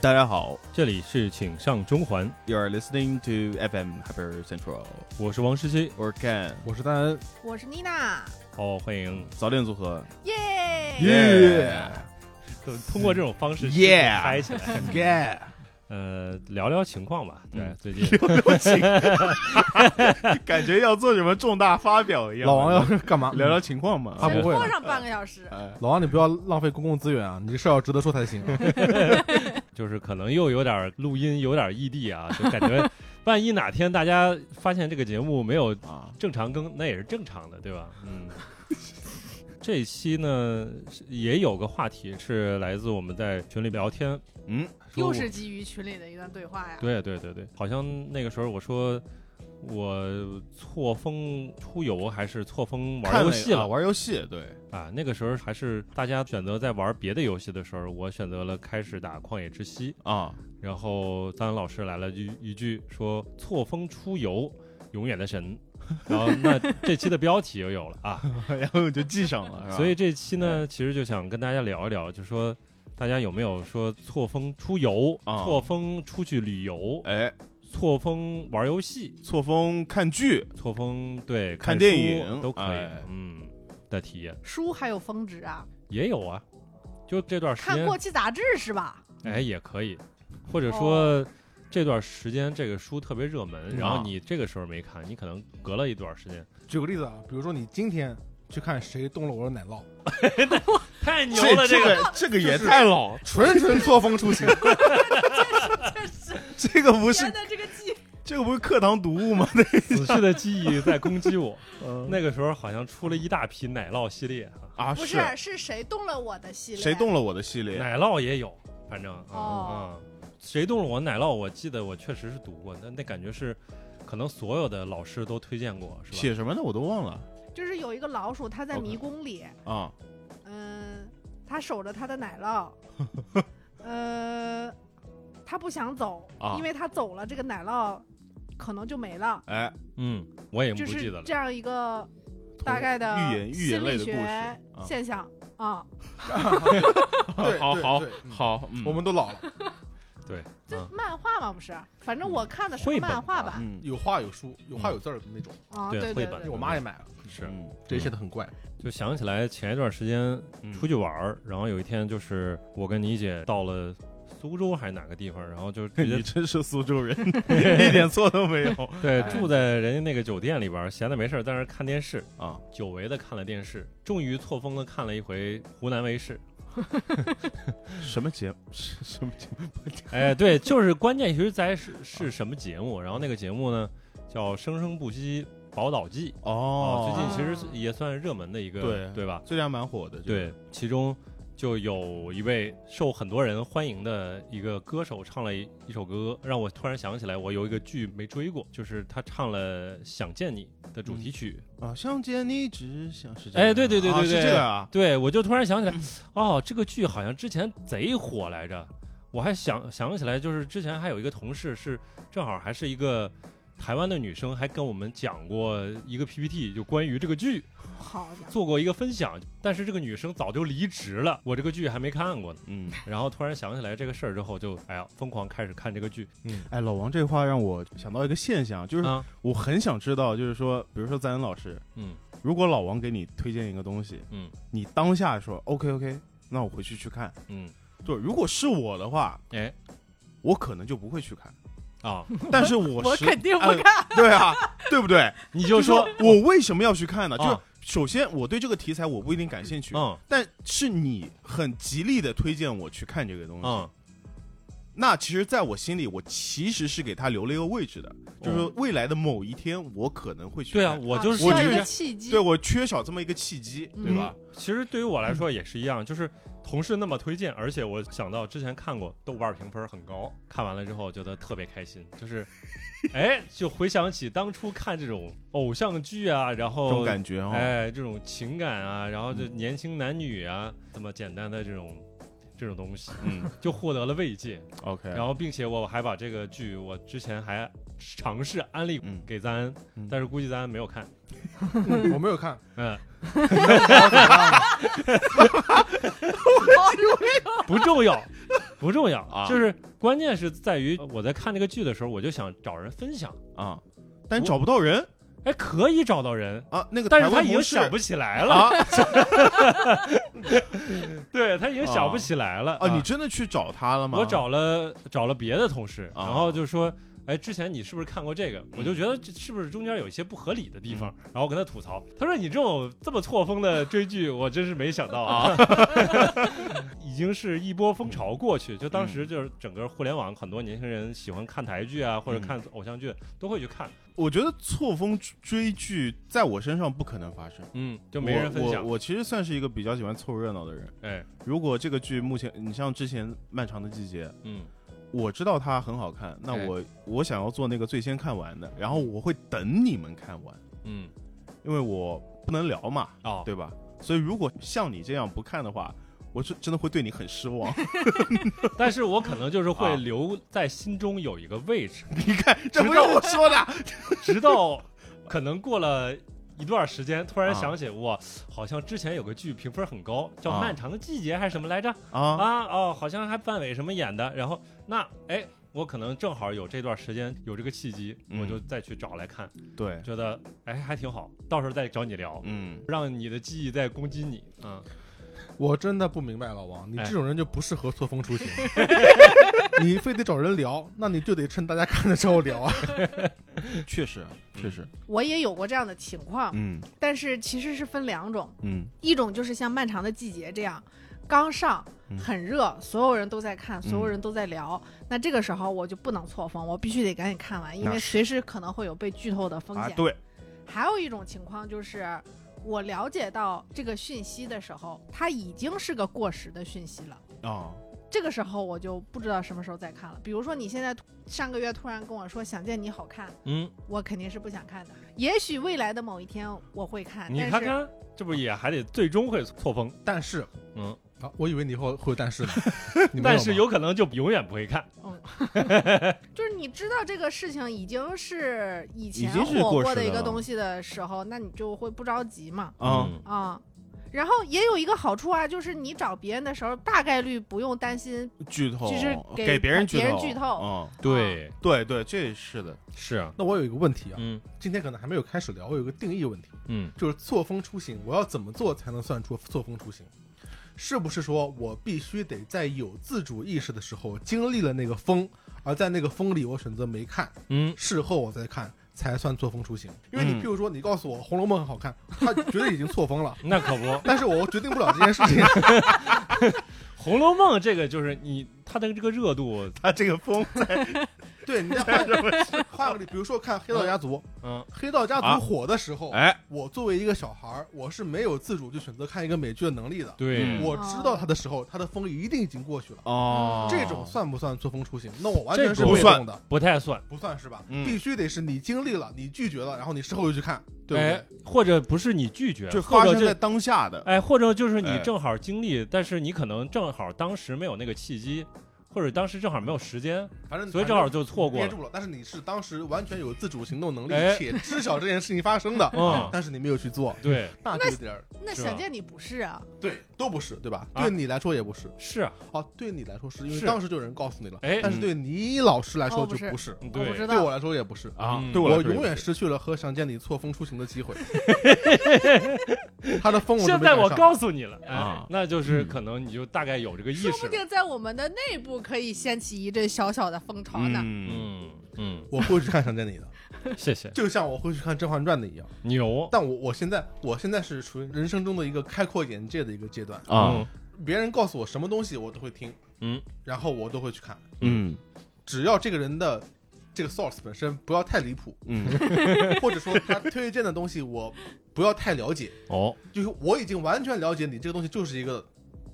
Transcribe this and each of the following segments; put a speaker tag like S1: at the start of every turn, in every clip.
S1: 大家好
S2: 这里是请上中环，
S1: ，You are listening to FM Hyper Central，
S2: 我是王十七，
S1: 我是 Ken，
S3: 我是戴恩，
S4: 我是妮娜，
S2: 哦，欢迎。
S1: 早点组合
S4: 耶、
S2: 嗯通过这种方式
S1: Yeah
S2: 嗨起来，
S1: ，Yeah，
S2: 呃，聊聊情况 吧。对，
S1: 嗯
S2: 最近
S1: 感觉要做什么重大发表一样。
S3: 老王要是干嘛？
S1: 聊聊情况嘛，
S3: 啊不
S4: 先
S3: 会
S4: 拖上半个小时，
S1: 哎
S3: 老王，你不要浪费公共资源啊！你这事儿要值得说才行。
S2: 就是可能又有点录音有点异地 啊，就感觉万一哪天大家发现这个节目没有
S1: 啊，
S2: 正常更，那也是正常的，对吧？ 嗯。这一期呢是也有个话题是来自我们在群里聊天，
S1: 嗯，
S2: 说我
S4: 又是基于群里的一段对话呀。
S2: 对对对对，好像那个时候我说我错峰出游还是错峰玩
S1: 看
S2: 游
S1: 那个
S2: 戏了
S1: 啊，玩游戏，对，
S2: 啊，那个时候还是大家选择在玩别的游戏的时候，我选择了开始打《旷野之息》，
S1: 啊，
S2: 然后张老师来了一一句说：“错峰出游，永远的神。”然后那这期的标题就有了 啊，
S1: 然后我就记上 了，是吧
S2: 所以这期呢，其实就想跟大家聊一聊，就说大家有没有说错峰出游、
S1: 啊
S2: 错峰出去旅游、
S1: 哎，
S2: 错峰玩游戏、
S1: 错峰看剧，
S2: 错峰对
S1: 看
S2: 看
S1: 电
S2: 书
S1: 影
S2: 都可以
S1: 哎，
S2: 嗯的体验
S4: 书还有峰值啊，
S2: 也有啊，就这段时
S4: 看
S2: 间
S4: 过期杂志是吧？
S2: 哎，也可以，或者说、
S4: 哦
S2: 这段时间这个书特别热门，
S3: 嗯
S2: 然后
S1: 啊
S2: 你这个时候没看，你可能隔了一段时间，
S3: 举个例子啊，比如说你今天去看谁动了我的奶酪，
S2: 太牛
S1: 这这个这个也太老，
S3: 纯纯错峰出行。
S4: 这是
S1: 这个不是
S4: 原来这个记，
S1: 这个不是课堂读物吗？
S2: 死去的记忆在攻击我。
S1: 嗯
S2: 那个时候好像出了一大批奶酪系列，啊
S1: 啊，
S4: 不
S1: 是哎
S4: 是是谁动了我的系列？
S1: 谁？动了我的系列？
S2: 奶酪也有，反正啊、
S4: 哦
S2: 嗯谁动了我奶酪？我记得我确实是读过，那那感觉是，可能所有的老师都推荐过，是吧？
S1: 写什么呢？我都忘了
S4: 就是有一个老鼠，它在
S1: OK
S4: 迷宫里，
S1: 啊。
S4: 嗯，它守着它的 奶酪，呃，它不想走，
S1: 啊
S4: 因为它走了，这个奶酪可能就没了。
S1: 哎，
S2: 嗯，我也不
S4: 就
S2: 记
S4: 是
S2: 得了。
S4: 这样一个大概的
S1: 寓言寓言类的
S4: 心理
S1: 故事
S4: 学
S1: 啊
S4: 现象啊，
S3: 对
S1: 好
S3: 对
S1: 好
S3: 对嗯
S1: 好，嗯
S3: 我们都老了，
S4: 就
S2: 啊
S4: 漫画嘛，不是？反正我看的是
S2: 绘
S4: 个
S2: 本
S4: 漫画
S2: 吧
S4: 版
S1: 嗯
S3: 有画有书，有画有字儿的那种。
S4: 啊，
S2: 对
S4: 对
S2: 绘
S4: 对
S2: 本
S4: 对，
S3: 我妈也买了，
S2: 是，
S1: 嗯
S3: 这写的很怪。
S2: 就想起来前一段时间
S1: 嗯
S2: 出去玩儿，然后有一天就是我跟你姐到了苏州还是哪个地方，然后就直
S1: 你
S2: 接
S1: 真是苏 州人，一点错都没有
S2: 对
S3: 哎
S2: 住在人家那个酒店里边儿，闲的没事儿在那儿看电视，
S1: 啊！
S2: 久违的看了电视，终于错峰的看了一回湖南卫 视。
S1: 什么节目？是什么节目？
S2: 哎，对，就是关键其实在是
S1: 啊
S2: 是什么节目，然后那个节目呢叫《生生不息宝岛记》
S1: 哦
S2: 啊，最近其实是也算是热门的一个，
S1: 对
S2: 对吧？
S1: 最近还蛮火的，这个
S2: 对，其中就有一位受很多人欢迎的一个歌手唱了一一首歌，让我突然想起来，我有一个剧没追过，就是他唱了《想见你》的主题曲。
S1: 啊，想见你只想是这
S2: 哎
S1: 个
S2: 对对对
S1: 啊
S2: 对
S1: 是
S2: 对
S1: 这个啊，
S2: 对，我就突然想起来，哦，这个剧好像之前贼火来着。我还想想起来，就是之前还有一个同事是正好还是一个台湾的女生，还跟我们讲过一个 PPT，就关于这个剧
S4: 好家伙，
S2: 做过一个分享。但是这个女生早就离职了，我这个剧还没看过呢。
S1: 嗯，
S2: 然后突然想起来这个事儿之后就，哎呀，疯狂开始看这个剧。
S1: 哎，老王这话让我想到一个现象，就是
S2: 啊，
S1: 我很想知道，就是说，比如说赞恩老师，
S2: 嗯，
S1: 如果老王给你推荐一个东西，
S2: 嗯，
S1: 你当下说 OK OK，那我回去去看。
S2: 嗯，
S1: 对，如果是我的话，
S2: 哎，
S1: 我可能就不会去看，
S2: 啊，
S1: 但是我
S4: 我
S1: 是
S4: 肯定不
S1: 哎
S4: 看。
S1: 对啊，对不对？
S2: 你就说，
S1: 我为什么要去看呢？就是
S2: 啊
S1: 首先我对这个题材我不一定感兴趣，
S2: 嗯
S1: 但是你很极力的推荐我去看这个东西，
S2: 嗯，
S1: 那其实在我心里，我其实是给他留了一个位置的，就是说未来的某一天我可能会去
S2: 嗯对啊，
S1: 看。
S2: 我就是
S4: 需
S1: 我
S4: 要
S1: 觉
S4: 一
S1: 得
S4: 个契机，
S1: 对我缺少这么一个契机，
S4: 嗯
S1: 对吧？
S2: 其实对于我来说也是一样，就是同事那么推荐，而且我想到之前看过，豆瓣评分很高，看完了之后觉得特别开心，就是，哎，就回想起当初看这种偶像剧啊，然
S1: 这
S2: 后
S1: 种感觉哦，嗯
S2: 哎，这种情感啊，然后就年轻男女啊，这么简单的这种这种东西，
S1: 嗯
S2: 就获得了慰藉。
S1: ，OK，
S2: 然后，并且我还把这个剧，我之前还尝试安利
S1: 嗯
S2: 给咱，
S1: 嗯
S2: 但是估计咱没有看。
S3: 嗯我没有看，
S2: 嗯，
S4: 哦，
S2: 嗯 不重要。不重要，
S1: 啊
S2: 就是关键是在于我在看这个剧的时候，我就想找人分享，
S1: 啊，但找不到人
S2: 哎，可以找到人，
S1: 啊，那个
S2: 但
S1: 台
S2: 是他
S1: 湾
S2: 已
S1: 同
S2: 经
S1: 事
S2: 想不起来了，
S1: 啊
S2: 对他已经想不起来了
S1: 啊，你真的去找他了吗？
S2: 嗯我找了找了别的同事，
S1: 啊嗯
S2: 然后就说，哎，之前你是不是看过这个？我就觉得这是不是中间有一些不合理的地方，然后我跟他吐槽，他说你这种这么错峰的追 剧，我真是没想到啊， 已经是一波风潮过去，就当时
S1: 嗯
S2: 就是整个互联网很多年轻人喜欢看台剧啊，或者看偶像剧都会去看，
S1: 我觉得错峰追剧在我身上不可能发生，
S2: 嗯，就没人分
S1: 我
S2: 享
S1: 我，我其实算是一个比较喜欢凑热闹的人。
S2: 哎，
S1: 如果这个剧目前，你像之前《漫长的季节》，
S2: 嗯，
S1: 我知道它很好看，那
S2: 哎
S1: 我、我想要做那个最先看完的，然后我会等你们看完，
S2: 嗯，
S1: 因为我不能聊嘛，
S2: 哦，
S1: 对吧？所以如果像你这样不看的话，我是真的会对你很失 望。
S2: 但是我可能就是会
S1: 啊
S2: 留在心中有一个位置，
S1: 你看，这不是我说的，啊
S2: 直到可能过了一段时间，突然想起我好像之前有个剧评分很高，叫
S1: 啊
S2: 《漫长的季节》还是什么来着？
S1: 啊
S2: 啊哦，好像还范伟什么演的。然后那哎，我可能正好有这段时间有这个契机，
S1: 嗯
S2: 我就再去找来看，
S1: 对，
S2: 觉得哎还挺好，到时候再找你聊，
S1: 嗯，
S2: 让你的记忆再攻击你。嗯，
S3: 我真的不明白老王，你
S2: 哎
S3: 这种人就不适合错峰出行，你非得找人聊，那你就得趁大家看的时候聊啊。
S1: 确实，啊确实，
S4: 我也有过这样的情况，
S1: 嗯
S4: 但是其实是分两种，
S1: 嗯
S4: 一种就是像《漫长的季节》这样，刚上
S1: 嗯
S4: 很热，所有人都在看，所有人都在聊，那这个时候我就不能错峰，我必须得赶紧看完，因
S1: 那
S4: 为
S1: 是
S4: 随时可能会有被剧透的风
S1: 啊，
S4: 险。
S1: 对，
S4: 还有一种情况就是，我了解到这个讯息的时候，它已经是个过时的讯息了。
S1: 啊，
S4: 这个时候我就不知道什么时候再看了。比如说，你现在突上个月突然跟我说《想见你》好看，
S2: 嗯，
S4: 我肯定是不想看的。也许未来的某一天我会看，
S2: 你
S4: 但
S2: 看
S4: 是
S2: 看，这不也还得最终会错峰，
S3: 但是
S2: 嗯，
S3: 啊，我以为你以后会有但是呢，你没
S2: 但是
S3: 吗
S2: 有可能就永远不会看。
S4: 就是你知道这个事情已经是以前
S1: 已经是
S4: 火
S1: 过时
S4: 过的一
S1: 的
S4: 个
S1: 了
S4: 东西的时候，那你就会不着急嘛。
S1: 啊，
S2: 嗯
S4: 啊、然后也有一个好处啊，就是你找别人的时候，大概率不用担心
S1: 剧透
S4: 就是给
S1: 给别人
S4: 别人剧透
S1: 嗯，
S2: 对，
S1: 对对，这是的，
S2: 是啊，
S3: 那我有一个问题啊，
S2: 嗯
S3: 今天可能还没有开始聊，我有个定义问题，
S2: 嗯
S3: 就是错峰出行，我要怎么做才能算出错峰出行？是不是说我必须得在有自主意识的时候经历了那个风，而在那个风里我选择没看，
S2: 嗯，，
S3: 事后我再看才算错峰出行？因为你
S1: 嗯
S3: 譬如说你告诉我《红楼梦》很好看，他绝对已经错峰了
S2: 那可不。
S3: 但是我决定不了这件事情。
S2: 《红楼梦》这个就是你它的这个热度，
S1: 他这个风
S3: 对，你再换 换个例，比如说看《黑道家族》，
S2: 嗯，
S3: 《黑道家族
S1: 啊》
S3: 火的时候，
S1: 哎，
S3: 我作为一个小孩儿，我是没有自主就选择看一个美剧的能力的。
S2: 对，
S1: 嗯
S3: 我知道它的时候，它的风一定已经过去了。
S1: 哦，
S3: 这种算不算错峰出行？那我完全
S2: 这
S3: 是
S2: 个
S3: 被动的，
S2: 不太算，
S3: 不算是吧？
S1: 嗯
S3: 必须得是你经历了，你拒绝了，然后你事后又去看，对不对？
S2: 哎，或者不是你拒绝，
S1: 就
S2: 或
S1: 发
S2: 者
S1: 生在
S2: 就
S1: 当下的，
S2: 哎，或者就是你
S1: 哎
S2: 正好经历，但是你可能正好当时没有那个契机，或者当时正好没有时间，
S3: 反正
S2: 所以正好就错过
S3: 憋
S2: 了。
S3: 住了。但是你是当时完全有自主行动能力，
S2: 哎
S3: 且知晓这件事情发生的，
S2: 嗯，
S3: 但是你没有去做，
S2: 对，
S3: 那这个点儿
S4: 那
S2: 是
S4: 想
S2: 吧
S4: 见你不是啊，
S3: 对都不是，对吧？
S2: 啊
S3: 对你来说也不是，
S2: 是啊，
S3: 哦，对你来说是因为
S2: 是
S3: 当时就有人告诉你了，
S2: 哎嗯
S3: 但是对倪老师来说
S4: 哦
S3: 就
S4: 不是
S3: 不是，
S4: 我不
S2: 对，
S4: 知
S3: 对我
S4: 道。
S3: 来说也不是。
S1: 啊
S2: 嗯，
S1: 对
S3: 我
S1: 来说也
S3: 永远
S1: 是
S3: 失去了和想见你错峰出行的机 会。他的风我都
S2: 现
S3: 没
S2: 在
S3: 赶
S2: 我
S3: 上
S2: 告诉你了，哎
S1: 啊，
S2: 那就是可能你就大概有这个意
S4: 说不
S2: 识了，
S4: 定在我们的内部可以掀起一阵小小的风潮呢。
S1: 嗯，
S2: 嗯嗯，
S3: 我会去看想见你的，
S2: 谢谢，
S3: 就像我会去看《甄嬛传》的一样。
S2: 牛
S3: 但我我现在我现在是处于人生中的一个开阔眼界的一个阶段，
S1: 啊，
S3: 别人告诉我什么东西我都会听，
S2: 嗯，
S3: 然后我都会去看，
S1: 嗯
S3: 只要这个人的这个 source 本身不要太离 谱，
S1: 嗯，
S3: 或者说他推荐的东西我不要太了解，
S2: 哦，
S3: 就是我已经完全了解你这个东西就是一个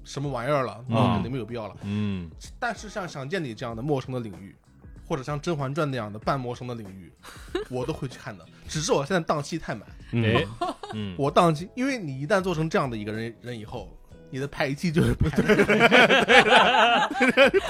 S3: 什么玩意儿了，那
S2: 啊
S3: 肯定没有必要了。
S2: 嗯，
S3: 但是像《想见你》这样的陌生的领域，或者像《甄嬛传》那样的半陌生的领域， 我都会去看的。只是我现在档期太满，
S2: 哎
S1: 嗯，，
S2: 嗯，
S3: 我档期，因为你一旦做成这样的一个人人以后，你的排期就是排的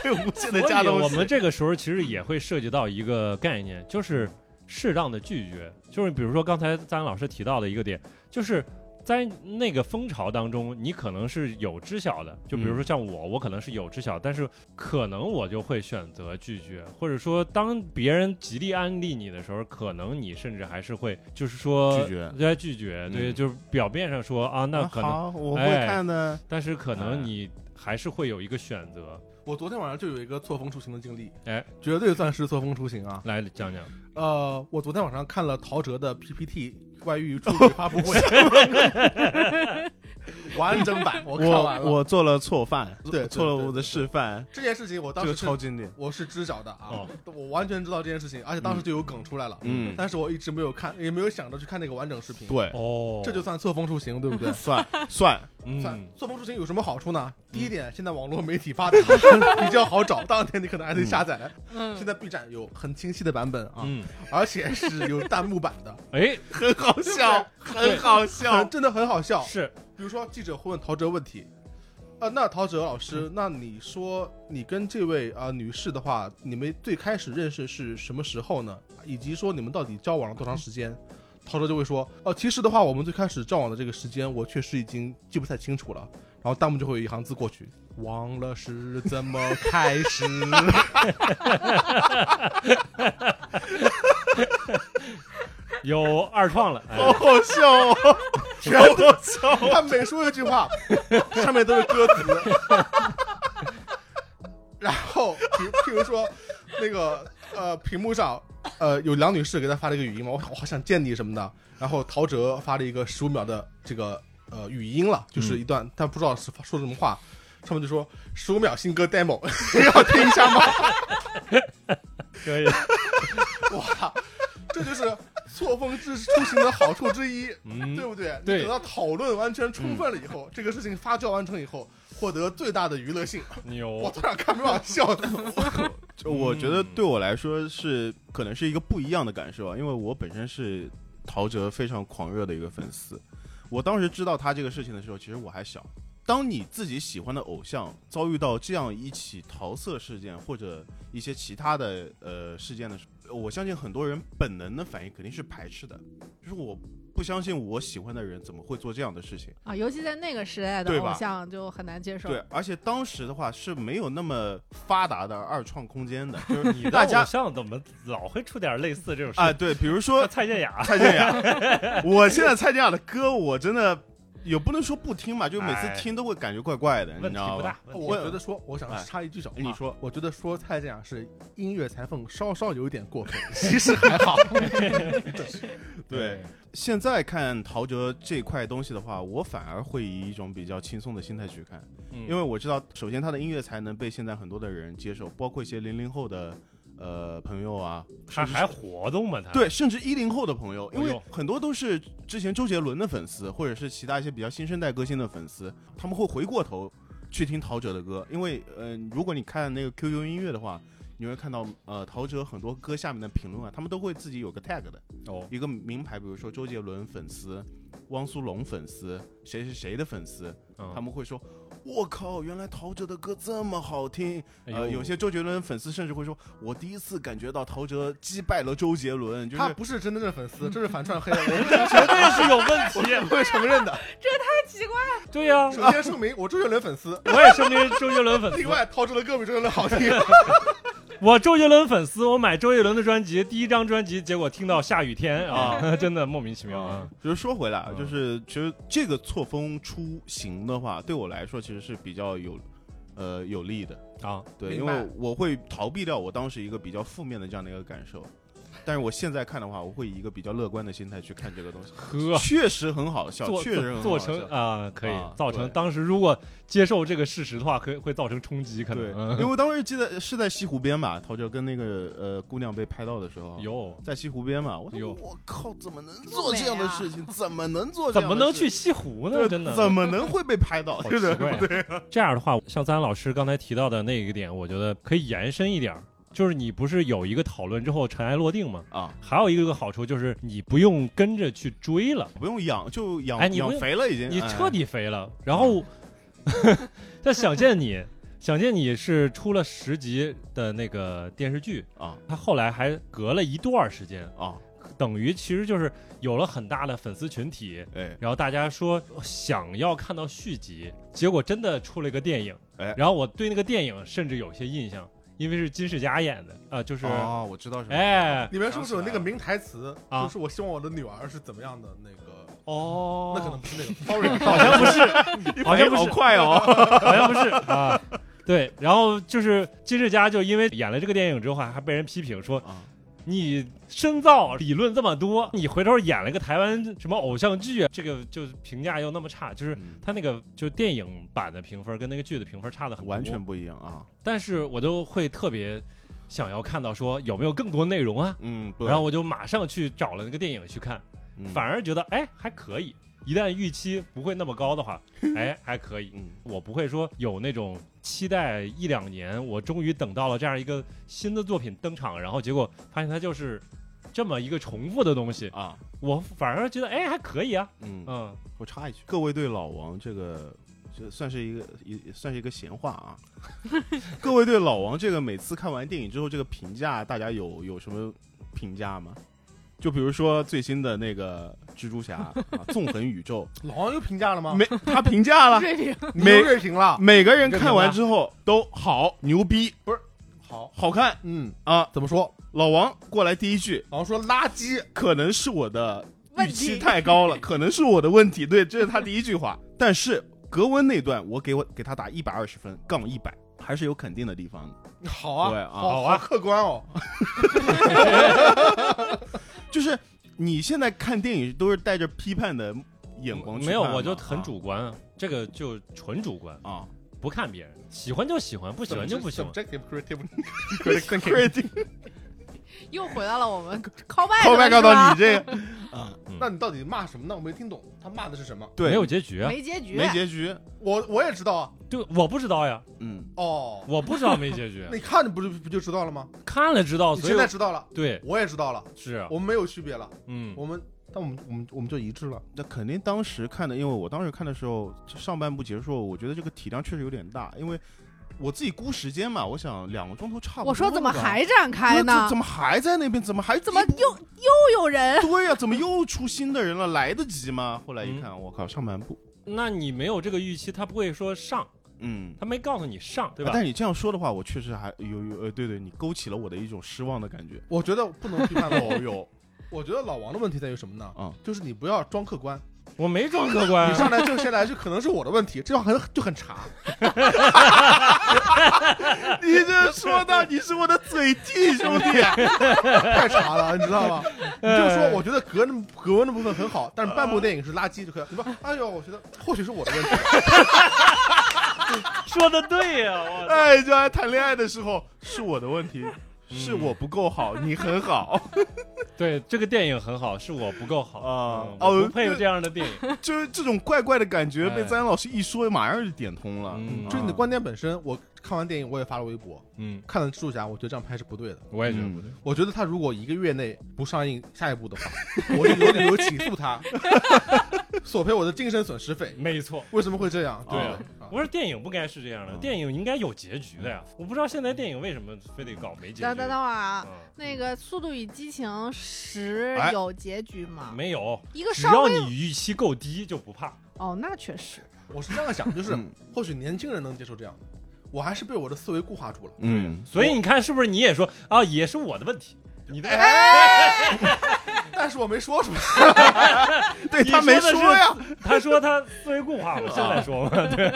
S1: 会无限的
S2: 所
S1: 加
S2: 以
S1: 东
S2: 我
S1: 西
S2: 们，这个时候其实也会涉及到一个概念，就是适当的拒绝，就是比如说刚才张老师提到的一个点，就是在那个风潮当中，你可能是有知晓的，就比
S1: 嗯
S2: 如说像我，我可能是有知晓，但是可能我就会选择拒绝，或者说当别人极力安利你的时候，可能你甚至还是会就是说
S1: 拒绝
S2: 在拒绝，对，
S1: 嗯
S2: 就是表面上说啊，那
S1: 啊
S2: 可能，
S1: 好，我会
S2: 哎
S1: 看的。
S2: 但是可
S1: 哎
S2: 能你还是会有一个选择。
S3: 我昨天晚上就有一个错峰出行的经历，
S2: 哎，
S3: 绝对算是错峰出行啊。
S2: 来讲讲，
S1: 嗯
S3: 呃，我昨天晚上看了陶喆的 PPT 外遇处理发布 会，完整版我看完了。
S1: 我我做了错饭，
S3: 对对
S1: 错了我
S3: 对
S1: 的
S3: 对
S1: 示范，
S3: 这件事情我当
S1: 这个
S3: 时是
S1: 超经典。
S3: 我是知晓的啊，
S2: 哦
S3: 我完全知道这件事情，而且当时就有梗出来了，
S1: 嗯，
S3: 但是我一直没有看，也没有想着去看那个完整视频。，
S1: 对，
S2: 哦，
S3: 这就算错峰出行，对不对？
S1: 算算，
S3: 算
S2: 嗯，
S3: 错峰出行有什么好处呢？第一点，现在网络媒体发达，比较好找，当天你可能还得下载。
S4: 嗯
S3: 现在 B 站有很清晰的版本啊，
S2: 嗯，
S3: 而且是有弹幕版的，
S2: 哎，
S1: 很好笑，很好笑
S3: 很。 真的很好笑。
S2: 是，
S3: 比如说记者会问陶喆问题，呃，那陶喆老师，那你说你跟这位啊、呃女士的话，你们最开始认识是什么时候呢？以及说你们到底交往了多长时间？陶喆就会说，哦、其实的话，我们最开始交往的这个时间，我确实已经记不太清楚了。然后弹幕就会有一行字过去，忘了是怎么开始。
S2: 有二创了，哎
S1: 好好笑哦！
S3: 全都笑。他每说一句话，上面都是歌词。然后，比譬如说，那个呃，屏幕上呃有梁女士给他发了一个语音嘛，我我好想见你什么的。然后陶喆发了一个十五秒的这个呃语音了，就是一段，但不知道是发说什么话。上面就说十五秒新歌 demo，要 听一下吗？
S2: 可以，
S3: 哇，这就是错峰之出行的好处之一。
S2: 嗯
S3: 对，不对？你
S2: 对嗯
S3: 等到讨论完全充分了以后，这个事情发酵完成以后，获得最大的娱乐性。
S2: 哦
S3: 我
S2: 牛，
S3: 突然看没往笑的，
S1: 就我觉
S2: 嗯
S1: 得对我来说是可能是一个不一样的感受啊，因为我本身是陶喆非常狂热的一个粉丝。我当时知道他这个事情的时候，其实我还小。当你自己喜欢的偶像遭遇到这样一起桃色事件或者一些其他的呃事件的时候，我相信很多人本能的反应肯定是排斥的，就是我不相信我喜欢的人怎么会做这样的事情。
S4: 啊，尤其在那个时代的
S1: 对
S4: 偶
S1: 吧
S4: 像就很难接受。
S1: 对，而且当时的话是没有那么发达的二创空间 的
S2: 就是你的
S1: 大家
S2: 偶像怎么老会出点类似这种事
S1: 啊。对，比如说
S2: 像蔡健雅，
S1: 蔡健雅，我现在蔡健雅的歌我真的也不能说不听吧，就每次
S2: 哎
S1: 听都会感觉怪怪的，你
S2: 问
S1: 知
S2: 题
S1: 道
S2: 不
S1: 吧
S2: 大？，
S3: 我觉得说，我想插一句小话，
S1: 哎你说，
S3: 我觉得说蔡健雅是音乐裁缝稍稍有 点过分，其实还好。
S1: 对，现在看陶喆这块东西的话，我反而会以一种比较轻松的心态去看，
S2: 嗯
S1: 因为我知道，首先他的音乐才能被现在很多的人接受，包括一些零零后的呃朋友啊，
S2: 他还活动吗？他，
S1: 对，甚至一零后的朋友，因
S2: 啊哎
S1: 为
S2: 呦
S1: 很多都是之前周杰伦的粉丝，或者是其他一些比较新生代歌星的粉丝，他们会回过头去听陶喆的歌，因为呃，如果你看那个 QQ 音乐的话，你会看到呃陶喆很多歌下面的评论啊，他们都会自己有个 tag 的
S2: 哦，
S1: 一个名牌，比如说周杰伦粉丝、汪苏泷粉丝、谁谁谁的粉丝，
S2: 嗯
S1: 他们会说。我靠！原来陶喆的歌这么好听，
S2: 哎
S1: 呃，
S2: 呦
S1: 有些周杰伦粉丝甚至会说，我第一次感觉到陶喆击败了周杰伦，就是
S3: 他不是真正的粉丝，这是 反串黑了，我
S2: 绝对是有问
S3: 不
S2: 题。
S3: 会承认的。
S4: 太奇怪
S2: 对呀，
S3: 首先声明，我周杰伦 粉丝。
S2: 我也声明周杰伦粉
S3: 另
S2: 丝，
S3: 外，陶喆的歌比周杰伦好听，
S2: 我周杰伦粉丝，我买周杰伦的专辑，第一张专辑，结果听到下雨天
S1: 嗯
S2: 啊， 真的莫名其妙啊。
S1: 就是说回来啊，
S2: 嗯
S1: 就是其实这个错峰出行的话，对我来说其实是比较有，呃，有利的。
S2: 啊，
S1: 对，因
S3: 明白
S1: 为我会逃避掉我当时一个比较负面的这样的一个感受，但是我现在看的话，我会以一个比较乐观的心态去看这个东西，
S2: 呵，
S1: 确实很好笑，
S2: 做
S1: 确实很好
S2: 做成
S1: 笑
S2: 啊，可
S1: 啊
S2: 以造
S1: 对
S2: 成当时如果接受这个事实的话，可以会造成冲击，可
S1: 对
S2: 能， 嗯
S1: 因为我当时记得是在西湖边吧，陶喆跟那个呃姑娘被拍到的时候，
S2: 有
S1: 在西湖边嘛，我说
S2: 有
S1: 我靠，怎么能做这样的事情？怎么能做这
S2: 怎
S1: 样的事？
S2: 么能去西湖呢？
S1: 对
S2: 真的，
S1: 怎么能会被拍到？
S2: 好
S1: 对不
S2: 奇
S1: 对？
S2: 怪、啊。这样的话，像咱老师刚才提到的那个点，我觉得可以延伸一点儿，就是你不是有一个讨论之后尘埃落定吗？
S1: 啊，
S2: 还有一个好处就是你不用跟着去追了，
S1: 不用养，就养、
S2: 哎你不
S1: 养
S2: 用
S1: 肥了已经。
S2: 你
S1: 哎
S2: 彻底肥了。然后，
S1: 嗯
S2: 但想见你，想见你是出了十集的那个电视剧，
S1: 啊
S2: 它后来还隔了一段儿时间，
S1: 啊，
S2: 等于其实就是有了很大的粉丝群体，
S1: 哎
S2: 然后大家说想要看到续集，结果真的出了一个电影，
S1: 哎
S2: 然后我对那个电影甚至有些印象，因为是金世佳演的啊、就是、
S1: 哦，我知道什么，
S2: 哎
S3: 里面是不是有那个名台词？
S2: 啊
S3: 就是我希望我的女儿是怎么样的那个？
S2: 哦，
S3: 那可能不是那个，sorry，
S2: 好像不是， 好像不是
S1: 好快 哦，
S2: 好像不是啊。对，然后就是金世佳，就因为演了这个电影之后，还还被人批评说
S1: 啊
S2: 你深造理论这么多，你回头演了个台湾什么偶像剧，这个就是评价又那么差，就是
S1: 嗯
S2: 他那个就是电影版的评分跟那个剧的评分差的很多
S1: 完全。不一样啊，
S2: 但是我都会特别想要看到说有没有更多内容啊，
S1: 嗯，对
S2: 然后我就马上去找了那个电影去看，
S1: 嗯
S2: 反而觉得哎还可以，一旦预期不会那么高的 话，哎还可以。
S1: 嗯
S2: 我不会说有那种期待一两年，我终于等到了这样一个新的作品登场，然后结果发现它就是这么一个重复的东西，
S1: 啊
S2: 我反而觉得哎还可以啊，
S1: 嗯，
S2: 嗯
S1: 我插一句，各位对老王这个。这算是一个也算是一个闲话 啊！各位对老王这个每次看完电影之后这个评价，大家有有什么评价吗？就比如说最新的那个蜘蛛侠啊，纵横宇 宙，
S3: 老王又评价了吗？
S1: 没他评价了，
S4: 瑞平，
S3: 你又锐评了，
S1: 每个人看完之后都好牛逼，
S3: 好，
S1: 好看
S3: 嗯，
S1: 啊！
S3: 怎么说？
S1: 老王过来第一句，
S3: 老王说垃圾，
S1: 可能是我的
S4: 问
S1: 预期
S4: 题
S1: 太高 了，可能是我的问题。对，这是他第一句话。但是格温那段，我给我给他打一百二十分，杠一百，还是有肯定的地方的。
S3: 好啊，
S1: 对啊
S3: 好
S2: 好啊
S3: 客观哦，
S1: 就是你现在看电影都是带着批判的眼光去
S2: 没有，
S1: 看嘛
S2: 我就很主观，啊、这个就纯主观，
S1: 啊。
S2: 不看别人，喜欢就喜欢，不喜欢就不喜欢。
S3: Subjective creative
S4: 又回到了我们 call back，
S1: 后面告
S4: 了
S1: 到
S4: 是吧
S1: 你这个
S3: 那你到底骂什么呢？我没听懂，他骂的是什么？
S1: 对
S2: 没有结局啊！
S4: 没结局，
S1: 没结局，
S3: 我我也知道啊。
S2: 对，我不知道呀，
S1: 嗯，
S3: 哦，，
S2: 我不知道没结局
S3: 那你看着不就不就知道了吗？
S2: 看了知道，啊哦
S3: 你
S2: 所以
S3: 现在
S2: 我
S3: 知道了，
S2: 对
S3: 我也知道了，
S2: 是，啊
S3: 我们没有区别了，
S2: 嗯，
S3: 我们但我们我们我们就一致了。
S1: 那肯定当时看的，因为我当时看的时候，上半部结束，我觉得这个体量确实有点大，因为我自己估时间嘛，我想两个钟头差不多了吧。
S4: 我说怎么还展
S1: 不
S4: 开
S1: 是
S4: 呢
S1: 这？怎么还在那边？怎么还
S4: 怎么
S1: 一
S4: 又又有人？
S1: 对呀、怎么又出新的人了？来得及吗？后来
S2: 嗯
S1: 一看，我靠，上半部，
S2: 那你没有这个预期，他不会说上，
S1: 嗯，
S2: 他没告诉你上，对
S1: 啊
S2: 吧？
S1: 但你这样说的话，我确实还有有呃，对对，你勾起了我的一种失望的感觉。
S3: 我觉得不能批判老有，我觉得老王的问题在于什么呢？
S1: 嗯，
S3: 就是你不要装客观，
S2: 我没装客观
S3: 你
S2: 啊，
S3: 上来就先来就可能是我的问题，这样很就很茶。
S1: 你这说到你是我的嘴替兄弟，
S3: 啊太差了，你知道吗？你就说，我觉得格那格温的部分很好，但是半部电影是垃圾就可以。你说，哎呦，我觉得或许是我的问题。
S2: 说的对呀、我操
S1: 哎，就爱谈恋爱的时候是我的问题，
S2: 嗯
S1: 是我不够好，你很好，
S2: 对这个电影很好，是我不够好
S1: 啊
S2: 嗯
S1: 哦
S2: 我不配这样的电 影。
S1: 就是这种怪怪的感觉
S2: 哎
S1: 被张老师一说，马上就点通了。
S2: 嗯
S3: 就是你的观点本身，我看完电影我也发了微博，
S2: 嗯，
S3: 看了蜘蛛侠，我觉得这样拍是不对的。
S2: 我也觉得
S1: 嗯
S2: 不对。
S3: 我觉得他如果一个月内不上映下一部的话，我就有理由起诉他， 索赔我的精神损失费。
S2: 没错，
S3: 为什么会这样？
S1: 对
S3: 啊
S1: 啊，
S3: 啊
S2: 我说电影不该是这样的，
S1: 嗯
S2: 电影应该有结局的呀。我不知道现在电影为什么非得搞没结局。
S4: 等等等会儿啊，
S2: 嗯
S4: 那个《速度与激情十
S1: 哎》
S4: 有结局吗？
S2: 没有，
S4: 一个
S2: 只
S4: 稍
S2: 要
S4: 微
S2: 你预期够低就不怕。
S4: 哦，那确实，
S3: 我是这样想，就是
S1: 嗯
S3: 或许年轻人能接受这样的，我还是被我的思维固化住了。
S1: 嗯，
S2: 所以你看，是不是你也说啊，也是我的问题？你的
S3: 但是我没说出来，
S1: 对他没说呀，
S2: 他说他思维固化，我现在说嘛，对，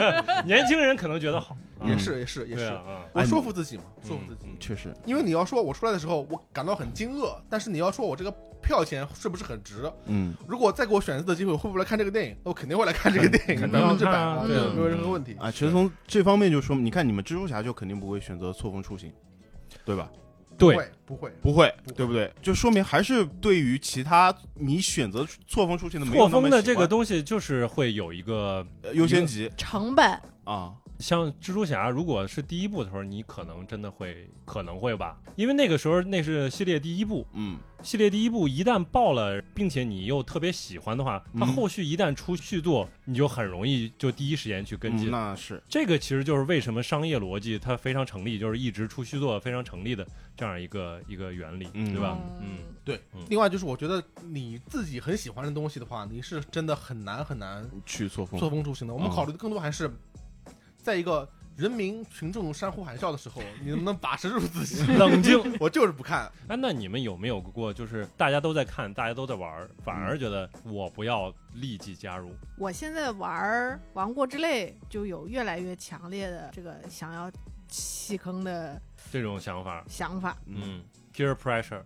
S2: 年轻人可能觉得好，
S1: 嗯
S2: 啊
S3: 也是也是也
S2: 对
S3: 是，
S2: 啊，
S3: 我说服自己嘛，说服自
S2: 己
S3: 己。
S1: 确实，
S3: 因为你要说我出来的时候，我感到很惊愕，但是你要说我这个票钱是不是很值？
S1: 嗯，
S3: 如果再给我选择的机会，我会不会来看这个电影？我肯定会来看这个电影，
S2: 肯
S3: 百
S2: 定
S3: 分
S2: 要
S3: 之百
S2: 看
S3: 啊
S2: 啊，
S3: 对
S4: 嗯
S3: 没有任何问题。
S1: 啊，其实从这方面就说明，你看你们蜘蛛侠就肯定不会选择错峰出行，对吧？
S3: 不
S2: 对，
S3: 会不会，
S1: 不会
S3: 不会，
S1: 对不对？就说明还是对于其他你选择错峰出行的没有
S2: 错
S1: 那么
S2: 峰的这个
S1: 喜欢
S2: 东西就是会有一个
S1: 呃优先级
S4: 成本
S1: 啊，
S2: 像蜘蛛侠，如果是第一部的时候，你可能真的会可能会吧，因为那个时候那是系列第一部，
S1: 嗯，
S2: 系列第一部一旦爆了，并且你又特别喜欢的话，它
S1: 嗯
S2: 后续一旦出续作，你就很容易就第一时间去跟
S1: 嗯
S2: 进。
S1: 那是
S2: 这个其实就是为什么商业逻辑它非常成立，就是一直出续作非常成立的这样一个一个原理，
S1: 嗯
S2: 对吧？嗯
S4: 嗯，
S3: 对
S2: 嗯，
S3: 另外就是我觉得你自己很喜欢的东西的话，你是真的很难很难
S1: 去错峰
S3: 错，峰出行的。我们
S1: 嗯
S3: 考虑的更多还是在一个人民群众山呼海啸的时 候，你能不能把持住自己？
S2: 嗯冷静。
S3: 我就是不看，
S2: 哎，那你们有没有过，就是大家都在看，大家都在玩儿，反而觉得我不要立即加入？
S4: 我现在玩儿《王国之泪》就有越来越强烈的这个想要弃坑的
S2: 这种想法，
S4: 想法。
S2: 嗯，peer pressure，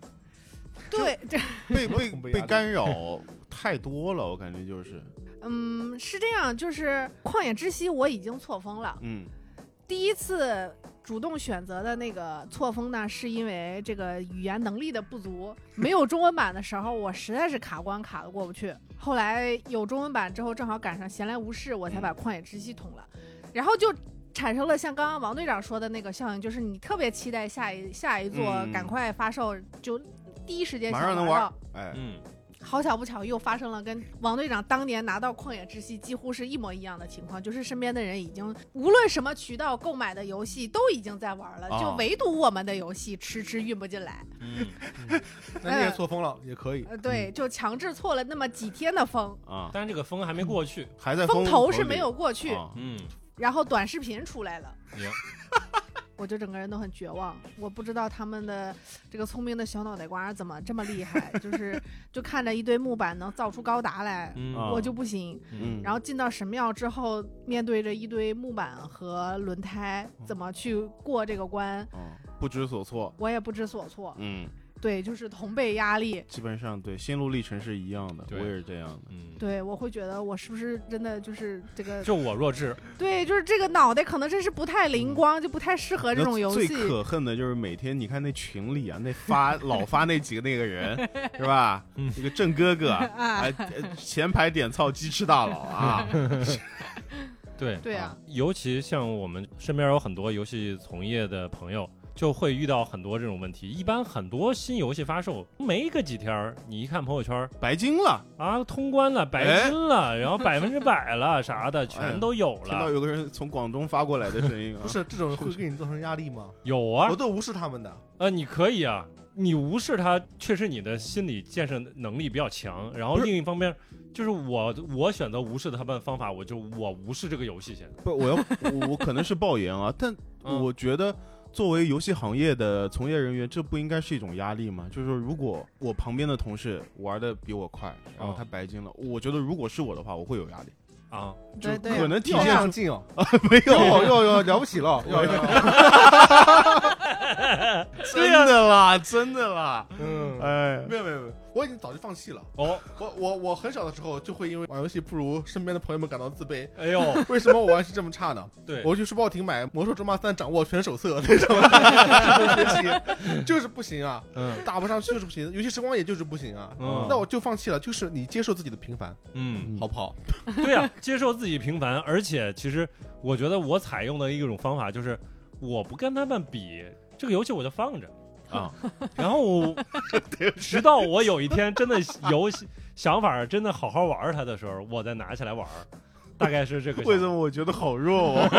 S4: 对，这
S1: 被被
S3: 恐怖压
S1: 被
S3: 力
S1: 干扰太多了，我感觉就是，
S4: 嗯是这样，就是《旷野之息》我已经错峰了。
S1: 嗯
S4: 第一次主动选择的那个错峰呢，是因为这个语言能力的不足，没有中文版的时候，我实在是卡关卡的过不去。后来有中文版之后，正好赶上闲来无事，我才把《旷野之息》通了，然后就。产生了像刚刚王队长说的那个效应，就是你特别期待下一下一座
S1: 嗯
S4: 赶快发售，就第一时间
S1: 马
S4: 想
S1: 上能
S4: 玩
S1: 玩
S4: 到。
S1: 哎，
S2: 嗯，
S4: 好巧不巧，又发生了跟王队长当年拿到《旷野之息》几乎是一模一样的情况，就是身边的人已经无论什么渠道购买的游戏都已经在玩了，
S1: 啊
S4: 就唯独我们的游戏迟迟运不进来。
S2: 嗯，
S3: 那你也错峰了，
S1: 哎
S3: 也可以。
S4: 呃，对，就强制错了那么几天的风，
S1: 啊，
S2: 但是这个风还没过去，
S1: 还在
S4: 风头是
S1: 里
S4: 没有过去，
S1: 啊
S2: 嗯，
S4: 然后短视频出来了
S2: 行。
S4: 我就整个人都很绝望，我不知道他们的这个聪明的小脑袋瓜怎么这么厉害，就是就看着一堆木板能造出高达来，
S2: 嗯，
S1: 啊
S4: 我就不行。
S1: 嗯，
S4: 然
S1: 后
S4: 后进到神庙之后，面对着一堆木板和轮胎，怎么去过这个关，
S2: 嗯
S1: 不知所措，
S4: 我也不知所措。
S1: 嗯，
S4: 对，就是同辈压力。
S1: 基本上对心路历程是一样的，我
S2: 对
S1: 也是这样的，
S2: 嗯，
S4: 对，我会觉得我是不是真的就是这个？
S2: 就我弱智，
S4: 对，就是这个脑袋可能真是不太灵光，就不太适合这种游
S1: 嗯最
S4: 戏。
S1: 可恨的就是每天你看那群里啊，那 发老发那几个那个人是吧？
S2: 嗯
S1: 这个郑哥哥啊，
S4: 啊
S1: 呃前排点操鸡翅大佬 啊，
S2: 对，
S4: 对啊，
S2: 尤其像我们身边有很多游戏从业的朋友，就会遇到很多这种问题。一般很多新游戏发售没个几天儿，你一看朋友圈儿
S1: 白金了。
S2: 啊，通关了，白金了，然后百分之百了啥的，全都有
S1: 听到
S2: 了。
S1: 有个人从广东发过来的声 音啊
S3: 不，是这种人会给你造成压力吗？
S2: 有啊
S3: 我，都无视他们的，
S2: 呃，你可以啊，你无视它，确实你的心理建设能力比较强。然后
S1: 不是
S2: 另一方面，就是我我选择无视他们的方法，我就我无视这个游戏先。
S1: 不，我要我我可能是爆言啊，但
S2: 嗯
S1: 我觉得作为游戏行业的从业人员，这不应该是一种压力吗？就是说，如果我旁边的同事玩的比我快，然后他白金了，我觉得如果是我的话，我会有压力，
S2: 啊，
S4: 对
S1: 就可
S4: 对，
S1: 能 体
S3: 要
S1: 现
S3: 上
S1: 出
S3: 进哦，
S1: 没
S3: 哟
S1: 有
S3: 哟哟，了不起
S1: 哎
S3: 了，哟哟，
S1: 真的啦，真的啦，
S3: 嗯，
S1: 哎，
S3: 没有没有没有，我已经早就放弃了。
S2: 哦，
S3: 我我我很小的时候就会因为玩游戏不如身边的朋友们感到自卑。哦
S2: 哎呦，
S3: 为什么我玩游戏这么差呢？
S2: 对，
S3: 我去书报亭买《魔兽争霸三》掌握全手册那种学习， 就是不行啊，
S2: 嗯
S3: 打不上去就是不行，游戏时光也就是不行啊。
S2: 嗯
S3: 那我就放弃了，就是你接受自己的平凡，
S2: 嗯。
S3: 好不好？
S2: 对呀、接受自己平凡，而且其实我觉得我采用的一种方法就是，我不跟他们比，这个游戏我就放着，
S1: 啊，
S2: 然后 我直到我有一天真的游戏想法真的好好玩它的时候，我再拿起来玩儿，大概是这个想法。
S1: 为什么我觉得好弱哦？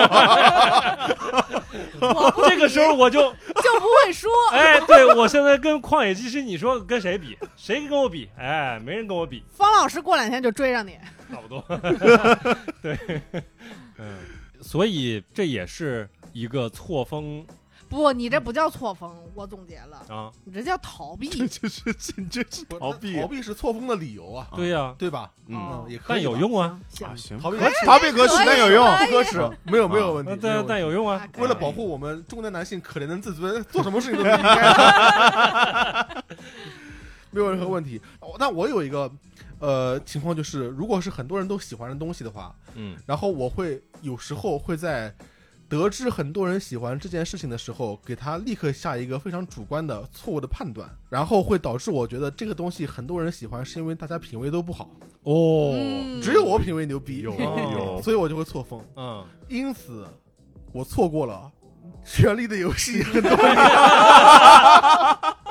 S4: 我不
S2: 这个时候我 就
S4: 就不会说。
S2: 哎，对我现在跟旷野之息，你说跟谁比？谁跟我比？哎，没人跟我比，
S4: 方老师过两天就追上你，
S2: 差不 多。对，嗯，所以这也是一个错峰
S4: 不，你这不叫错峰，我总结了，
S2: 啊。
S4: 你这叫逃避。
S1: 就是你这是逃避
S3: 逃避是错峰的理由啊，
S2: 对呀、
S3: 对吧？
S1: 嗯
S4: 哦
S3: 嗯，也可以
S2: 但
S3: 吧，
S2: 有用啊。
S4: 行
S1: 啊，行，
S3: 逃避
S1: 逃避可耻但有用，
S4: 可以
S3: 可耻，没有没有问题
S2: 啊那。
S3: 没有
S2: 但
S3: 问题
S2: 但有用啊
S4: 啊，
S3: 为了
S4: 可以
S3: 保护我们中年男性可怜的自尊，做什么事情都不应该， 没有任何问题。哦但我有一个呃情况就是，如果是很多人都喜欢的东西的话，
S2: 嗯，
S3: 然后我会有时候会在得知很多人喜欢这件事情的时候，给他立刻下一个非常主观的错误的判断，然后会导致我觉得这个东西很多人喜欢是因为大家品味都不好，
S2: 哦，
S4: 嗯
S3: 只有我品味牛逼，
S2: 有啊有
S3: 所以我就会错峰。
S2: 嗯
S3: 因此，我错过了《权力的游戏》很多。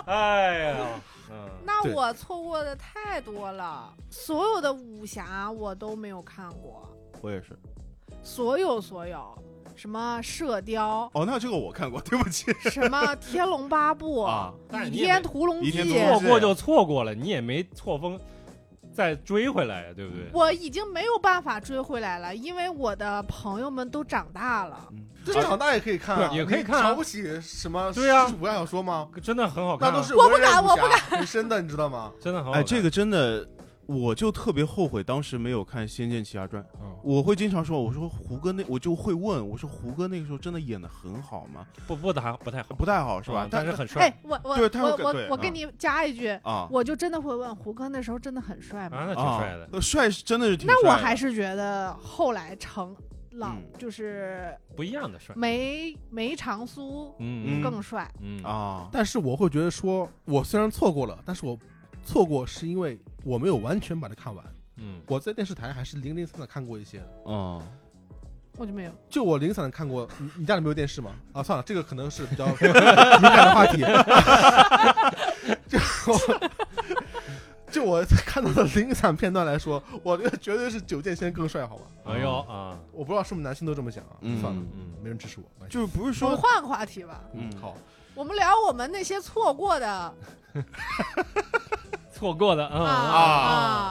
S2: 哎呀，嗯，
S4: 那
S3: 对
S4: 我错过的太多了，所有的武侠我都没有看过，
S1: 我也是。
S4: 所有所有，什么《射雕
S1: 哦，那这个我看过，对不起。》，
S4: 什么《天龙八部》
S1: 啊
S2: 但是
S4: 倚
S2: 你也
S4: 天
S2: 没
S4: 屠龙
S1: 倚
S4: 记
S1: 天》屠
S2: 错
S1: 龙记
S2: 过就错过了，你也没错峰再追回来呀，对不对？
S4: 我已经没有办法追回来了，因为我的朋友们都长大了。
S3: 这长大也可以看啊，
S2: 对也可以
S3: 你
S2: 看啊
S3: 瞧不起什么？
S2: 对啊
S3: 不爱小说吗？
S2: 真的很好看
S3: 那
S2: 啊，
S3: 都是
S4: 我不
S3: 文人
S4: 敢
S3: 武
S4: 我不
S3: 侠很深的，你知道吗？
S2: 真的很好看。
S1: 哎，这个真的，我就特别后悔当时没有看《仙剑奇侠传》。
S2: 嗯
S1: 我会经常说，我说胡歌那，我就会问，我说胡歌那个时候真的演的很好吗？
S2: 不不太不太好，
S1: 不太好是吧
S2: 嗯？但
S1: 但
S2: 是很帅
S4: 哎，我我
S1: 对啊他
S4: 我
S1: 们给
S4: 我
S1: 对
S4: 我
S1: 啊
S4: 跟你加一句，
S1: 啊
S4: 我就真的会问胡歌那时候真的很帅吗？
S2: 啊，那挺
S1: 啊
S2: 帅的，
S1: 呃帅是真的是挺帅的。
S4: 那我还是觉得后来成老、
S1: 嗯
S4: 就是
S2: 不一样的帅。
S4: 梅梅长苏
S2: 嗯
S4: 更帅。
S2: 嗯啊，
S1: 啊，
S3: 但是我会觉得说，我虽然错过了，但是我错过是因为我没有完全把它看完。
S2: 嗯
S3: 我在电视台还是零零散散看过一些的，
S1: 嗯，
S4: 我就没有，
S3: 就我零零散散看过。你你家里没有电视吗？啊，算了，这个可能是比较 敏感的话题。 就我就我看到的零零散片段来说，我这个绝对是九剑仙更帅，好吧？
S2: 哎呦啊，
S3: 我不知道是不是男性都这么想啊，
S1: 嗯
S3: 算了，
S2: 嗯
S3: 没人支持我，没关系
S1: 就是不是
S4: 我
S1: 说
S4: 们换个话题吧。
S1: 嗯
S3: 好，
S4: 我们聊我们那些错过
S1: 啊
S4: 的
S2: 错过的啊
S4: 啊
S2: 啊，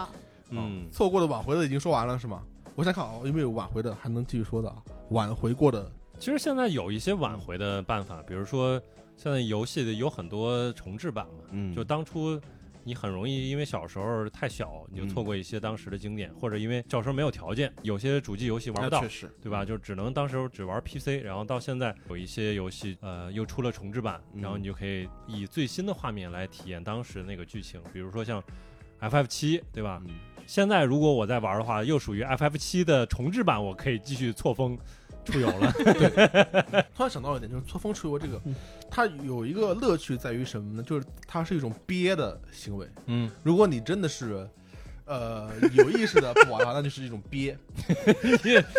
S4: 啊
S1: 嗯
S3: 错过的挽回的已经说完了是吗？我想看哦，有没有挽回的还能继续说的啊？挽回过的
S2: 其实现在有一些挽回的办法，比如说现在游戏里有很多重置版嘛，
S1: 嗯
S2: 就当初你很容易因为小时候太小，你就错过一些当时的经典，或者因为小时候没有条件，有些主机游戏玩
S1: 那
S2: 不到
S1: 确。实嗯
S2: 对吧？就只能当时候只玩 PC，然后到现在有一些游戏，呃，又出了重置版，
S1: 嗯
S2: 然后你就可以以最新的画面来体验当时那个剧情，比如说像 FF 七，对吧？
S1: 嗯
S2: 现在如果我在玩的话，又属于 FF 七的重置版，我可以继续错峰出游 了。
S3: 突然想到一点，就是错峰出游这个，它有一个乐趣在于什么呢？就是它是一种憋的行为。
S2: 嗯，
S3: 如果你真的是，呃，有意识的不玩它，那就是一种憋。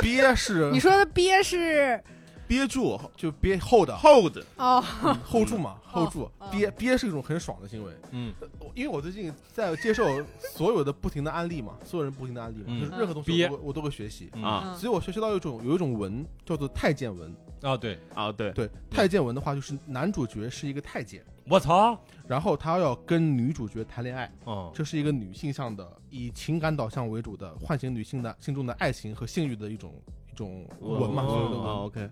S3: 憋是
S4: 你说的憋是
S1: 憋住
S3: 就憋 hold 的
S1: hold
S4: 哦，
S3: hold 住嘛
S4: 哦
S3: ，hold 住
S4: 哦。
S3: 憋憋是一种很爽的行为。
S2: 嗯，
S3: 我因为我最近在接受所有的不停的案例嘛，所有人不停的案例嘛，
S2: 嗯
S3: 就是任何东西
S2: 憋
S3: 我都会我都会学习。
S1: 啊
S4: 嗯
S3: 所以我学习到一种有一种文叫做太监文，
S2: 啊，对，
S1: 啊，对，
S3: 对太监文的话，就是男主角是一个太监，
S2: 我操，
S3: 然后他要跟女主角谈恋爱，
S1: 哦
S2: 嗯
S3: 这是一个女性向的，以情感导向为主的唤醒女性的心中的爱情和性欲的一种一种文嘛，
S1: 哦
S3: 所有的文。
S1: 啊，OK，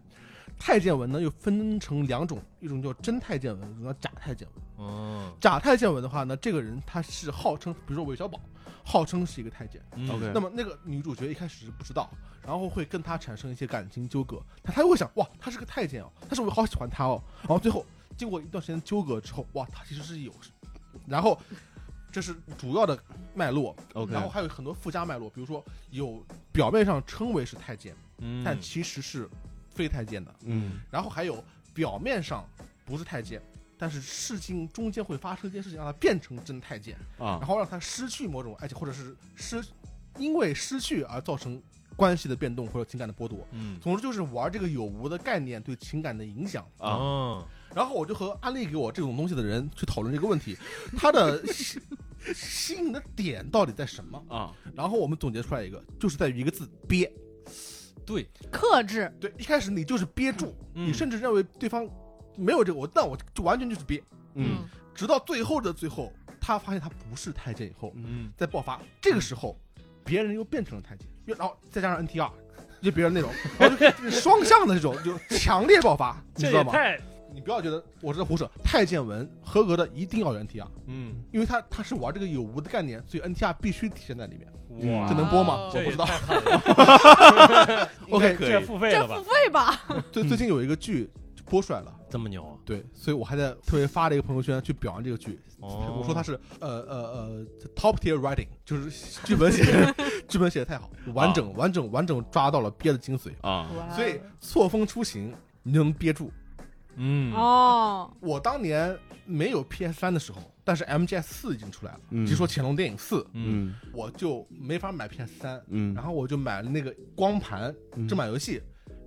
S3: 太监文呢又分成两种，一种叫真太监文，一种叫假太监文。
S2: 嗯
S3: 假太监文的话呢，这个人他是号称，比如说韦小宝，号称是一个太监，
S2: 嗯
S1: OK
S3: 那么那个女主角一开始是不知道，然后会跟他产生一些感情纠葛，但她又会想，哇，他是个太监哦，但是我好喜欢他哦，然后最后经过一段时间纠葛之后，哇，他其实是有，然后 这是主要的脉络
S1: OK
S3: 然后还有很多附加脉络，比如说有表面上称为是太监，
S2: 嗯
S3: 但其实是非太监的，
S1: 嗯
S3: 然后还有表面上不是太监。但是事情中间会发生一件事情，让他变成真太监，
S2: 嗯
S1: 啊
S3: 然，后让他失去某种爱情，或者是失因为失去而造成关系的变动或者情感的剥夺。
S2: 嗯
S3: 总之就是玩这个有无的概念对情感的影响。
S1: 啊，
S2: 啊，
S3: 然后我就和安利给我这种东西的人去讨论这个问题，他的吸 吸引的点到底在什么？
S1: 啊，
S3: 然后我们总结出来一个，就是在于一个字憋。
S2: 对，
S4: 克制，
S3: 对，一开始你就是憋住，
S2: 嗯
S3: 你甚至认为对方没有这个，我但我就完全就是憋，
S1: 嗯，
S3: 直到最后的最后，他发现他不是太监以后，
S2: 嗯
S3: 在爆发。这个时候，别人又变成了太监，又然后再加上 NTR，就别人那种，然后就双向的这种，就强烈爆发，你
S2: 这
S3: 知道
S2: 也
S3: 吗？
S2: 太
S3: 你不要觉得我这胡扯，太监文合格的一定要有 NTR，
S2: 嗯
S3: 因为他他是玩这个有无的概念，所以 NTR 必须体现在里面。
S2: 哇，
S3: 这能播吗？
S4: 哦
S3: 我不知道。
S2: 嗯这也太狠了
S3: OK，
S1: 可
S2: 这
S1: 以，
S2: 付费
S4: 这
S2: 了
S4: 付
S2: 吧？
S4: 费吧？
S3: 最最近有一个剧播出来了。
S2: 这么牛啊？
S3: 对，所以我还在特别发了一个朋友圈去表扬这个剧。
S2: 哦
S3: 我说他是呃呃呃 top tier writing，就是剧本写 剧本写的太好，完整、完整完整抓到了憋的精髓。
S1: 啊，
S4: 嗯
S3: 所以错峰出行你就能憋住。
S2: 嗯
S4: 哦，
S3: 我当年没有 PS 三的时候，但是 MGS 四已经出来了，
S1: 嗯
S3: 据说《乾隆电影四》，
S2: 嗯
S1: 嗯
S3: 我就没法买 PS 三，
S1: 嗯
S3: 然后我就买了那个光盘
S1: 嗯
S3: 正版游戏，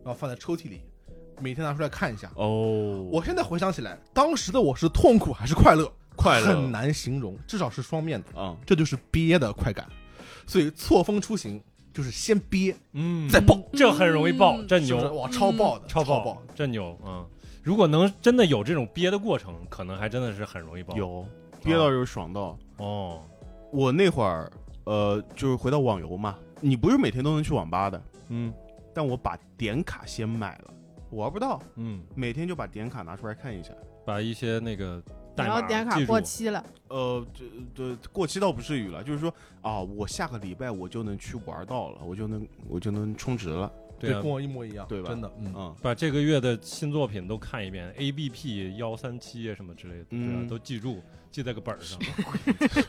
S3: 然后放在抽屉里。每天拿出来看一下。
S2: 哦，
S3: 我现在回想起来，当时的我是痛苦还是快乐？
S1: 快乐
S3: 很难形容，至少是双面的，
S1: 嗯，
S3: 这就是憋的快感。所以错峰出行就是先憋
S2: 嗯，
S3: 再爆，
S2: 这很容易爆，
S4: 嗯
S2: 这
S3: 是不是
S2: 牛，
S3: 哇，超爆的，
S2: 超
S3: 爆
S2: 爆，这牛，嗯。如果能真的有这种憋的过程，可能还真的是很容易爆。
S1: 有憋到就是爽到。
S2: 哦，
S1: 我那会儿，呃，就是回到网游嘛，你不是每天都能去网吧的，
S2: 嗯
S1: 但我把点卡先买了，我玩不到，
S2: 嗯，
S1: 每天就把点卡拿出来看一下。
S2: 把一些那个代
S4: 然后
S2: 码
S4: 点卡
S2: 记
S4: 过
S2: 住
S4: 期了，
S1: 呃，这这过期倒不至于了，就是说啊，我下个礼拜我就能去玩到了，我就能我就能充值了，
S2: 对
S3: 对，
S2: 啊
S3: 跟我一模一样，
S1: 对吧
S3: 真的，嗯，
S1: 嗯，
S2: 把这个月的新作品都看一遍，A B P 幺三七啊什么之类的，对吧？
S1: 嗯
S2: 都记住，记在个本儿上。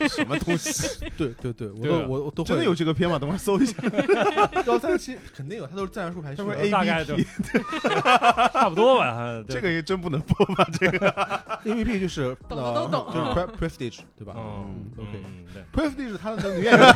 S1: 什么 东西？
S3: 对对对，我
S2: 对
S3: 都
S2: 啊
S3: 我我都会
S1: 真的有这个片吗？等会儿搜一下。
S3: 幺三七，肯定有，它都是自然数排序
S1: 它
S3: 的。
S1: 会 A
S2: 大概就 差不多吧。对
S1: 这个也真不能播吧？这个
S3: AVP 就是
S4: 懂的都懂
S3: 呃就是 pre- prestige 对吧？
S2: 嗯
S3: 嗯，OK
S2: 嗯对
S3: prestige 它的女演员，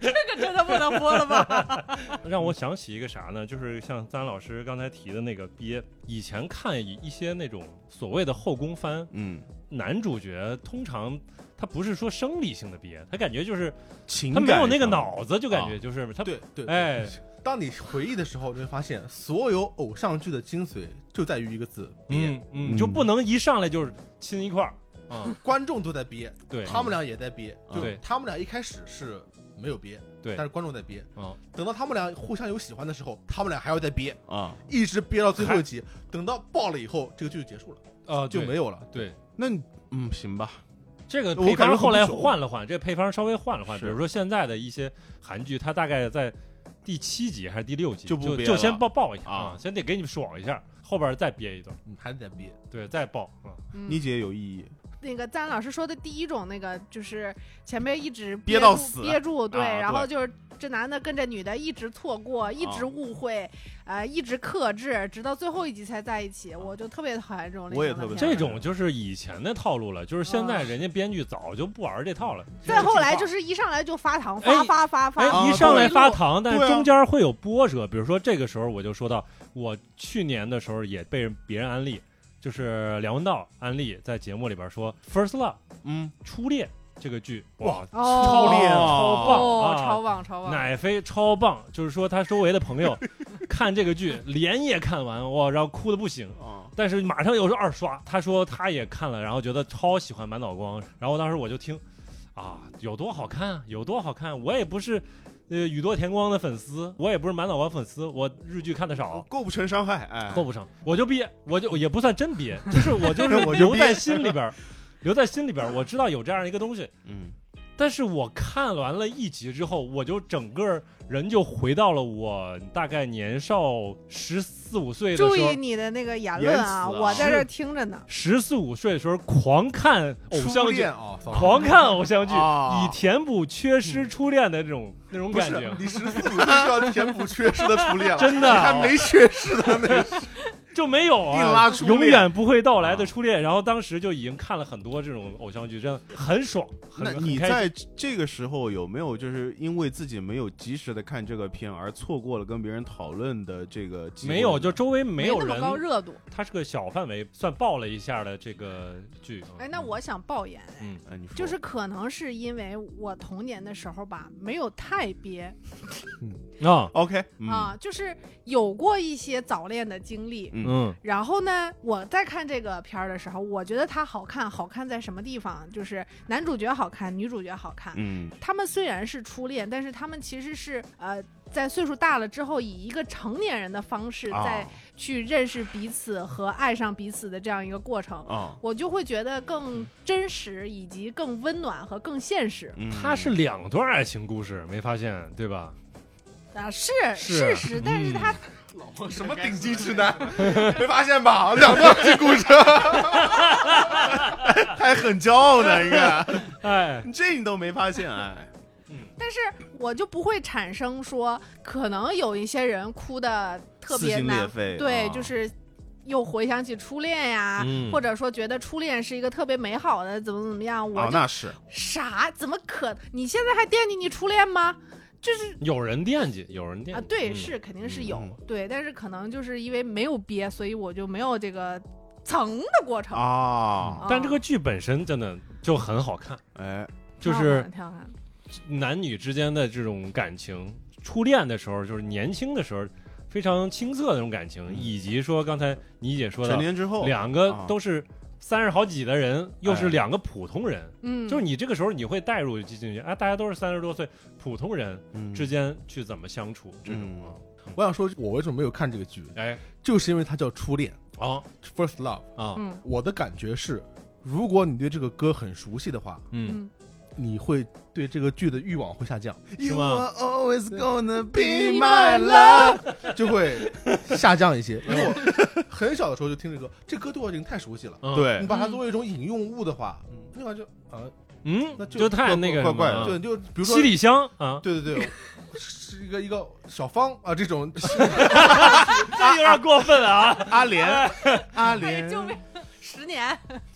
S4: 这个真的不能播了吧？
S2: 让我想起一个啥呢？就是像张老师刚才提的那个憋，以前看一一些那种所谓的后宫番，
S1: 嗯，
S2: 男主角通常他不是说生理性的憋，他感觉就是
S1: 情
S2: 他
S1: 感
S2: 没有那个
S1: 上
S2: 脑子，就感觉就是 他
S3: 啊对对，对
S2: 哎
S3: 当你回忆的时候，你会发现所有偶像剧的精髓就在于一个字“憋
S2: 嗯嗯，就不能一上来就是亲一块儿。嗯，”，
S3: 观众都在憋，
S2: 对，
S3: 他们俩也在憋，就
S2: 对
S3: 他们俩一开始是没有憋，
S2: 对
S3: 但是观众在憋，
S2: 嗯
S3: 等到他们俩互相有喜欢的时候，他们俩还要再憋，
S1: 啊。
S3: 一直憋到最后一 集，等到爆了以后，这个剧就结束了，
S2: 啊
S3: 就
S2: 对
S3: 没有了。
S2: 对。
S1: 那你嗯，行吧，
S2: 这个
S1: 我
S2: 配
S1: 感觉
S2: 方
S1: 很
S2: 后来
S1: 不熟
S2: 换了换，这个配方稍微换了换，
S1: 是
S2: 比如说现在的一些韩剧，它大概在第七集还是第六集
S1: 就不
S2: 就
S1: 憋
S2: 就
S1: 了
S2: 先爆爆一下
S1: 啊
S2: 先得给你们爽一下，后边再憋一段，
S3: 嗯还得再憋，
S2: 对，再爆啊，
S4: 嗯
S1: 你姐有意义。
S4: 那个赞老师说的第一种，那个就是前面一直
S1: 憋
S4: 住
S1: 到死
S4: 憋住，对，
S1: 啊
S4: 然后就是这男的跟这女的一直错过，一
S1: 啊
S4: 直误会，呃，一直克制，直到最后一集才在一起。我就特别讨厌这种类型
S1: 我
S4: 的
S1: 也特别
S4: 片
S1: 讨
S2: 这
S1: 厌
S4: 儿
S2: 种就是以前的套路了，就是现在
S4: 啊
S2: 人家编剧早就不玩这套了，
S4: 再后来就是一上来就发糖，
S2: 哎
S4: 发发发哦发，
S2: 哎，
S1: 啊
S2: 一上来
S4: 对
S2: 发糖，但是
S1: 对啊
S2: 中间会有波折。比如说这个时候我就说到，我去年的时候也被人别人安利，就是梁文道安利在节目里边说《First Love》
S1: 嗯，
S2: 初恋这个剧，哇，
S4: 哦，
S2: 超厉
S1: 烈
S2: 害，
S1: 哦
S2: 超棒
S4: 哦
S2: 啊！，
S4: 超棒超棒，
S2: 奶飞超棒，就是说他周围的朋友 看这个剧连夜看完，哇，然后哭的不行。
S1: 啊，
S2: 但是马上又是二刷，他说他也看了，然后觉得超喜欢满脑光。然后当时我就听，啊，有多好看啊，有多好看！我也不是，呃，宇多田光的粉丝，我也不是满脑光粉丝，我日剧看的少，
S1: 构不成伤害，哎，
S2: 够不上，我就憋，我就也不算真憋，就是我 就是
S1: 我就
S2: 留在
S1: 憋
S2: 心里边儿，留在心里边儿，我知道有这样一个东西，
S1: 嗯，
S2: 但是我看完了一集之后，我就整个人就回到了我大概年少十四五岁的
S4: 注
S2: 时候
S4: 意，你的那个言
S1: 言
S4: 论
S1: 辞
S4: 啊，
S1: 啊
S4: 我在
S2: 是
S4: 这儿听着呢。
S2: 十四五岁的时候狂看偶像
S3: 初
S2: 剧
S3: 恋，啊，骚扰
S2: 狂看偶像剧，
S1: 啊
S2: 以填补缺失初恋的那种那种
S3: 不
S2: 感
S3: 是
S2: 觉，
S3: 你十四岁就要填补缺失的初恋了，
S2: 真的
S3: 你还没缺失的那个，
S2: 就没有
S1: 硬
S2: 啊。
S1: 拉出
S2: 永
S1: 脸
S2: 远不会到来的初恋，然后当时就已经看了很多这种偶像剧，真的很爽，很
S1: 那
S2: 很
S1: 你
S2: 开心
S1: 在这个时候有没有就是因为自己没有及时的看这个片而错过了跟别人讨论的这个机会呢？
S2: 没有就周围 没有
S4: 那么
S2: 人，
S4: 高热度，
S2: 它是个小范围算爆了一下的这个剧。嗯
S4: 哎，那我想爆言，哎
S2: 嗯，
S1: 哎，你说
S4: 就是可能是因为我童年的时候吧，没有太憋，
S2: 啊
S1: OK 嗯
S4: 啊，就是有过一些早恋的经历。
S1: 嗯
S2: 嗯
S4: 然后呢，我在看这个片儿的时候，我觉得它好看，好看在什么地方？就是男主角好看，女主角好看。
S1: 嗯
S4: 他们虽然是初恋，但是他们其实是呃，在岁数大了之后，以一个成年人的方式
S1: 啊
S4: 再去认识彼此和爱上彼此的这样一个过程。
S1: 啊，
S4: 我就会觉得更真实，以及更温暖和更现实
S1: 嗯
S2: 它是两段爱情故事，没发现对吧？
S4: 啊，是
S2: 是
S4: 事实，但是它
S1: 嗯
S3: 什么顶级直男，没发现吧？两段这故事，
S1: 还很骄傲呢，你看
S2: 哎，
S1: 你这你都没发现哎，
S4: 但是我就不会产生说，可能有一些人哭的特
S1: 撕
S4: 别
S1: 心裂
S4: 难，
S1: 肺，
S4: 对，
S1: 啊
S4: 就是又回想起初恋呀、
S2: 嗯
S4: 或者说觉得初恋是一个特别美好的，怎么怎么样，我
S1: 啊
S4: 就
S1: 那是
S4: 傻，怎么可？你现在还惦记你初恋吗？就是
S2: 有人惦记，有人惦
S4: 啊
S2: 记，
S4: 对，
S2: 嗯
S4: 是肯定是
S2: 嗯
S4: 有，对，但是可能就是因为没有憋，所以我就没有这个层的过程。
S1: 啊，
S4: 哦
S2: 但这个剧本身真的就很好看，
S1: 哎，
S2: 就
S4: 挺好
S2: 是
S4: 看挺好看的
S2: 男女之间的这种感情，初恋的时候，就是年轻的时候，非常青涩的那种感情，
S1: 嗯
S2: 以及说刚才倪姐说
S1: 成
S2: 的，
S1: 年之后，
S2: 两个
S1: 啊
S2: 都是三十好几的人，又
S1: 哎
S2: 是两个普通人，
S4: 嗯，
S2: 就是你这个时候你会带入进去，啊，大家都是三十多岁普通人
S1: 嗯
S2: 之间去怎么相处这种
S1: 嗯
S2: 啊，
S3: 我想说，我为什么没有看这个剧，
S2: 哎，
S3: 就是因为它叫初恋
S2: 哦
S3: （First Love）。
S2: 啊，
S4: 嗯
S3: 我的感觉是，如果你对这个歌很熟悉的话，
S2: 嗯，
S4: 嗯，
S3: 你会对这个剧的欲望会下降。
S2: 是
S3: You
S2: 吗
S3: are always gonna be
S4: Be
S3: my
S4: my
S3: love，就会下降一 些。因为我很小的时候就听这歌，这歌对我已经太熟悉了。
S2: 嗯，
S3: 你
S1: 对，
S3: 把它作为一种引用物的话，
S1: 嗯
S3: 那就啊，
S2: 嗯，
S3: 那就
S2: 就太那个
S1: 怪怪
S2: 什么
S1: 嗯
S2: 了
S3: 对，就比如说
S2: 七，里香啊，
S3: 对对对，是一个一个小芳啊，这种
S2: 这有点过分了啊，
S1: 阿莲，阿
S4: 哎
S1: 莲，
S4: 救命， 十年，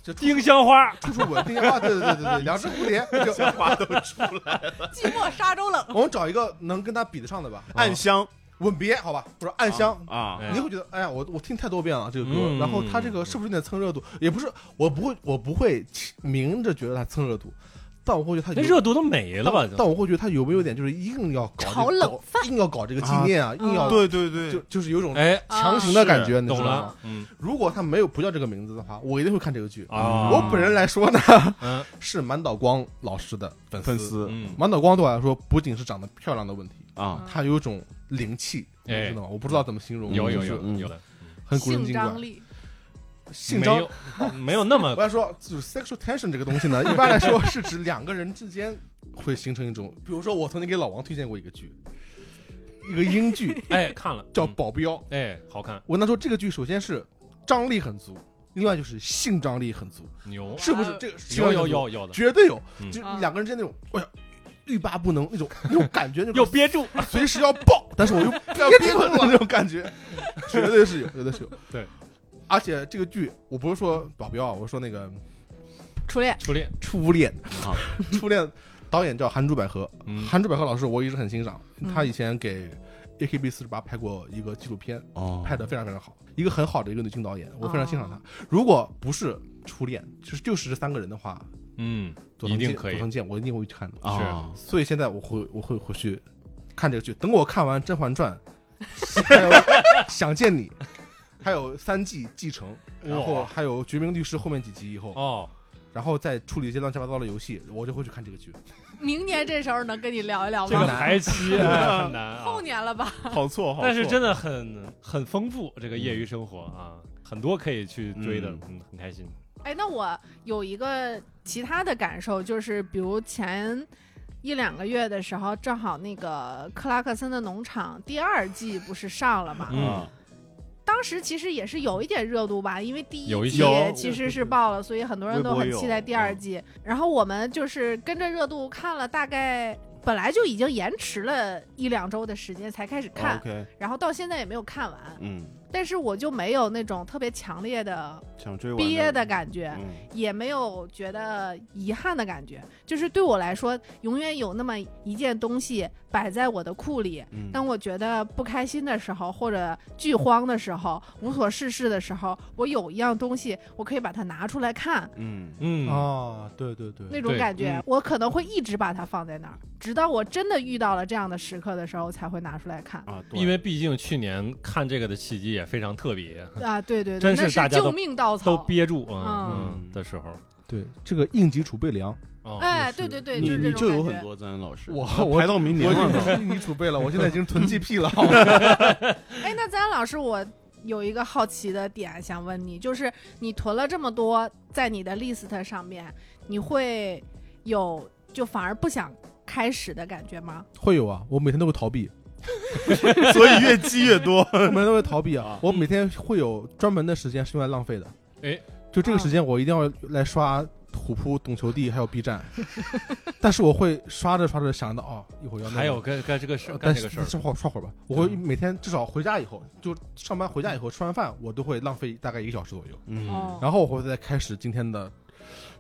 S3: 就处
S2: 丁香花，
S3: 处处吻，丁香花，啊对对对对对，两只蝴蝶，就
S1: 花都出来，
S4: 寂寞沙洲冷，
S3: 我们找一个能跟他比得上的吧，
S1: 暗香，
S3: 吻别好吧，不是暗香。
S1: 啊，
S2: 哎
S3: 你会觉得，哎呀，我我听太多遍了这个歌，
S2: 嗯
S3: 然后他这个是不是有点蹭热度？也不是，我不会，我不会明着觉得他蹭热度，但我会觉得他
S2: 那
S3: 有
S2: 热度都没了吧？
S3: 但但我会觉得他有没有点就是硬要搞这个
S4: 炒冷嗯
S3: 搞硬要搞这个纪念啊，硬要
S1: 对对对，
S3: 就就是有一种
S2: 哎，
S3: 强行的感觉，你知
S2: 懂
S3: 道吗
S2: 了？，嗯
S3: 如果他没有不叫这个名字的话，我一定会看这个剧。
S2: 啊，
S3: 我本人来说呢，
S2: 嗯
S3: 是满岛光老师的粉
S1: 粉丝
S2: 嗯
S3: 满岛光对我来说，不仅是长得漂亮的问题，
S4: 嗯
S1: 啊，
S3: 她有一种灵气，你
S2: 哎
S3: 知道吗？我不知道怎么形容，
S2: 有有
S3: 就是
S2: 有
S1: 嗯
S2: 有的，
S3: 很古灵
S4: 性
S3: 精
S4: 张
S3: 怪。
S4: 力，
S3: 性
S2: 没
S3: 张，
S2: 有没有那么
S3: 我要说，就是 sexual tension 这个东西 呢，一般来说是指两个人之间会形成一种，比如说我曾经给老王推荐过一个剧，一个 英剧
S2: 哎看了
S3: 叫《
S2: 嗯
S3: 保镖》，
S2: 哎好看
S3: 我跟他说这个剧首先是张力很足，另外就是性张力很足，
S2: 牛
S3: 是不是？这个
S2: 有有有有的
S3: 绝对有，
S2: 嗯
S3: 就
S4: 呃啊
S3: 两个人之间那种，哎呀，欲罢不能那种那种感觉，那
S2: 又
S3: 种
S2: 憋住，啊
S3: 随时要爆，但是我又憋住了那种感觉，绝对是有，绝对是有。
S2: 对，
S3: 而且这个剧我不是说保镖啊，我说那个
S4: 初恋，
S2: 初恋
S3: 初恋
S1: 啊，
S3: 初恋导演叫韩珠百合，
S2: 嗯
S3: 韩珠百合老师我一直很欣赏，
S4: 嗯
S3: 她以前给 AKB 四十八拍过一个纪录片，
S1: 哦
S3: 拍的非常非常好，一个很好的一个女性导演，我非常欣赏
S4: 哦
S3: 她。如果不是初恋，就是就是这三个人的话，
S2: 嗯
S3: 佐
S2: 一
S3: 藤
S2: 定
S3: 健，
S2: 可
S3: 佐
S2: 以
S3: 藤健我一定会去看的。
S1: 啊，
S3: 所以现在我会我会回去看这个剧，等我看完《甄嬛传》， 还有《想见你》，还有《三季继承》，然后
S2: 哇
S3: 还有《绝命律师》后面几集以后，
S2: 哦，
S3: 然后再处理一些乱七八糟的游戏，我就会去看这个剧。
S4: 明年这时候能跟你聊一聊
S2: 这个啊
S4: 吗？
S2: 排 期哎很难啊
S4: 后，年了吧？
S1: 好错好错，
S2: 但是真的很很丰富，这个业
S3: 嗯
S2: 余生活啊，很多可以去追的
S1: 嗯，
S2: 嗯，很开心。
S4: 哎，那我有一个其他的感受，就是比如前一两个月的时候，正好那个克拉克森的农场第二季不是上了嘛？
S2: 嗯
S1: 啊
S4: 当时其其实也是有一点热度吧，因为第
S2: 有
S4: 一
S2: 一
S4: 季
S1: 些
S4: 其实是爆了，所以很多人都很期待第二季。然后我们就是跟着热度看了，大概本来就已经延迟了一两周的时间才开始看，
S1: 哦，OK，
S4: 然后到现在也没有看完。
S1: 嗯，
S4: 但是我就没有那种特别强烈的
S1: 想追完
S4: 憋的感觉。
S1: 嗯
S4: 也没有觉得遗憾的感觉，就是对我来说，永远有那么一件东西摆在我的库里。
S1: 嗯，
S4: 当我觉得不开心的时候，或者剧荒的时候，无所事事的时候，我有一样东西，我可以把它拿出来看，
S1: 嗯
S2: 嗯
S3: 啊，对对对
S4: 那种
S2: 对
S4: 感觉，
S2: 嗯
S4: 我可能会一直把它放在那儿，直到我真的遇到了这样的时刻的时候，我才会拿出来看。
S1: 啊，对
S2: 因为毕竟去年看这个的契机也非常特别，
S4: 啊，对对对，
S2: 真是
S4: 那
S2: 大家都
S4: 救命稻
S2: 都
S4: 草。
S2: 憋住啊
S4: 嗯
S2: 嗯的时候，
S3: 对，这个应急储备粮，
S2: 哦
S4: 哎，对对对，
S1: 你
S4: 是
S1: 你
S4: 这
S1: 就
S4: 种
S1: 有
S4: 感
S1: 很
S4: 觉。
S1: 多赞恩老师，
S3: 我
S1: 那
S3: 我
S1: 排到明年
S3: 我
S1: 了
S3: 已经
S1: 呢，
S3: 是应急储备了，我现在已经囤 GP 了。
S4: 哎，那咱老师，我有一个好奇的点想问你，就是你囤了这么多在你的 list 上面，你会有就反而不想开始的感觉吗？
S3: 会有啊，我每天都会逃避，
S1: 所以越积越多，
S3: 我每天都会逃避啊
S1: 啊，
S3: 我每天会有专门的时间是用来浪费的。
S2: 哎，
S3: 就这个时间我一定要来刷虎扑、懂球帝还有 B 站，但是我会刷着刷着想到哦，一会儿要那个
S2: 还有干干这个事儿，
S3: 呃
S2: 干
S3: 但
S2: 这个
S3: 是
S2: 事儿，
S3: 稍会儿刷会儿吧。我会
S2: 嗯
S3: 每天至少回家以后，就上班回家以后吃完饭，我都会浪费大概一个小时左右，
S1: 嗯
S4: 哦，
S3: 然后我会再开始今天的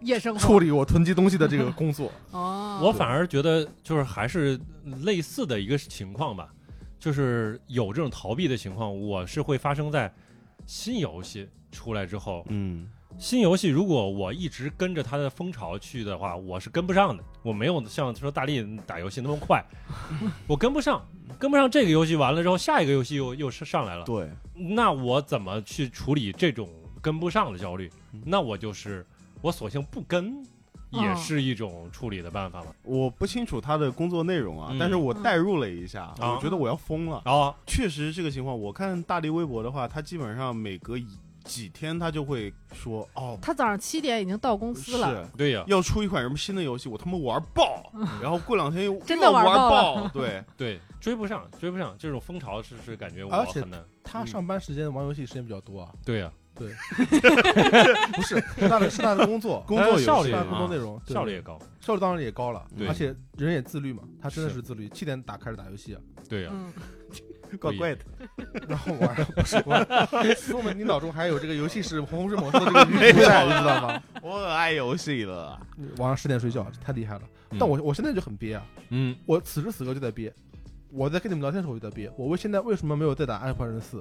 S4: 夜
S2: 哦
S4: 生活
S3: 处理我囤积东西的这个 工作。
S4: 哦，
S2: 我反而觉得就是还是类似的一个情况吧，就是有这种逃避的情况，我是会发生在新游戏出来之后。
S1: 嗯，
S2: 新游戏如果我一直跟着它的风潮去的话，我是跟不上的。我没有像说大力打游戏那么 快，我跟不上，跟不上这个游戏完了之后，下一个游戏又又是上来了。
S1: 对，
S2: 那我怎么去处理这种跟不上的焦虑？
S3: 嗯
S2: 那我就是我索性不跟，也
S4: 哦
S2: 是一种处理的办法嘛。
S1: 我不清楚他的工作内容啊，
S2: 嗯
S1: 但是我代入了一下，
S2: 嗯
S1: 我觉得我要疯了。
S2: 哦，
S1: 确实这个情况，我看大力微博的话，他基本上每隔一几天他就会说，哦，
S4: 他早上七点已经到公司了，嗯
S1: 是
S2: 对呀，
S1: 要出一款什么新的游戏，我他妈玩爆，然后过两天又
S4: 真的
S1: 又
S4: 玩
S1: 玩
S4: 爆
S1: 爆，对，
S2: 对，追不上，追不上这种风潮是是感觉我
S3: 而且
S2: 很难。
S3: 他上班时间玩游戏时间比较多啊，
S2: 对呀，
S3: 不是，是他的是他的工 作，
S1: 工
S2: 但
S1: 作
S2: 是
S1: 游
S2: 效
S1: 戏
S2: 率也
S3: 是他的工
S2: 高
S3: 作内，容，对
S2: 效率也高。
S3: 效率当然也高了，
S2: 对
S3: 而且人也自律嘛，他真的
S2: 是
S3: 是自律，七点打开始打游 戏啊，
S2: 对呀，
S4: 嗯，
S1: 怪怪的，
S3: 然后玩，不是玩，说明你脑中还有这个游戏是洪水猛兽的这个 余在，你知道吗？
S1: 我很爱游戏了，
S3: 晚上十点睡觉太厉害了，
S2: 嗯
S3: 但我我现在就很憋啊，
S2: 嗯，
S3: 我此时此刻就在憋，我在跟你们聊天的时候我就在憋，我为现在为什么没有再打《暗黑破坏人四》？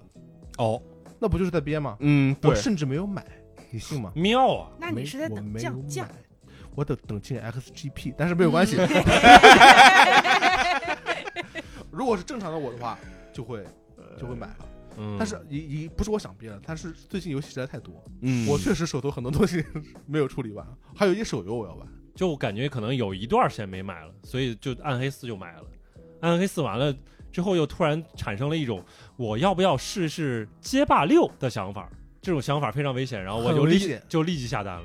S2: 哦，
S3: 那不就是在憋吗？
S1: 嗯，
S3: 我
S1: 对，
S3: 甚至没有买，你信吗？
S2: 妙啊！
S4: 那你
S3: 没
S4: 是在
S3: 我
S4: 等
S3: 没有
S4: 降价
S3: 买？我等等进 XGP，但是没 有关系。如果是正常的我的话，就会就会买了。
S2: 嗯，
S3: 但是也也不是我想憋了，但是最近游戏实在太多，
S1: 嗯
S3: 我确实手头很多东西 没有处理完，还有一些手游我要玩。
S2: 就我感觉可能有一段时间没买了，所以就暗黑四就买了。暗黑四完了之后，又突然产生了一种我要不要试试街霸六的想法，这种想法非常危险，然后我就
S3: 很危
S2: 立
S3: 险
S2: 就立即下单了。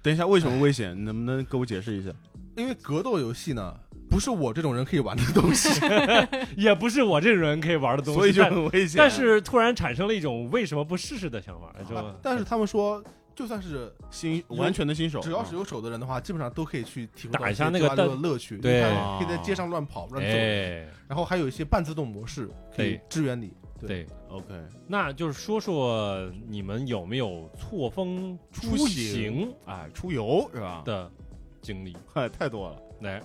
S1: 等一下，为什么危险？你能不能给我解释一下？
S3: 因为格斗游戏呢，不是我这种人可以玩的东西。
S2: 也不是我这种人可以玩的东西，
S1: 所以就
S2: 但
S1: 很危险。
S2: 但是突然产生了一种为什么不试试的想法，就
S3: 但是他们说，就算是
S1: 新完全的新手，啊
S3: 只要是有手的人的话，基本上都可以去体
S2: 啊
S3: 会
S2: 打
S3: 到
S2: 一下
S3: 这
S2: 那个
S3: 抓住的
S2: 弹
S3: 乐趣。
S2: 对啊
S3: 因为它可以在街上乱跑乱走，
S2: 哎，
S3: 然后还有一些半自动模式可以
S2: 对
S3: 支援你。
S2: 对，
S1: OK，
S2: 那就是说说你们有没有错峰出行
S1: 出行哎，出游是吧？
S2: 的经历？
S1: 哎， 太多了。
S2: 来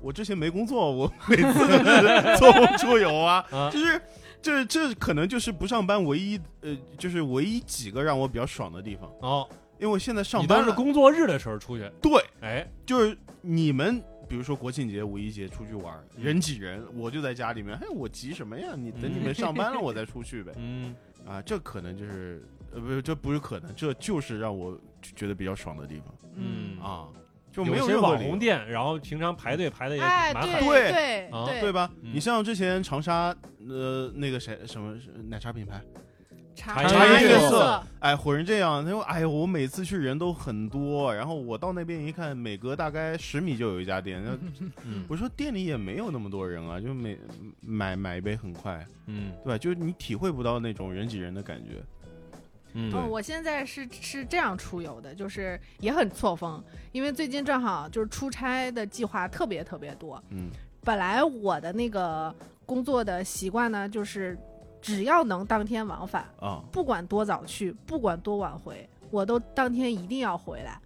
S1: 我之前没工作，我每次 做梦出游啊，
S2: 啊
S1: 就是这这可能就是不上班唯一呃，就是唯一几个让我比较爽的地方，
S2: 哦，
S1: 因为我现在上
S2: 你当
S1: 班
S2: 时
S1: 了，
S2: 工作日的时候出去，
S1: 对，
S2: 哎，
S1: 就是你们。比如说国庆节、五一节出去玩，人挤人，我就在家里面。哎，我急什么呀？你等你们上班了，我再出去呗。
S2: 嗯，
S1: 啊，这可能就是呃，不，这不是可能，这就是让我觉得比有些网红店比较爽的地方
S2: 嗯
S1: 啊，就没有
S2: 些
S1: 任何
S2: 网
S1: 理由
S2: 红店，然后平常排队排的也
S4: 哎，
S2: 蛮
S4: 对
S2: 狠，
S1: 对
S4: 对
S2: 啊
S1: 对吧？
S2: 嗯
S1: 你像之前长沙呃那个谁什么奶茶品牌，
S4: 茶
S2: 茶
S1: 颜悦
S4: 颜
S1: 色
S4: 色，
S1: 哎，火成这样，他说，哎呦，我每次去人都很多，然后我到那边一看，每隔大概十米就有一家店，那
S2: 嗯
S1: 我说店里也没有那么多人啊，就每买买一杯很快，
S2: 嗯
S1: 对吧？就是你体会不到那种人挤人的感觉，
S2: 嗯
S1: 对
S4: 哦，我现在是是这样出游的，就是也很错峰，因为最近正好就是出差的计划特别特别多。
S1: 嗯，
S4: 本来我的那个工作的习惯呢，就是只要能当天往返，
S1: 啊，
S4: 不管多早去，不管多晚回，我都当天一定要回来。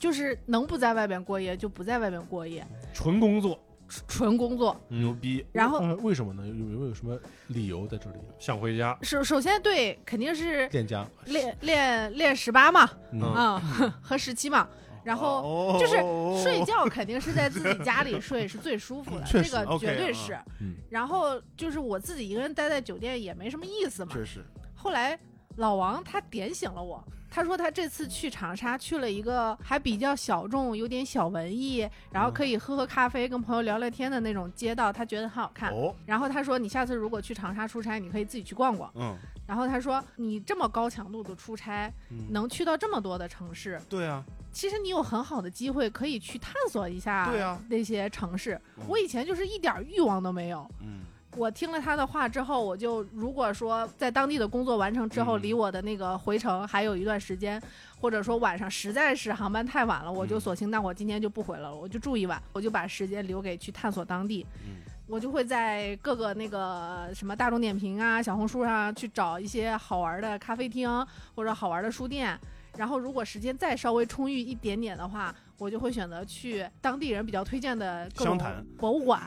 S4: 就是能不在外边过夜就不在外边过夜，
S2: 纯工作，
S4: 纯纯工作。
S1: 牛逼，
S4: 然后
S3: 呃为什么呢？有有没有什么理由在这里？
S2: 想回家，
S4: 首首先对，肯定是
S3: 店家，
S4: 练练练十八嘛，
S2: 嗯
S4: 啊、 和十七嘛，然后
S1: 后
S4: 就是睡觉肯定是在自己家里睡是最舒服的，
S1: 确
S4: 这
S1: 实
S4: 个
S1: OK，
S4: 绝对
S1: 哦嗯
S4: 是
S3: 嗯。
S4: 然后就是我自己一个人待在酒店也没什么意思嘛。
S1: 确实，
S4: 后来老王他点醒了我，他说他这次去长沙去了一个还比较小众、有点小文艺，然
S1: 嗯
S4: 后可以喝喝咖啡、跟朋友聊聊天的那种街道，他觉得很好看。
S1: 哦，
S4: 然后他说你下次如果去长沙出差，你可以自己去逛逛。
S1: 嗯，
S4: 然后他说你这么高强度的出差，
S1: 嗯
S4: 能去到这么多的城市，
S1: 对啊，
S4: 其实你有很好的机会可以去探索一下
S1: 对啊
S4: 那些城市。
S1: 嗯
S4: 我以前就是一点儿欲望都没有。
S1: 嗯，
S4: 我听了他的话之后，我就如果说在当地的工作完成之后，
S1: 嗯
S4: 离我的那个回程还有一段时间，或者说晚上实在是航班太晚了，我就
S1: 嗯
S4: 索性那我今天就不回来了，我就住一晚，我就把时间留给去探索当地。
S1: 嗯
S4: 我就会在各个那个什么大众点评啊、小红书上去找一些好玩的咖啡厅或者好玩的书店，然后如果时间再稍微充裕一点点的话，我就会选择去当地人比较推荐的各
S1: 湘
S4: 种
S1: 潭
S4: 博物馆，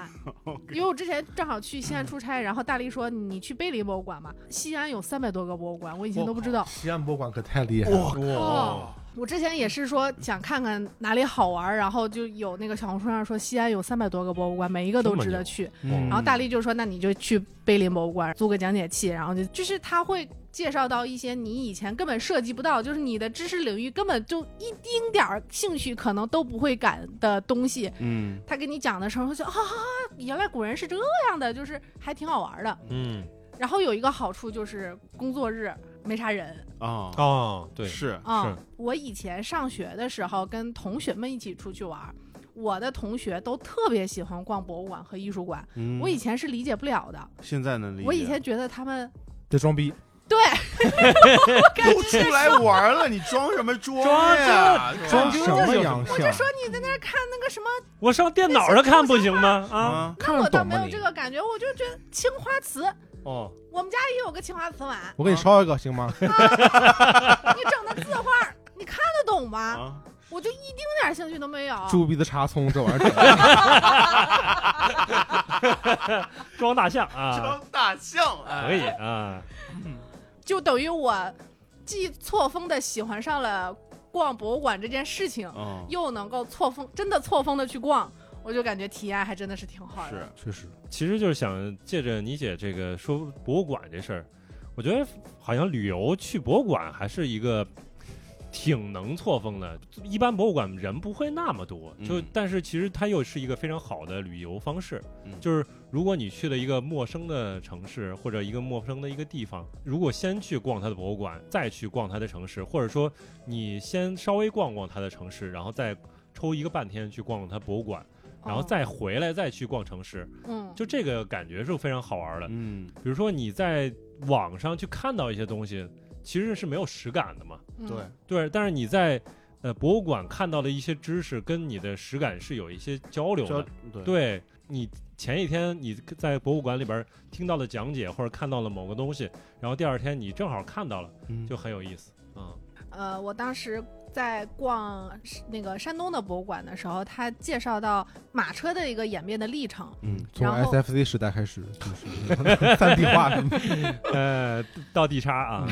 S1: OK
S4: 因为我之前正好去西安出差，然后大力说你去碑林博物馆嘛，西安有三百多个博物馆，我以前都不知道。
S3: 西安博物馆可太厉害了，
S1: 哇，
S4: 哦，我之前也是说想看看哪里好玩儿，然后就有那个小红书上说西安有三百多个博物馆，每一个都值得去。
S1: 嗯
S4: 然后大力就说，那你就去碑林博物馆租个讲解器，然后就就是他会。介绍到一些你以前根本涉及不到，就是你的知识领域根本就一丁点儿兴趣可能都不会感的东西，
S1: 嗯，
S4: 他跟你讲的时候就啊，原来古人是这样的，就是还挺好玩儿的。
S2: 嗯，
S4: 然后有一个好处就是工作日没啥人，
S1: 啊，
S2: 哦，对，
S1: 是，
S4: 啊、
S2: 是
S4: 我以前上学的时候跟同学们一起出去玩儿，我的同学都特别喜欢逛博物馆和艺术馆，
S1: 嗯
S4: 我以前是理解不了的。
S1: 现在能理解，
S4: 我以前觉得他们
S3: 这装逼，
S4: 对 我感
S1: 都
S4: 觉
S1: 出来玩了，你装什 么装
S2: 装
S1: 呀？
S3: 装
S1: 什
S3: 什
S1: 么
S3: 么啊洋
S4: 我就
S3: 相？
S4: 说你在那儿看那个什么，
S2: 我上电脑上看不行吗？啊，
S1: 啊？
S4: 那
S3: 看
S4: 我
S3: 得
S4: 倒
S3: 懂
S4: 没
S3: 吗
S4: 有
S3: 你
S4: 这？个感觉，我就觉得青花瓷，
S2: 哦，
S4: 我们家也有个青花瓷碗，
S3: 我给你烧一个行吗？
S4: 你整的字画儿，你看得懂吗？
S1: 啊，
S4: 我就一丁点儿兴趣都没
S2: 啊
S4: 有。
S3: 猪鼻子插葱这玩意 儿，
S2: 装大象啊，
S1: 装大象，哎
S2: 可以啊，
S4: 就等于我既错峰的喜欢上了逛博物馆这件事情，
S1: 哦，
S4: 又能够错峰，真的错峰的去逛，我就感觉体验还真的是挺好的。
S1: 是，
S3: 确实，
S2: 其实就是想借着你姐这个说博物馆这事儿，我觉得好像旅游去博物馆还是一个挺能错峰的。一般博物馆人不会那么多，就、
S1: 嗯
S2: 但是其实它又是一个非常好的旅游方式。
S1: 嗯
S2: 就是如果你去了一个陌生的城市或者一个陌生的一个地方，如果先去逛它的博物馆，再去逛它的城市，或者说你先稍微逛逛它的城市，然后再抽一个半天去逛逛它博物馆，然后
S4: 哦
S2: 再回来再去逛城市。
S4: 嗯，
S2: 就这个感觉是非常好玩的。
S1: 嗯，
S2: 比如说你在网上去看到一些东西，其实是没有实感的嘛。
S4: 嗯
S3: 对，
S2: 对，但是你在呃博物馆看到的一些知识，跟你的实感是有一些交流
S1: 这
S2: 的。
S1: 对
S2: 对你前一天你在博物馆里边听到了讲解，或者看到了某个东西，然后第二天你正好看到了，
S1: 嗯
S2: 就很有意思。 嗯，
S4: 呃，我当时在逛那个山东的博物馆的时候，他介绍到马车的一个演变的历程。
S1: 嗯，
S3: 从
S4: 然后
S3: SFC 时代开始就是 三 D 化什么的，
S2: 呃，到地叉啊，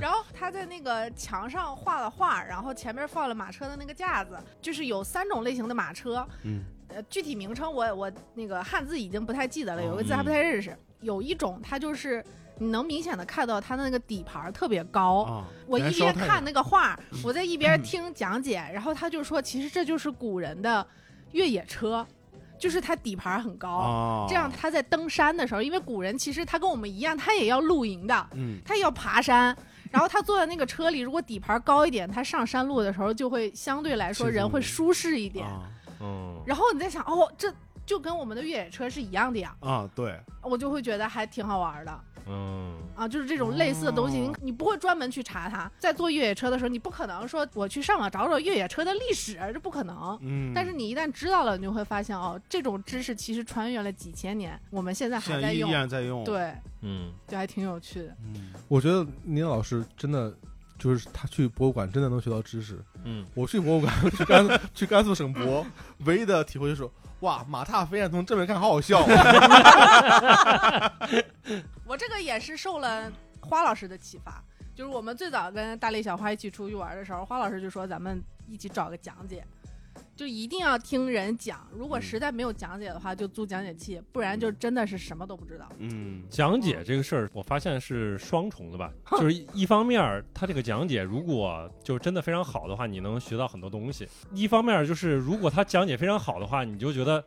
S4: 然后他在那个墙上画了画，然后前面放了马车的那个架子，就是有三种类型的马车，
S1: 嗯，
S4: 呃，具体名称我我那个汉字已经不太记得了，有一个字还不太认识。有一种它就是你能明显的看到它的那个底盘儿特别高，
S1: 啊，
S4: 我一
S1: 燃
S4: 边
S1: 烧嗯太
S4: 看
S1: 阳，
S4: 那个画，我在一边听讲解，然后他就说，其实这就是古人的越野车，就是它底盘很高，
S1: 哦，
S4: 这样他在登山的时候，因为古人其实他跟我们一样，他也要露营的，
S1: 嗯，
S4: 他也要爬山。然后他坐在那个车里，如果底盘高一点，他上山路的时候就会相对来说
S3: 轻松
S4: 人会
S3: 一点
S4: 舒适一点。
S1: 啊
S2: 嗯，
S4: 然后你在想，哦，这就跟我们的越野车是一样的呀，
S1: 啊，对，
S4: 我就会觉得还挺好玩的。
S2: 嗯，
S4: 啊，就是这种类似的东西，
S1: 哦
S4: 你你不会专门去查它。在做越野车的时候，你不可能说我去上网找找越野车的历史，这不可能。
S1: 嗯，
S4: 但是你一旦知道了，你就会发现哦，这种知识其实穿越了几千年，我们现在还
S1: 现
S4: 在
S1: 在依
S4: 用
S1: 依。然在用，，
S4: 对，
S2: 嗯，
S4: 就还挺有趣的。
S1: 嗯，
S3: 我觉得倪老师真的就是他去博物馆真的能学到知识。
S2: 嗯，
S3: 我去博物馆去 甘肃去甘肃省博，唯一的体会就是哇，马踏飞燕从正面看好好 笑啊。
S4: 我这个也是受了花老师的启发，就是我们最早跟大力小花一起出去玩的时候，花老师就说咱们一起找个讲解。就一定要听人讲，如果实在没有讲解的话，就租讲解器，不然就真的是什么都不知道。
S1: 嗯，
S2: 讲解这个事儿，我发现是双重 的吧，就是一一方面儿，它这个讲解如果就真的非常好的话，你能学到很多东西；一方面儿就是如果他讲解非常好的话，你就觉得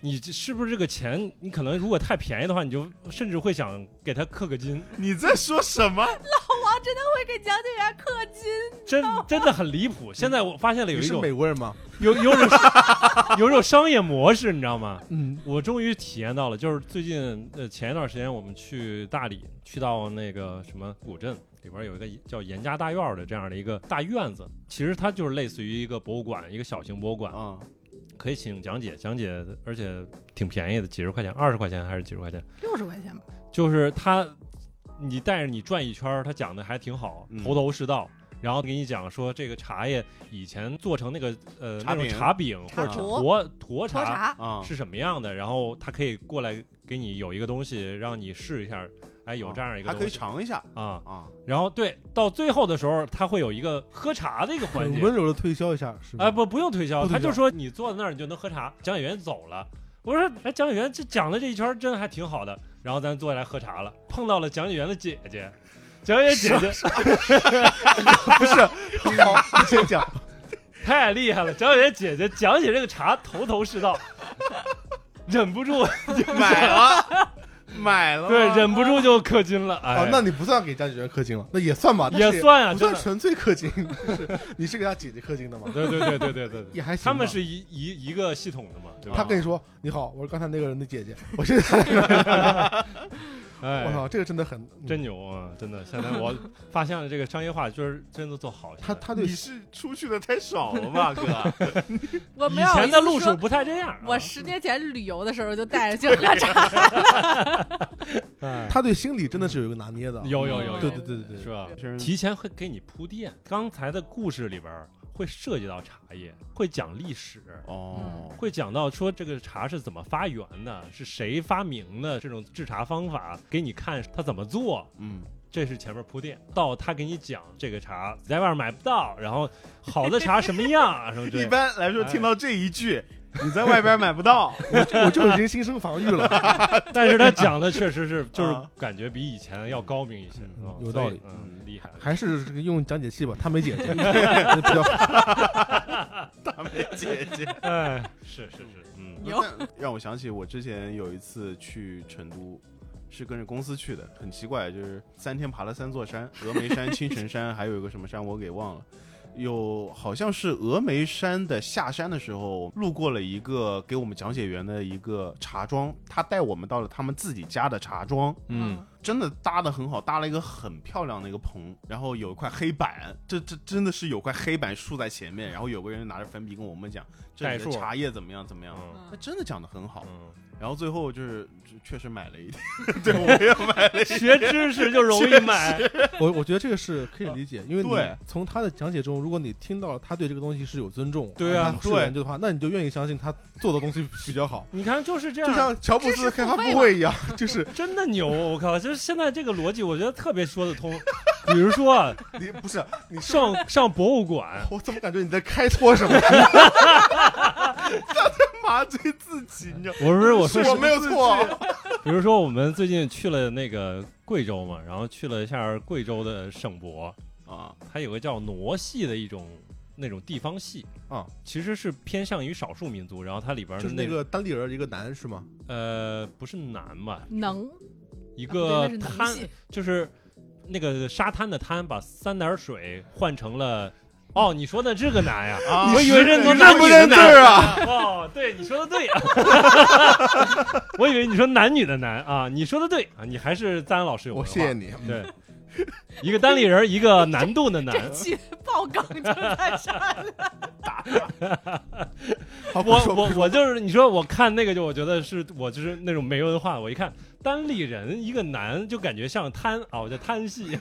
S2: 你这是不是这个钱，你可能如果太便宜的话，你就甚至会想给他氪个金，
S1: 你在说什么？
S4: 王真的会给讲解员氪金，
S2: 真真的很离谱。现在我发现了有
S3: 你
S2: 一
S3: 是
S2: 种
S3: 美国人吗？
S2: 有有种有种商业模式，你知道吗？
S3: 嗯，
S2: 我终于体验到了，就是最近呃前一段时间我们去大理，去到那个什么古镇里边有一个叫严家大院儿的这样的一个大院子，其实它就是类似于一个博物馆，一个小型博物馆，
S1: 啊，
S2: 可以请讲解讲解，而且挺便宜的，几十块钱，二十块钱还是几十块钱，
S4: 六十块钱吧。
S2: 就是它你带着你转一圈儿，它讲的还挺好
S1: 嗯，
S2: 头头是道。然后给你讲说这个茶叶以前做成那个呃
S1: 茶
S2: 那种
S1: 饼
S2: 茶饼或者
S4: 茶坨
S2: 坨坨
S4: 喝
S2: 茶
S4: 茶，
S1: 啊，
S2: 是什么样的，然后他可以过来给你有一个东西让你试一下，哎，有这样一个
S1: 啊还可
S2: 东
S1: 以
S2: 西
S1: 尝一下
S2: 啊，
S1: 啊，
S2: 然后对到最后的时候，他会有一个喝茶的一个环
S3: 很
S2: 节，
S3: 温柔的推销一下，是
S2: 哎，
S3: 吧？
S2: 不，不用推销，
S3: 不推
S2: 他
S3: 销
S2: 就说你坐在那儿，你就能喝茶。讲解员走了，我说，哎，讲解员这讲了这一圈儿，真的还挺好的。然后咱坐下来喝茶了，碰到了讲解员的姐姐，讲解员姐姐
S3: 不是，好，你先讲，
S2: 太厉害了，讲解员姐姐讲解这个茶头头是 道，忍不住，
S3: 哦
S1: 买了，买了，
S2: 对，忍不住就氪金了，哎，
S3: 啊，那你不算给家里人氪金了，那也算吧，但是
S2: 也算啊，
S3: 不
S2: 真
S3: 算
S2: 的，
S3: 纯粹 氪金，就是你是给他姐姐氪金的吗？
S2: 对对对对对对对，
S3: 也还行 吧。
S2: 他们是一一一个系统的嘛，对吧？
S3: 他跟你说你好，我是刚才那个人的姐姐，我现在我
S2: 哎，
S3: 操，这个真的很
S2: 真牛啊，真的，现在 我发现了这个商业化，就是真的做好起来
S3: 他
S2: 了，
S3: 他对
S1: 你是出去的太少了吧，哥？
S4: 我没
S2: 以
S4: 有
S2: 前的路
S4: 一直
S2: 数
S4: 说。
S2: 不太这样啊。
S4: 我十年前旅游的时候就带着去喝 茶，
S2: 哎
S3: 他对心理真的是有一个拿捏的，
S2: 嗯有有有
S3: 对
S2: 有
S3: 对对对
S2: 是吧？
S1: 是
S2: 提前会给你铺垫。刚才的故事里边儿会涉及到茶叶，会讲历史，
S1: 哦，
S2: 会讲到说这个茶是怎么发源的，是谁发明的这种制茶方法，给你看他怎么做。
S1: 嗯，
S2: 这是前面铺垫，到他给你讲这个茶在外面买不到，然后好的茶什么样啊什么之
S1: 一
S2: 类的。
S1: 般来说，听到这一句，你在外边买不到，
S3: 对，我就已经心生防御了，
S2: 但是他讲的确实是，就是
S1: 啊
S2: 感觉比以前要高明一些，
S3: 嗯
S2: 啊
S3: 有
S2: 所以
S3: 道理
S2: 嗯，厉害。
S3: 还是这个用讲解器吧，他没姐姐， 比较
S1: 大美姐姐。
S2: 哎，是是是，嗯，
S4: 有
S1: 让我想起我之前有一次去成都，是跟着公司去的，很奇怪，就是三天爬了三座山，峨眉山、青城山，还有一个什么山我给忘了。有好像是峨眉山的下山的时候，路过了一个给我们讲解员的一个茶庄，他带我们到了他们自己家的茶庄，
S2: 嗯，
S1: 真的搭的很好，搭了一个很漂亮的一个棚，然后有一块黑板，这这真的是有块黑板竖在前面，然后有个人拿着粉笔跟我们讲这
S2: 代
S1: 里
S2: 数
S1: 的茶叶怎么样怎么样，
S2: 嗯
S1: 那真的讲的很好。
S2: 嗯，
S1: 然后最后就是就确实买了一点， 对，我也买了一点。
S2: 学知识就容易买，
S3: 我我觉得这个是可以理解，因为你
S1: 对
S3: 从他的讲解中，如果你听到了他对这个东西是有尊重，
S2: 对啊
S3: 他是
S1: 对
S3: 有研究的话，那你就愿意相信他做的东西比较好。
S2: 你看就是这
S3: 就
S2: 样，
S3: 像乔布
S4: 知识
S3: 斯开发
S4: 付费
S3: 布会一样，就是
S2: 真的牛！我靠，就是现在这个逻辑，我觉得特别说得通。比如说啊
S3: 你不是你是
S2: 上上博物馆，
S3: 我怎么感觉你在开脱什么？
S1: 麻醉自己，你知道吗？
S2: 我不是 我说
S3: 我没有错，
S2: 比如说我们最近去了那个贵州嘛，然后去了一下贵州的省博，
S1: 啊，
S2: 它有个叫傩戏的一种那种地方戏
S3: 啊，
S2: 其实是偏向于少数民族，然后它里边儿
S3: 就是那个单立人一个男是吗？
S2: 呃不是南吧，
S4: 能
S2: 一
S4: 一
S2: 个
S4: 能
S2: 滩
S4: 系
S2: 就是那个沙滩的滩，把三点水换成了。哦，你说的这个难呀？
S1: 啊
S2: 我以为是
S1: 你
S2: 你
S1: 认
S2: 拿
S1: 不
S2: 你
S1: 认
S2: 的
S1: 字儿啊？
S2: 难。哦，对，你说的对。 我以为你说男女的男啊，你说的对啊，你还是赞恩老师有
S3: 我
S2: 文化。
S3: 谢谢你。
S2: 对，一个单立人，一个难度的难。
S4: 这期爆梗就在这儿。
S3: 好，不
S2: 我
S3: 说
S2: 我我就是你说，我看那个就我觉得是我就是那种没文化，我一看单立人一个男就感觉像贪啊，我叫贪戏，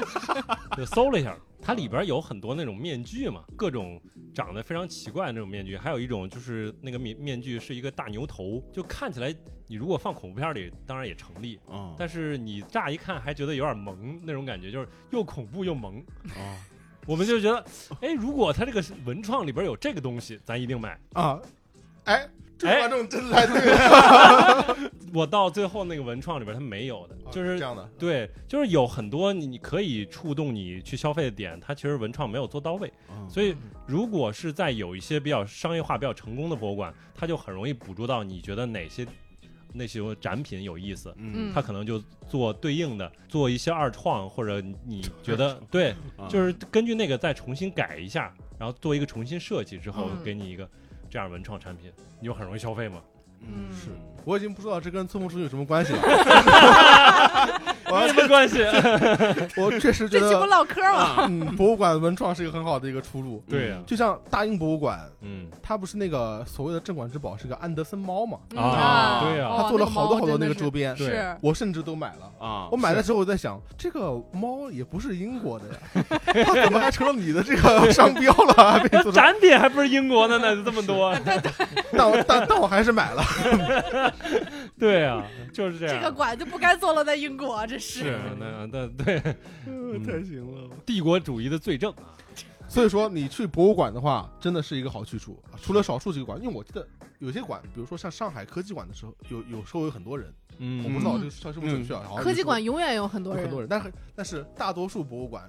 S2: 就搜了一下，它里边有很多那种面具嘛，各种长得非常奇怪的那种面具，还有一种就是那个面面具是一个大牛头，就看起来你如果放恐怖片里当然也成立，
S3: 啊
S1: 嗯，
S2: 但是你乍一看还觉得有点萌那种感觉，就是又恐怖又萌，
S3: 啊
S1: 哦，
S2: 我们就觉得，哎，如果他这个文创里边有这个东西，咱一定买。
S3: 啊，哎，这
S2: 哎
S3: 观众真来对 了，
S2: 我到最后那个文创里边，它没有的，就是
S3: 啊这样的。
S2: 对，就是有很多你你可以触动你去消费的点，它其实文创没有做到位。
S1: 嗯
S2: 所以如果是在有一些比较商业化、比较成功的博物馆，它就很容易捕捉到你觉得哪些那些展品有意思。
S1: 嗯
S4: 嗯
S2: 它可能就做对应的，做一些二创，或者你觉得对，就是根据那个再重新改一下，然后做一个重新设计之后，
S4: 嗯
S2: 给你一个这样文创产品，你就很容易消费嘛。
S4: 嗯
S1: 是
S3: 我已经不知道这跟村木春有什么关系了。我
S2: 没什么关系。
S3: 我确实觉
S4: 这期不
S3: 得，
S4: 唠嗑吗？
S1: 啊
S3: 嗯，博物馆文创是一个很好的一个出路。
S2: 对呀
S1: 嗯
S3: 就像大英博物馆，
S2: 嗯
S3: 它不是那个所谓的镇馆之宝是个安德森猫嘛？
S4: 嗯
S2: 啊，对呀，
S4: 哦
S3: 它做了好多
S4: 那个猫
S3: 好多
S4: 真的
S3: 那个
S4: 是
S3: 周边，
S2: 对
S4: 是
S3: 我甚至都买了。
S1: 啊
S3: 我，买的时候我在想，这个猫也不是英国的呀，它怎么还成了你的这个商标了？还被 做成
S2: 展品还不是英国的 呢，这么多。
S3: 但我但但我还是买了。
S2: 对呀，就是这
S4: 这
S2: 样。
S4: 个馆就不该做了，在英国这
S2: 是啊
S4: 是。
S2: 那那对
S3: 嗯
S2: 太
S3: 行了。
S2: 帝国主义的罪证啊。
S3: 所以说，你去博物馆的话，真的是一个好去处。除了少数几个馆，因为我记得有些馆，比如说像上海科技馆的时候，有有时候有很多人，
S2: 嗯
S3: 我不知道这个是不是准确啊。好像
S4: 科技馆
S3: 有
S4: 永远有很多
S3: 有很
S4: 人
S3: 多，人，但是但是大多数博物馆，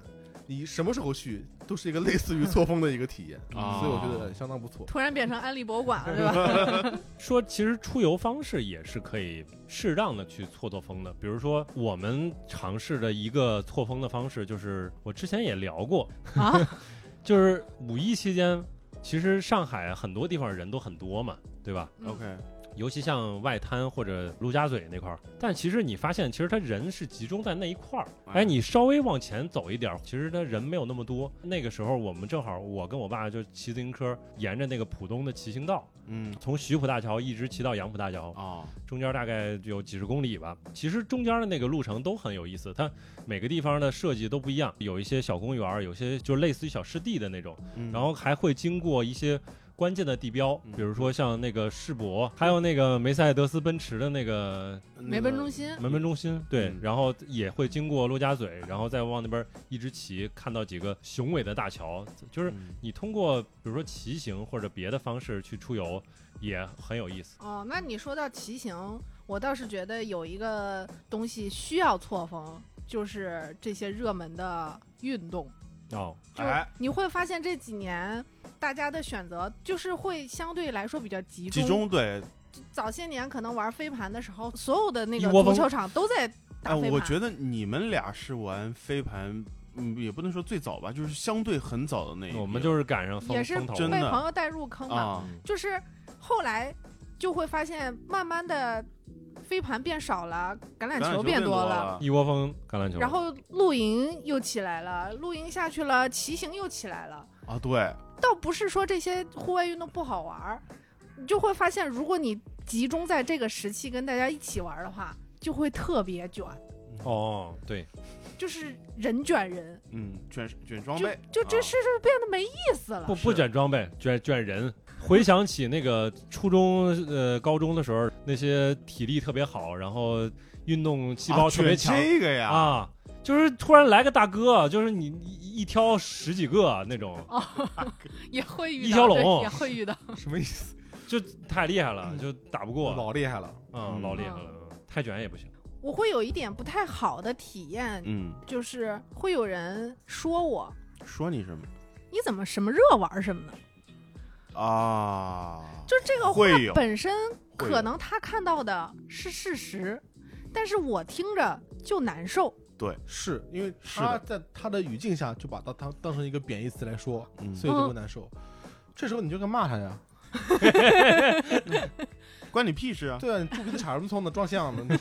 S3: 你什么时候去都是一个类似于错峰的一个体验，
S1: 啊
S3: 所以我觉得相当不错。
S4: 突然变成安利博物馆了，对 吧？
S2: 说其实出游方式也是可以适当的去错错峰的，比如说我们尝试的一个错峰的方式，就是我之前也聊过，
S3: 嗯
S4: 啊，
S2: 就是五一期间，其实上海很多地方人都很多嘛，对吧？
S4: 嗯
S1: OK，
S2: 尤其像外滩或者陆家嘴那块儿，但其实你发现，其实他人是集中在那一块儿。哎，你稍微往前走一点儿，其实他人没有那么多。那个时候我们正好，我跟我爸就骑自行车，沿着那个浦东的骑行道，
S1: 嗯
S2: 从徐浦大桥一直骑到杨浦大桥，
S1: 啊
S2: 中间大概有几十公里吧。其实中间的那个路程都很有意思，它每个地方的设计都不一样，有一些小公园儿，有些就是类似于小湿地的那种。
S1: 嗯
S2: 然后还会经过一些关键的地标
S1: 嗯，
S2: 比如说像那个世博，还有那个梅赛德斯奔驰的那个
S4: 梅奔中心
S2: 门门中心，对
S1: 嗯，
S2: 然后也会经过陆家嘴，然后再往那边一直骑，看到几个雄伟的大桥，
S1: 嗯
S2: 就是你通过比如说骑行或者别的方式去出游，也很有意思。
S4: 哦，那你说到骑行，我倒是觉得有一个东西需要错峰，就是这些热门的运动。
S2: 哦，
S4: 就是
S1: 哎
S4: 你会发现这几年大家的选择就是会相对来说比较集中。
S1: 集中对，
S4: 早些年可能玩飞盘的时候，所有的那
S2: 一
S4: 个
S2: 窝
S4: 足
S2: 蜂
S4: 球场都在打
S1: 哎，
S4: 飞盘。
S1: 我觉得你们俩是玩飞盘，嗯，也不能说最早吧，就是相对很早的那一批，
S2: 我们就是赶上风
S4: 也是
S2: 风头
S1: 真
S2: 了
S4: 被
S1: 的
S4: 朋友带入坑嘛。
S1: 啊，
S2: 嗯
S4: 就是后来就会发现，慢慢的飞盘变少了，橄榄
S1: 橄榄
S4: 球
S1: 球
S4: 变
S1: 多
S4: 多
S1: 了，
S2: 一窝蜂橄榄球，
S4: 然后露营又起来了，露营下去了，骑行又起来了。
S1: 啊，对，
S4: 倒不是说这些户外运动不好玩儿，你就会发现，如果你集中在这个时期跟大家一起玩儿的话，就会特别卷，
S2: 哦，对，
S4: 就是人卷人，
S1: 嗯，卷卷装
S4: 就
S1: 备，
S4: 就这
S1: 啊
S4: 事就变得没意思了。
S2: 不不
S1: 是
S2: 卷装备，卷卷人。回想起那个初中、呃高中的时候，那些体力特别好，然后运动细胞
S1: 啊
S2: 特别
S1: 卷
S2: 强
S1: 这个呀，
S2: 啊就是突然来个大哥，就是你一一挑十几个那种，
S4: 也会遇到
S2: 一条
S4: 对
S2: 龙
S4: 也会遇到。
S3: 什么意思？
S2: 就太厉害了，就打不过，
S3: 老厉害了。
S2: 嗯，
S1: 嗯
S2: 老厉害了，太卷也不行。
S4: 我会有一点不太好的体验，
S1: 嗯，
S4: 就是会有人说我，
S1: 说你什么
S4: 你怎么什么热玩儿什么的，
S1: 啊？
S4: 就这个话
S1: 会有
S4: 本身
S1: 会
S4: 可
S1: 有
S4: 能他看到的是事实，但是我听着就难受。
S3: 是因为
S1: 是
S3: 他
S1: 的
S3: 在他的语境下就把它当当成一个贬义词来说，
S1: 嗯
S3: 所以就会难受。这时候你就该骂他呀，
S1: 关你屁事啊
S3: 对啊，你猪鼻子插什么葱呢？装象呢？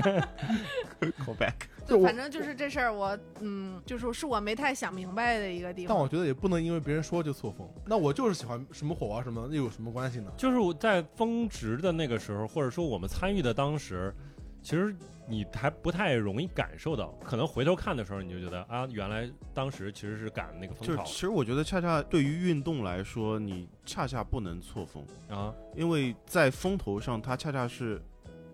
S1: ！Call back，
S3: 对我
S4: 反，正就是这事儿，我嗯，就是是我没太想明白的一个地
S3: 但
S4: 方。
S3: 我觉得也不能因为别人说就错峰。那我就是喜欢什么火啊什么，又有什么关系呢？
S2: 就是我在峰值的那个时候，或者说我们参与的当时，其实你还不太容易感受到，可能回头看的时候，你就觉得啊，原来当时其实是赶那个
S1: 就
S2: 风
S1: 是
S2: 潮
S1: 其实我觉得恰恰对于运动来说，你恰恰不能错峰，
S2: 啊，
S1: 因为在风头上，它恰恰是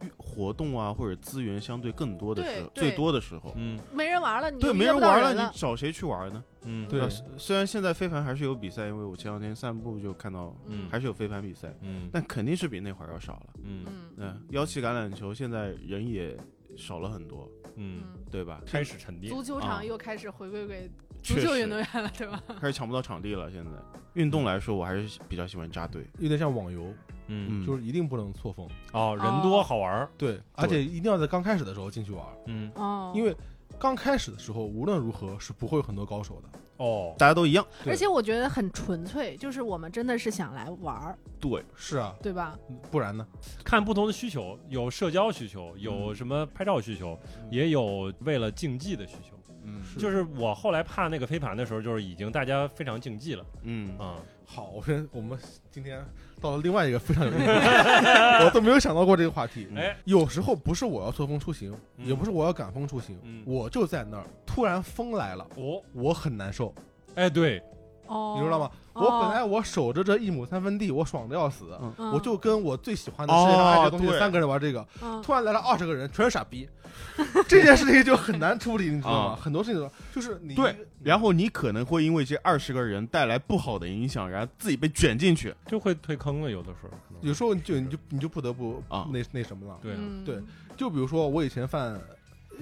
S1: 运活动啊或者资源相对更多的时候，
S4: 对对
S1: 最多的时候。
S2: 嗯
S4: 没人玩了，你
S1: 对，
S4: 又
S1: 没
S4: 约不
S1: 人
S4: 到
S1: 玩
S4: 人
S1: 了，你找谁去玩呢？
S2: 嗯，
S3: 对
S1: 呃虽然现在飞盘还是有比赛，因为我前两天散步就看到
S2: 嗯
S1: 还是有飞盘比赛，
S2: 嗯
S1: 但肯定是比那会儿要少了。
S2: 嗯
S4: 嗯
S1: 嗯，幺七橄榄球现在人也少了很多，
S2: 嗯，
S4: 嗯，
S1: 对吧？
S2: 开始沉淀
S4: 足，球
S1: 啊
S4: 场又开始回归给足
S1: 确
S4: 球
S1: 实
S4: 运动员了，对吧？
S1: 开始抢不到场地了。现在运动来说，我还是比较喜欢扎堆。
S3: 有点像网游，
S2: 嗯
S1: 嗯，
S3: 就是一定不能错峰。
S2: 哦，人多好玩儿，
S3: 对，而且一定要在刚开始的时候进去玩，
S2: 嗯
S4: 哦，
S3: 因为刚开始的时候，无论如何是不会有很多高手的。
S2: 哦，
S1: 大家都一样，
S3: 对
S4: 而且我觉得很纯粹，就是我们真的是想来玩儿，
S1: 对，
S3: 是啊，
S4: 对吧？
S3: 不然呢？
S2: 看不同的需求，有社交需求，有什么拍照需求，也有为了竞技的需求。
S1: 嗯
S2: 嗯就是是我后来怕那个飞盘的时候，就是已经大家非常竞技了
S1: 嗯，
S2: 啊、
S3: 好，我们我们今天到了另外一个非常有意思 的，我都没有想到过这个话题。
S1: 嗯
S2: 哎，
S3: 有时候不是我要错峰出行，
S2: 嗯
S3: 也不是我要赶风出行，
S2: 嗯
S3: 我就在那儿，突然风来了，
S2: 哦，
S3: 我很难受，
S2: 哎，对，
S4: 哦，
S3: 你知道吗？我本来我守着这一亩三分地，我爽的要死，
S1: 嗯
S4: 嗯
S3: 我就跟我最喜欢的世界上爱这个东西
S1: 哦对
S3: 三个人玩这个，
S4: 嗯
S3: 突然来了二十个人，全是傻逼， 这件事情就很难处理，你知道
S1: 啊
S3: 吗？很多事情就是你
S1: 对，然后你可能会因为这二十个人带来不好的影响，然后自己被卷进去，
S2: 就会退坑了，有的时候可能
S3: 有时候你就你就你就不得不
S1: 啊
S3: 那那什么了。
S2: 对啊、
S4: 嗯
S3: 对就比如说我以前犯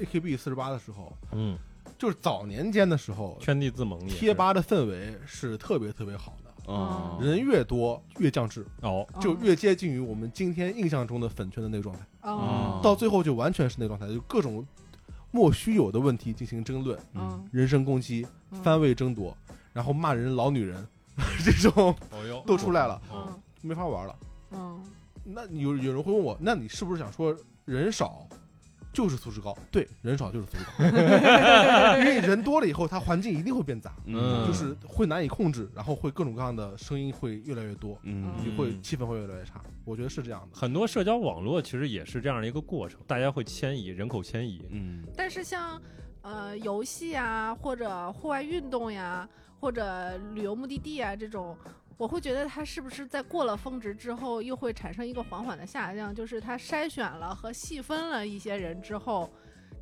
S3: AKB 四十八的时候，
S2: 嗯，
S3: 就是早年间的时候，
S2: 圈地自萌也是
S3: 贴吧的氛围是特别特别好的，
S1: 嗯，
S3: 人越多越降智，
S2: 哦，
S3: 就越接近于我们今天印象中的粉圈的那个状态，
S2: 啊
S4: 哦
S1: 嗯
S3: 到最后就完全是那个状态，就各种莫须有的问题进行争论，
S1: 嗯
S4: 嗯
S3: 人身攻击、
S4: 嗯
S2: 哦
S3: 番位争夺，然后骂人老女人， 这种
S2: 哦哟，
S3: 都出来了，
S2: 哦，
S4: 嗯
S3: 没法玩了。
S4: 嗯
S3: 那你有有人会问我，那你是不是想说人少就是素质高？对，人少就是素质高， 因为人多了以后，它环境一定会变杂，
S2: 嗯
S3: 就是会难以控制，然后会各种各样的声音会越来越多，
S1: 嗯
S4: 嗯
S3: 也会气氛会越来越差。我觉得是这样的。
S2: 很多社交网络其实也是这样的一个过程，大家会迁移，人口迁移，
S1: 嗯，
S4: 但是像呃游戏啊，或者户外运动呀，或者旅游目的地啊这种，我会觉得它是不是在过了峰值之后，又会产生一个缓缓的下降？就是它筛选了和细分了一些人之后，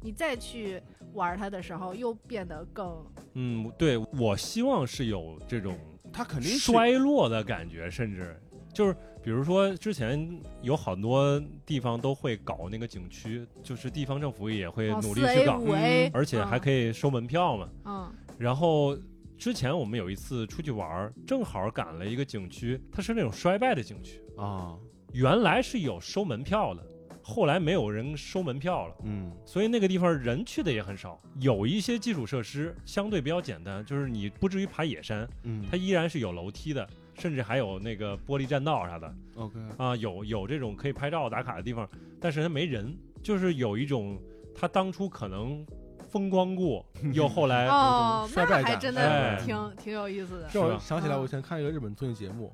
S4: 你再去玩它的时候，又变得更
S2: 嗯，对我希望是有这种
S1: 他肯定是
S2: 衰落的感觉，甚至就是比如说之前有很多地方都会搞那个景区，就是地方政府也会努力
S4: 四
S2: 去
S4: A
S2: 搞，
S4: 五 A，
S2: 而且还可
S4: 以
S2: 以收门票嘛。
S4: 嗯
S2: 然后之前我们有一次出去玩儿，正好赶了一个景区，它是那种衰败的景区，
S1: 啊，
S2: 原来是有收门票的，后来没有人收门票了。
S1: 嗯
S2: 所以那个地方人去的也很少，有一些基础设施相对比较简单，就是你不至于爬野山，
S1: 嗯
S2: 它依然是有楼梯的，甚至还有那个玻璃栈道啥的
S1: OK，
S2: 啊，有有这种可以拍照打卡的地方，但是它没人，就是有一种它当初可能风光过，又后来
S4: 哦，
S3: 衰败
S4: 那还
S3: 感
S4: 真
S2: 哎
S4: 的挺挺有意思的，
S3: 让
S2: 是
S3: 我
S2: 吧
S3: 想起来，我以前看一个日本综艺节目，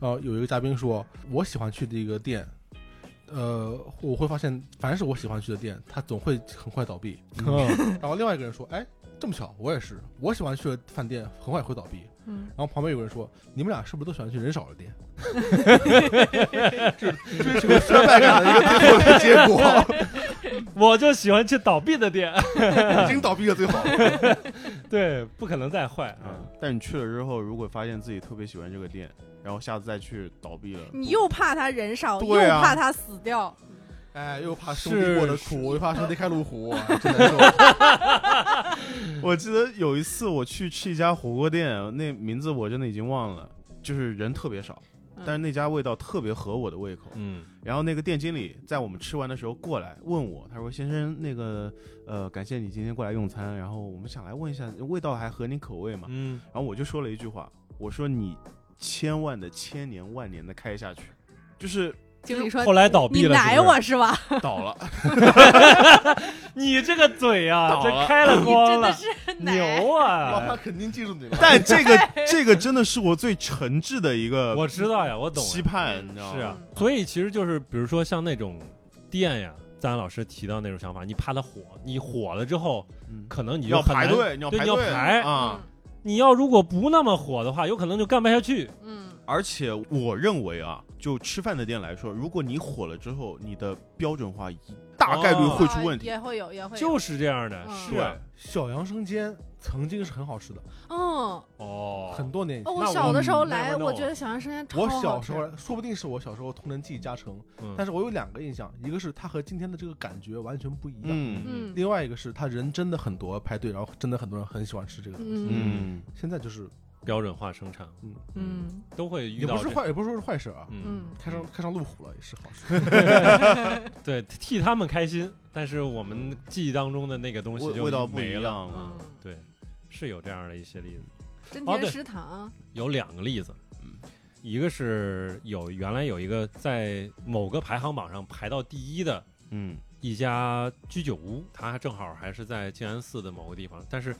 S3: 然后有一个嘉宾说，我喜欢去的一个店，呃，我会发现凡是我喜欢去的店，它总会很快倒闭。
S2: 嗯
S3: 然后另外一个人说，哎，这么巧，我也是，我喜欢去的饭店很快也会倒闭。
S4: 嗯
S3: 然后旁边有个人说，你们俩是不是都喜欢去人少的店？这这是个衰败感的一个最后的结果，
S2: 我就喜欢去倒闭的店，
S3: 已经倒闭了最好。
S2: 对，不可能再坏啊。
S1: 啊，但你去了之后，如果发现自己特别喜欢这个店，然后下次再去倒闭了，
S4: 你又怕他人少，又
S1: 对啊
S4: 怕他死掉，
S3: 哎，又怕兄弟过得
S2: 是
S3: 苦，又怕兄弟开路虎， 哎真难受。
S1: 我记得有一次我去吃一家火锅店，那名字我真的已经忘了，就是人特别少，
S4: 嗯
S1: 但是那家味道特别合我的胃口。
S2: 嗯，
S1: 然后那个店经理在我们吃完的时候过来问我，他说：“先生，那个呃，感谢你今天过来用餐，然后我们想来问一下，味道还合您口味吗？”
S2: 嗯，
S1: 然后我就说了一句话，我说：“你千万的千年万年的开下去， 就是
S4: 经理说
S2: 后来倒闭
S4: 你
S2: 了是不是
S4: 奶我是吧？
S1: 倒了。
S2: 你这个嘴啊，
S1: 倒了
S2: 这开了光
S4: 真 的
S2: 了，
S4: 是 奶。
S2: 牛
S3: 老
S2: 啊
S3: 潘！肯定记住你了。
S1: 但这个这个真的是我最诚挚的一个
S2: 我知道呀，我懂呀。
S1: 期盼，你知道吗？
S2: 是啊
S4: 嗯，
S2: 所以其实就是，比如说像那种店呀，赞恩老师提到那种想法，你怕它火，你火了之后，
S1: 嗯
S2: 可能你
S1: 你
S2: 就
S1: 要
S2: 很难
S1: 排，队，你要
S2: 对
S1: 排
S2: 你要
S1: 队
S2: 排
S4: 嗯
S2: 嗯
S1: 啊！
S2: 你要如果不那么火的话，有可能就干不下去。
S4: 嗯，
S1: 而且我认为啊，就吃饭的店来说，如果你火了之后，你的标准化一大概率
S2: 哦
S4: 嗯，
S1: 会出问题。
S4: 也会有，也会有
S2: 就是这样的，
S4: 嗯
S2: 是
S1: 对
S2: 啊
S3: 小杨生煎曾经是很好吃的，
S4: 嗯，哦，
S2: 哦，
S3: 很多年以前。
S4: 我
S2: 那
S4: 小
S2: 我
S4: 的时候
S2: 嗯
S4: 来，
S2: never know
S4: 我觉得小杨生煎超
S3: 我
S4: 好
S3: 小
S4: 吃
S3: 时候，说不定是我小时候童年记忆加成，
S2: 嗯，
S3: 但是我有两个印象，一个是它和今天的这个感觉完全不一样，
S1: 嗯
S4: 嗯
S3: 另外一个是它人真的很多排队，然后真的很多人很喜欢吃这个东西。
S4: 嗯
S1: 嗯
S3: 现在就是
S2: 标准化生产，
S4: 嗯
S2: 都会遇
S3: 也
S2: 到
S3: 不
S2: 这。
S3: 是坏，也不是说是坏事啊。
S2: 嗯，
S4: 嗯，
S3: 开上开上路虎了也是好事。
S2: 对，替他们开心，但是我们记忆当中的那个东西
S1: 味
S2: 就
S1: 味道不
S2: 没
S1: 一
S2: 了。
S1: 样啊嘛。
S4: 嗯，
S2: 对，是有这样的一些例子，
S4: 真
S2: 哦对
S4: 田食堂，
S2: 有两个例子，一个是有原来有一个在某个排行榜上排到第一的
S1: 嗯，
S2: 一家居酒屋，它还正好还是在静安寺的某个地方，但是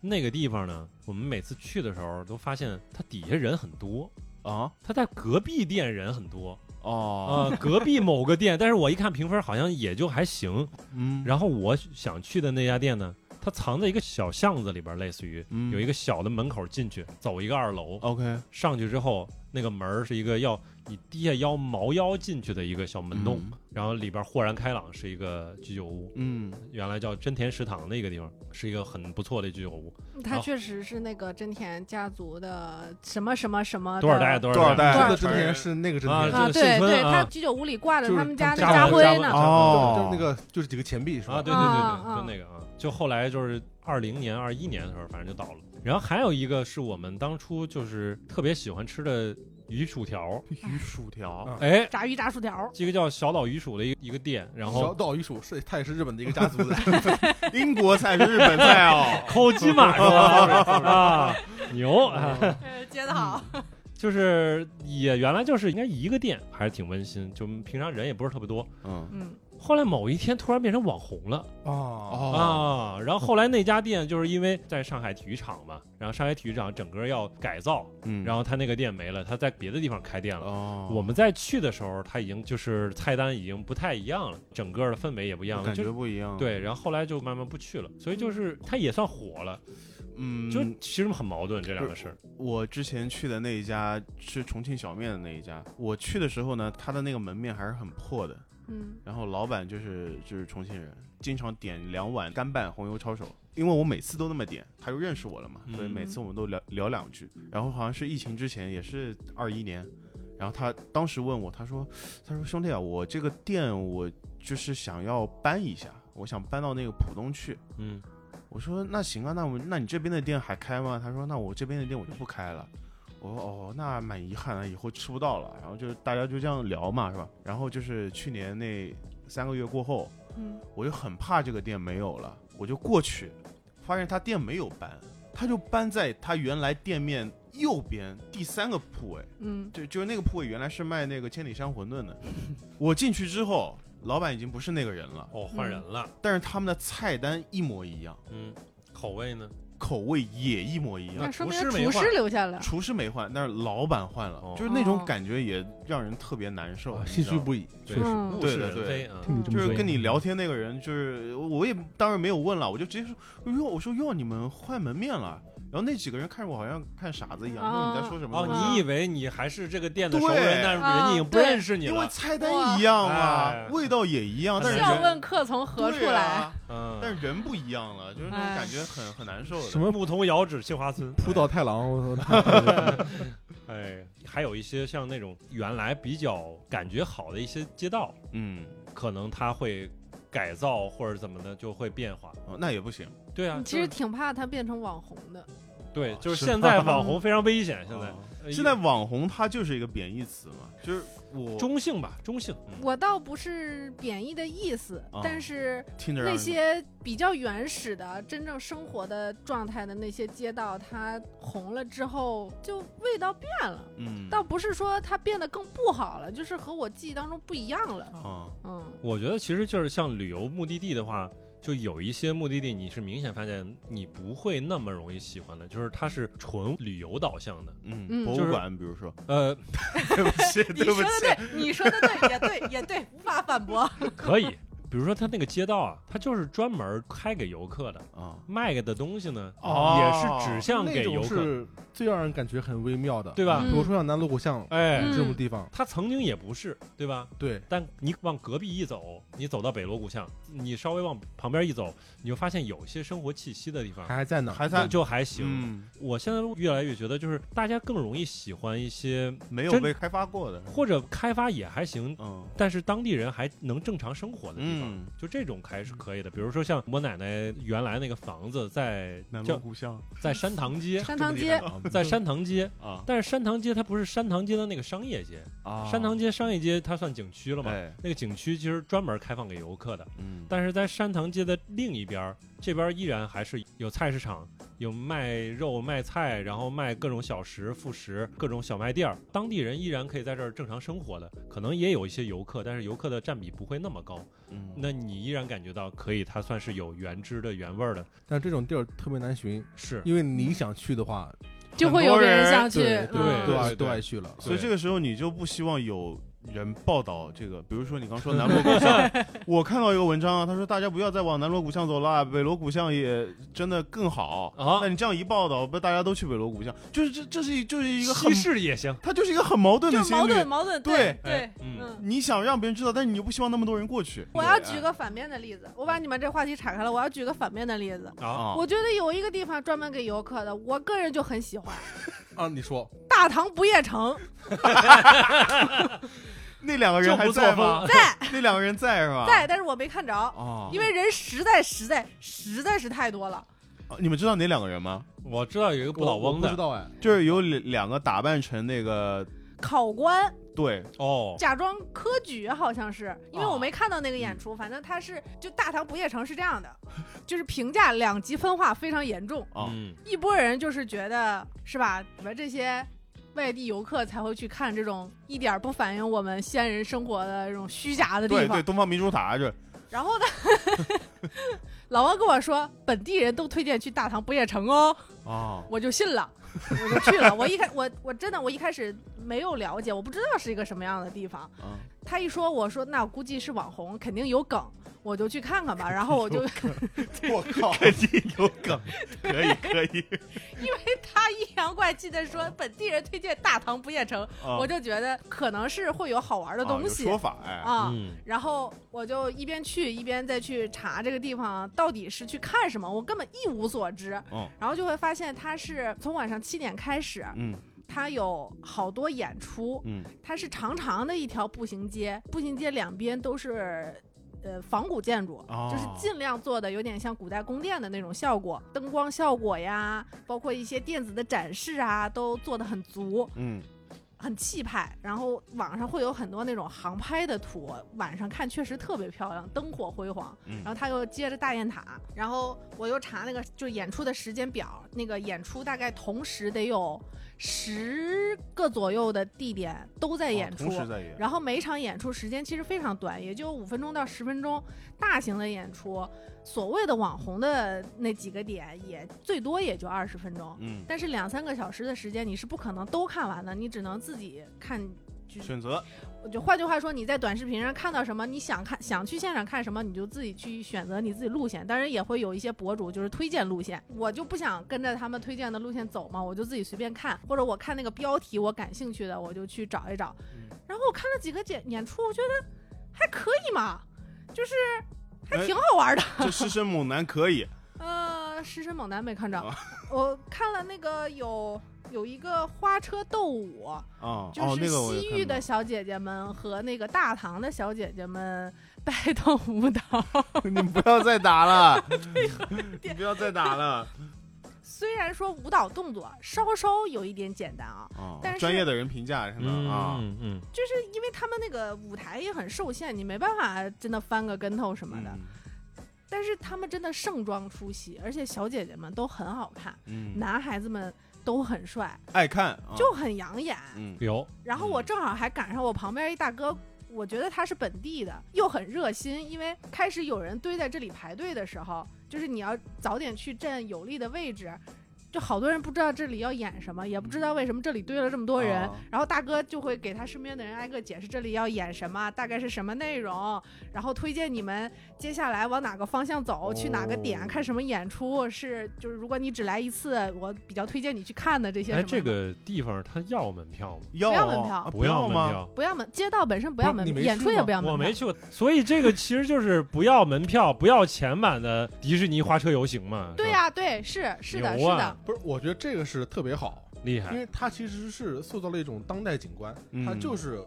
S2: 那个地方呢，我们每次去的时候都发现它底下人很多，
S1: 啊
S2: 它在隔壁店人很多
S1: 哦，
S2: 啊、隔壁某个店，但是我一看评分好像也就还行，
S1: 嗯，
S2: 然后我想去的那家店呢，它藏在一个小巷子里边，类似于
S1: 嗯哦
S2: 有一个小的门口进去，走一个二楼，
S1: OK
S2: 上去之后，那个门儿是一个要你低下腰猫腰进去的一个小门洞，，然后里边豁然开朗是一个居酒屋，
S1: 嗯
S2: 原来叫真田食堂的一个地方，是一个很不错的居酒屋，
S4: 它
S2: 好
S4: 确实是那个真田家族的什么什么什么的
S2: 多少代多
S1: 多少
S2: 代
S1: 代
S3: 这
S1: 哎
S3: 个真田是那个真
S2: 啊
S3: 田，
S2: 这
S4: 啊，
S2: 个
S4: 对
S2: 信封
S4: 对，
S2: 啊
S4: 他居酒屋里挂着
S3: 就是
S4: 他们家
S3: 他
S4: 那
S3: 们家
S4: 徽
S2: 文
S4: 呢
S2: 家，文
S1: 哦
S3: 就那个就是几个钱币是吧？
S2: 啊，对对对
S4: 啊
S2: 对，
S4: 啊
S2: 就那个啊，就后来就是二零年、二一年的时候，反正就倒了。然后还有一个是我们当初就是特别喜欢吃的鱼薯条，
S1: 鱼薯条
S3: 啊
S2: 哎，
S4: 炸鱼炸薯 条，
S2: 这个叫小岛鱼薯的一个一个店，然
S3: 小
S2: 后，
S3: 岛鱼鼠是，它也是日本的一个家族的。
S1: 英国菜是日本菜哦
S2: 抠鸡嘛是吧？啊，牛啊！
S4: 接的好，
S2: 就是也原来就是应该一个店，还是挺温馨，就平常人也不是特别多。
S1: 嗯
S4: 嗯，
S2: 后来某一天突然变成网红了
S3: 哦
S1: 哦
S2: 啊！然后后来那家店就是因为在上海体育场嘛，然后上海体育场整个要改造，
S1: 嗯
S2: 然后他那个店没了，他在别的地方开店了。
S1: 哦，
S2: 我们在去的时候，他已经就是菜单已经不太一样了，整个的氛围也不一样了，
S1: 感
S2: 就
S1: 觉嗯不一样，，
S2: 对。然后后来就慢慢不去了，所以就是他也算火了，
S1: 嗯，
S2: 就其实很矛盾这两个事儿。
S1: 我之前去的那一家是重庆小面的那一家，我去的时候呢，他的那个门面还是很破的，
S4: 嗯，
S1: 然后老板就是就是重庆人，经常点两碗干拌红油抄手，因为我每次都那么点，他就认识我了嘛，
S2: 嗯
S1: 所以每次我们都聊聊两句。然后好像是疫情之前，也是二一年，然后他当时问我，他说他说兄弟啊，我这个店我就是想要搬一下，我想搬到那个浦东去。
S2: 嗯，
S1: 我说那行啊，那我那你这边的店还开吗？他说那我这边的店我就不开了。我说哦，那蛮遗憾的，以后吃不到了。然后就大家就这样聊嘛，是吧？然后就是去年那三个月过后，
S4: 嗯，
S1: 我就很怕这个店没有了，我就过去，发现他店没有搬，他就搬在他原来店面右边第三个铺位，
S4: 嗯，
S1: 就就是那个铺位原来是卖那个千里山馄饨的。 我进去之后，老板已经不是那个人了，
S2: 哦，换人了，
S1: 但是他们的菜单一模一样。
S2: 嗯，口味呢？
S1: 口味也一模一样，
S4: 那说明
S2: 厨师没
S4: 厨师
S2: 换
S4: 留下了，
S1: 厨师没换，但是老板换了，
S2: 哦
S1: 就是那种
S4: 哦
S1: 感觉也让人特别难受，
S3: 啊
S1: 你
S3: 唏
S1: 知道
S3: 嘘
S1: 吗
S3: 不已，
S2: 对
S3: 确实。
S4: 嗯
S2: 物
S1: 对
S2: 是
S1: 的
S2: 人
S1: 对
S2: 非啊。
S5: 听你这么
S1: 就是
S5: 说
S1: 跟你聊天那个人，就是我也当然没有问了，我就直接说，哟，我说哟，你们换门面了。然后那几个人看着我好像看傻子一样，
S4: 啊
S1: 说你在说什么？
S2: 哦，
S1: 我说
S2: 你以为你还是这个店的熟人，
S1: 对
S2: 但是人家已经不认识你
S1: 因为
S2: 了。
S1: 菜单一样
S2: 哇
S1: 嘛，味道也一样，但
S2: 很
S1: 是
S2: 难
S4: 笑
S1: 人
S4: 问客从何处
S1: 对
S4: 来，
S1: 啊，
S2: 嗯，
S1: 但是人不一样了，就是那种感觉
S4: 哎
S1: 很很难受的。
S5: 什么
S2: 牧童遥指杏花村，
S5: 扑倒太郎，我操！
S2: 哎，还有一些像那种原来比较感觉好的一些街道，
S1: 嗯，
S2: 可能它会改造或者怎么的，就会变化。
S1: 哦那也不行。
S2: 对啊，
S4: 嗯其
S2: 就
S4: 实
S2: 是
S4: 挺怕他变成网红的，
S2: 对，就是
S1: 是
S2: 现 在网红非常危险，现在
S1: 哦
S2: 呃
S1: 现在网红它就是一个贬义词嘛，就是我
S2: 中性吧，中性。嗯
S4: 我倒不是贬义的意思，
S1: 啊
S4: 但是
S1: 听着让
S4: 那
S1: 人
S4: 些比较原始的、真正生活的状态的那些街道，它红了之后，就味道变了。
S1: 嗯
S4: 倒不是说它变得更不好了，就是和我记忆当中不一样了。
S1: 啊
S4: 嗯
S2: 我觉得其实就是像旅游目的地的话，就有一些目的地你是明显发现你不会那么容易喜欢的，就是它是纯旅游导向的。
S1: 嗯，
S4: 嗯
S1: 博
S2: 就
S1: 物
S2: 是
S1: 馆比如说，
S2: 呃，
S1: 对不起，对
S4: 你说
S1: 不
S4: 的
S1: 起，
S4: 对，你说的对，也对，也对，无法反驳。
S2: 可以，比如说它那个街道啊，它就是专门开给游客的，
S1: 啊，
S2: 卖给的东西呢、
S1: 哦
S2: 也是指向给
S3: 那
S2: 游
S3: 种
S2: 客，
S3: 是最让人感觉很微妙的，
S2: 对吧？
S4: 嗯
S3: 比如说像南锣鼓巷
S2: 哎。
S4: 嗯
S3: 这种地方，
S2: 它曾经也不是，对吧？
S3: 对，
S2: 但你往隔壁一走，你走到北锣鼓巷，你稍微往旁边一走，你就发现有些生活气息的地方
S3: 还还在哪儿？
S1: 还在
S2: 就啊还行。
S1: 嗯，
S2: 我现在越来越觉得，就是大家更容易喜欢一些
S1: 没有
S2: 真
S1: 被开发过的，
S2: 或者开发也还行，
S1: 嗯
S2: 但是当地人还能正常生活的地方。方，
S1: 嗯，
S2: 就这种还是可以的。比如说像我奶奶原来那个房子在
S1: 南锣
S2: 叫
S1: 鼓巷
S2: 在山塘街，
S4: 山塘街，
S2: 在山塘街，
S1: 啊
S2: 但是山塘街它不是山塘街的那个商业街，
S1: 啊
S2: 山塘街商业街它算景区了嘛？
S1: 哎，
S2: 那个景区其实专门开放给游客的，
S1: 嗯，
S2: 但是在山塘街的另一边儿，这边儿依然还是有菜市场，有卖肉、卖菜，然后卖各种小食、副食，各种小卖店儿。当地人依然可以在这儿正常生活的，可能也有一些游客，但是游客的占比不会那么高。
S1: 嗯
S2: 那你依然感觉到可以，它算是有原汁的原味儿的，
S5: 但这种地儿特别难寻，
S2: 是
S5: 因为你想去的话，
S6: 就会
S1: 很
S6: 有
S1: 多
S6: 人
S1: 人
S6: 想去，
S5: 对
S6: 嗯
S5: 都
S2: 对
S5: 爱
S2: 对
S5: 都爱去了。
S1: 所以这个时候你就不希望有人报道这个，比如说你刚说南锣鼓 巷，我看到一个文章啊，他说大家不要再往南锣鼓巷走了，啊北锣鼓巷也真的更好。
S2: 啊
S1: 那，你这样一报道，不大家都去北锣鼓巷，就是这这是一就是一个很
S2: 西，式也行。
S1: 它就是一个很矛盾的
S6: 就
S1: 心
S6: 矛
S1: 理
S6: 盾。矛盾，
S1: 对
S6: 对，
S2: 嗯
S6: 嗯，
S1: 你想让别人知道，但是你又不希望那么多人过去。
S4: 我要举个反面的例子，我把你们这话题岔开了，我要举个反面的例子。
S2: 啊，
S1: 啊，
S4: 我觉得有一个地方专门给游客的，我个人就很喜欢
S3: 啊，你说
S4: 大唐不夜城，
S1: 那两个
S2: 就
S1: 人还
S2: 不错
S1: 在
S2: 吧？
S1: 吗？
S4: 在
S1: 那两个人在是吧？
S4: 在，但是我没看着，
S1: 啊，
S4: 因为人实在实在实在是太多了。
S1: 啊你们知道哪两个人吗？
S2: 我知道有一个不
S3: 我
S2: 倒
S3: 我
S2: 翁
S3: 不知
S2: 的
S3: 道哎，
S1: 就是有两两个打扮成那个
S4: 考官
S1: 对
S2: 哦，
S4: 假装科举好像是，因为
S2: 啊
S4: 我没看到那个演出，反正他是就大唐不夜城是这样的，就是评价两极分化非常严重，
S1: 啊
S2: 嗯，
S4: 一拨人就是觉得是吧，你们这些外地游客才会去看这种一点儿不反映我们西安人生活的这种虚假的地
S1: 对
S4: 方
S1: 对，，东方明珠塔这
S4: 然后呢， 老王跟我说本地人都推荐去大唐不夜城哦，
S1: 啊
S4: 我就信了，我就去了。我一开我我真的我一开始没有了解，我不知道是一个什么样的地方。
S1: 啊
S4: 他一说，我说那估计是网红，肯定有梗，我就去看看吧。然后我就
S3: 我靠，
S1: 肯定有梗，可 以可以。
S4: 他阴阳怪气的说本地人推荐大唐不夜城，
S1: 啊
S4: 我就觉得可能是会有好玩的
S1: 啊
S4: 东
S1: 有
S4: 西
S1: 说法哎，
S4: 啊。
S2: 嗯
S4: 然后我就一边去一边再去查这个地方到底是去看什么，我根本一无所知。
S1: 嗯
S4: 然后就会发现它是从晚上七点开始，
S1: 嗯
S4: 它有好多演出，
S1: 嗯
S4: 它是长长的一条步行街，步行街两边都是。呃，仿古建筑、
S1: 哦
S4: 就是尽量做的有点像古代宫殿的那种效果，灯光效果呀，包括一些电子的展示啊，都做得很足。
S1: 嗯
S4: 很气派，然后网上会有很多那种航拍的图，晚上看确实特别漂亮，灯火辉煌。
S1: 嗯
S4: 然后他又接着大雁塔，然后我又查那个就演出的时间表，那个演出大概同时得有十个左右的地点都在演
S1: 哦
S4: 出，
S1: 同时在演，
S4: 然后每一场演出时间其实非常短，也就五分钟到十分钟。大型的演出，所谓的网红的那几个点也最多也就二十分钟。
S1: 嗯，
S4: 但是两三个小时的时间你是不可能都看完的，你只能自己看。就是，
S1: 选择
S4: 就换句话说，你在短视频上看到什么，你想看想去现场看什么，你就自己去选择你自己路线。当然也会有一些博主就是推荐路线，我就不想跟着他们推荐的路线走嘛，我就自己随便看，或者我看那个标题我感兴趣的，我就去找一找。然后我看了几个演演出，我觉得还可以嘛，就是还
S1: 哎
S4: 挺好玩的。
S1: 这狮身猛男可以，
S4: 呃，食神猛男没看着，
S1: 啊
S4: 我看了那个有有一个花车斗舞，
S1: 啊，
S4: 就
S1: 哦，
S4: 是
S1: 那个我
S4: 西
S1: 也
S4: 域
S1: 看过
S4: 的小姐姐们和那个大唐的小姐姐们 摆动舞蹈。
S1: 你们不要再打了，你不要再打了，
S4: 虽然说舞蹈动作稍稍有一点简单啊，
S1: 啊
S4: 但，是
S1: 专业的人评价是
S2: 嗯
S1: 吧？啊，
S2: 嗯嗯，
S4: 就是因为他们那个舞台也很受限，你没办法真的翻个跟头什么的。
S1: 嗯
S4: 但是他们真的盛装出席，而且小姐姐们都很好看，
S1: 嗯，
S4: 男孩子们都很帅，
S1: 爱看啊
S4: 就很养眼。
S1: 嗯
S2: 有
S4: 然后我正好还赶上我旁边一大哥，我觉得他是本地的，又很热心，因为开始有人堆在这里排队的时候，就是你要早点去占有利的位置。就好多人不知道这里要演什么，也不知道为什么这里堆了这么多
S2: 嗯
S4: 人，
S1: 啊
S4: 然后大哥就会给他身边的人挨个解释这里要演什么，大概是什么内容，然后推荐你们接下来往哪个方向走，去哪个点
S1: 哦
S4: 看什么演出，是就是如果你只来一次，我比较推荐你去看的这些什
S2: 哎，
S4: 么。
S2: 这个地方它要门票吗？
S1: 要
S4: 要门票
S1: 啊
S2: 不要门
S1: 吗？
S2: 票，
S4: 不要门，街道本身不要门
S5: 不是你
S4: 票，
S5: 没
S4: 演出
S5: 去
S4: 也
S5: 吗
S4: 不要门票。
S2: 我没去过，所以这个其实就是不要门票、不要钱版的迪士尼花车游行嘛。
S4: 对
S2: 呀、
S4: 呀、对，是是的，是
S2: 牛
S4: 的
S2: 啊，
S3: 不是，我觉得这个是特别好，
S2: 厉
S3: 因
S4: 嗯
S2: 害，
S4: 啊
S3: 为它其实是塑造了一种当代景观，
S1: 嗯
S3: 它就是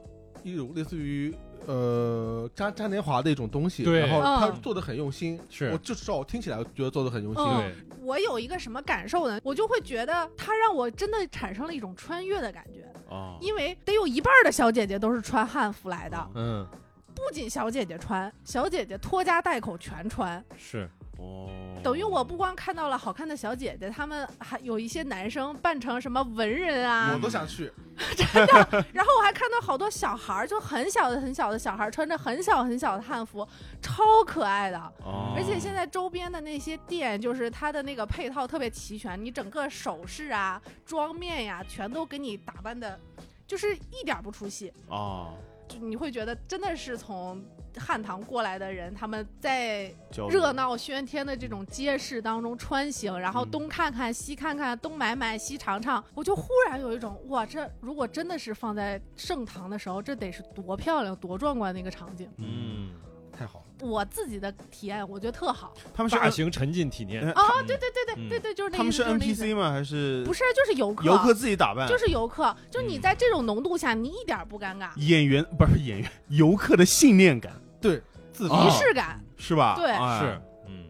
S3: 一种类似于呃
S5: 嘉嘉年华的一种东西，
S2: 对
S5: 然后他
S4: 嗯
S5: 做的很用心，
S2: 是
S5: 我至少我听起来觉得做的很用心，
S4: 嗯
S2: 对，
S4: 我有一个什么感受呢？我就会觉得它让我真的产生了一种穿越的感觉，
S1: 哦，
S4: 因为得有一半儿的小姐姐都是穿汉服来的，
S2: 嗯，
S4: 不仅小姐姐穿，小姐姐拖家带口全穿。
S2: 是，
S1: 哦，
S4: 等于我不光看到了好看的小姐姐，他们还有一些男生扮成什么文人啊
S3: 我，都想去，
S4: 然后我还看到好多小孩儿，就很小的很小的小孩儿，穿着很小很小的汉服，超可爱的。
S1: 哦，
S4: 而且现在周边的那些店，就是它的那个配套特别齐全，你整个首饰啊、妆面呀、全都给你打扮的，就是一点儿不出戏。
S1: 哦，
S4: 就你会觉得真的是从汉唐过来的人，他们在
S1: 交流
S4: 热闹喧天的这种街市当中穿行，然后
S1: 嗯
S4: 东看看西看看，东买买西尝尝，我就忽然有一种哇，这如果真的是放在盛唐的时候，这得是多漂亮、多壮观的一个场景。
S2: 嗯，
S3: 太好了。
S4: 我自己的体验，我觉得特好。
S1: 他们是
S2: 大型沉浸体 验，
S1: 哎
S4: 哦，对对对对
S2: 嗯
S4: 对对，就是那
S1: 他
S4: 意
S1: 们
S4: 思，
S1: 是
S4: 就是那意思
S1: NPC 吗？还是
S4: 不是，就是游客，
S1: 游客自己打扮？
S4: 就是游客，就是你在这种浓度下，你一点儿不尴尬，
S1: 演员不是演员，游客的信念感
S3: 自
S1: 啊
S4: 仪式感。
S1: 是吧？
S4: 对
S1: 哎
S2: 是，嗯，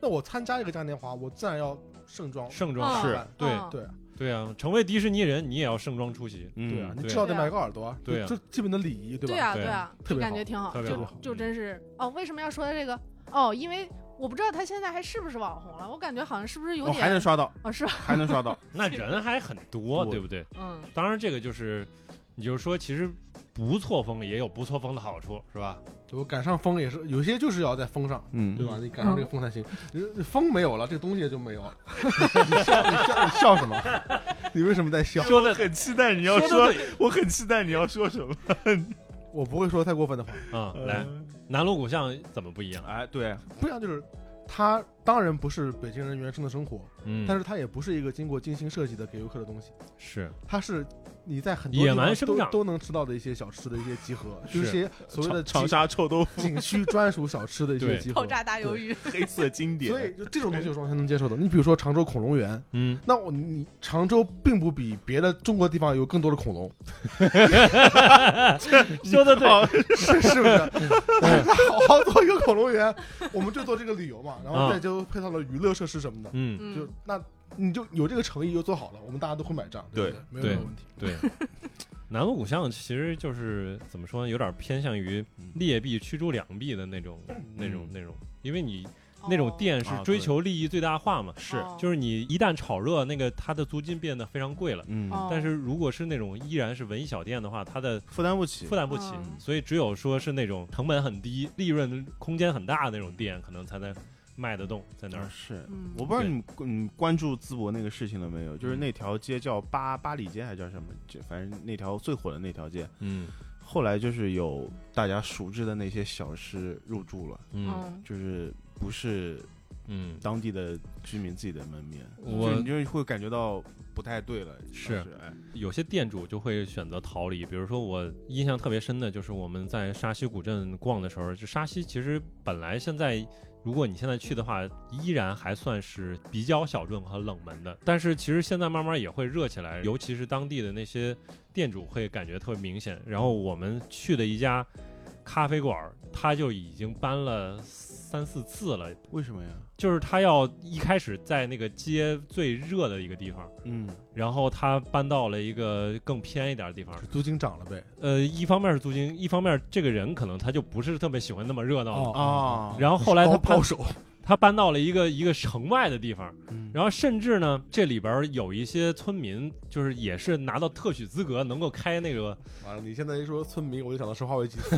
S3: 那我参加一个嘉年华，我自然要盛装。
S2: 盛
S4: 嗯
S2: 装
S1: 是
S2: 对
S4: 嗯
S3: 对啊，
S2: 对啊，成为迪士尼人，你也要盛装出席，
S1: 嗯
S3: 对啊，你
S2: 对
S3: 至少得
S4: 对啊
S3: 买个耳朵啊，
S2: 对啊
S3: 这这基本的礼仪，对吧？
S4: 啊，
S2: 对
S4: 对啊，
S3: 特
S4: 就
S3: 别
S4: 感
S3: 好
S4: 觉挺好，
S2: 特别
S4: 就
S2: 好
S4: 就
S2: 嗯
S4: 真是哦。为什么要说这个？哦，因为我不知道他现在还是不是网红了，我感觉好像是不是有
S1: 我还能
S4: 点
S1: 刷到，
S4: 哦，是吧？
S1: 还能刷 到，
S2: 那人还很多，
S1: 多
S2: 对不对？
S4: 嗯，
S2: 当然，这个就是，你就是说，其实不错峰也有不错峰的好处，是吧？
S3: 我赶上风也是，有些就是要在风上，对
S1: 嗯，
S3: 吧？你赶上这个风才行。呃风没有了，这个东西就没有了。 你笑你笑你笑什么？ 你为什么在笑？
S2: 说的
S1: 很期待你
S2: 说的对，
S1: 我很期待你要说什么。
S3: 我不会说太过分的话，
S1: 呃
S2: 嗯，来，南锣鼓巷怎么不一样？啊
S1: 哎，对，
S3: 不然就是。它当然不是北京人原生的生活，
S2: 嗯，
S3: 但
S2: 是
S3: 是它也不是一个经过精心设计的给游客的东西，
S2: 是
S3: 它是你在很多
S2: 野
S3: 地方
S2: 蛮生
S3: 都
S2: 长
S3: 都能吃到的一些小吃的一些集合，就是一些所谓的
S1: 长
S3: 景
S1: 沙臭豆腐，
S3: 景区专属小吃的一
S2: 对
S3: 些集合
S4: 爆。炸大鱿鱼，
S1: 黑色 经典。
S3: 所以就这种东西是完全能接受的。你比如说常州恐龙园，
S2: 嗯，
S3: 那我你常州并不比别的中国地方有更多的恐龙，
S2: 说的对，
S3: 是是 嗯不是？好好做一个恐龙园，我们就做这个旅游嘛，然后
S2: 啊
S3: 再就配套了娱乐设施什么的，
S2: 嗯，
S4: 嗯
S3: 就那你就有这个诚意又做好了，我们大家都会买账，对不对，没有
S2: 对
S3: 任何问题。
S2: 对。南锣鼓巷其实就是怎么说呢，有点偏向于劣币驱逐良币的那种、那
S4: 嗯
S2: 种、那种，因为你那种店是
S1: 啊
S2: 追
S1: 对
S2: 求利益最大化嘛，
S1: 是
S4: 哦
S2: 就是你一旦炒热，那个它的租金变得非常贵了。
S1: 嗯，
S4: 哦
S2: 但是如果是那种依然是文艺小店的话，它的
S1: 负担不起
S2: 负。担不起，
S4: 嗯
S2: 所以只有说是那种成本很低、利润空间很大的那种店，可能才能卖得动在那
S1: 那
S2: 儿。
S1: 是，
S4: 嗯
S1: 我不知道你你关注淄博那个事情了没有？就是
S2: 嗯
S1: 那条街叫八八里街还叫什么？就反正那条最火的那条街，
S2: 嗯
S1: 后来就是有大家熟知的那些小吃入驻了，
S2: 嗯
S4: 嗯
S1: 就是不是
S2: 嗯，
S1: 当地的居民自己的门面，
S2: 我
S1: 就你就会感觉到不太对了。
S2: 是
S1: 当时哎
S2: 有些店主就会选择逃离，比如说我印象特别深的就是我们在沙溪古镇逛的时候，就沙溪其实本来现在。如果你现在去的话，依然还算是比较小众和冷门的，但是其实现在慢慢也会热起来，尤其是当地的那些店主会感觉特别明显。然后我们去的一家咖啡馆儿，他就已经搬了三四次了，
S1: 为什么呀？
S2: 就是他要一开始在那个街最热的一个地方，
S1: 嗯，
S2: 然后他搬到了一个更偏一点的地方。
S3: 租金涨了呗，
S2: 呃，一方面是租金，一方面这个人可能他就不是特别喜欢那么热闹了。
S3: 嗯
S1: 啊，
S2: 然后后来他
S3: 哦高
S2: 搬
S3: 高手，
S2: 他搬到了一个一个城外的地方，
S1: 嗯
S2: 然后甚至呢，这里边儿有一些村民就是也是拿到特许资格，能够开那个
S3: 完了你现在一说村民，我就想到生化危机四，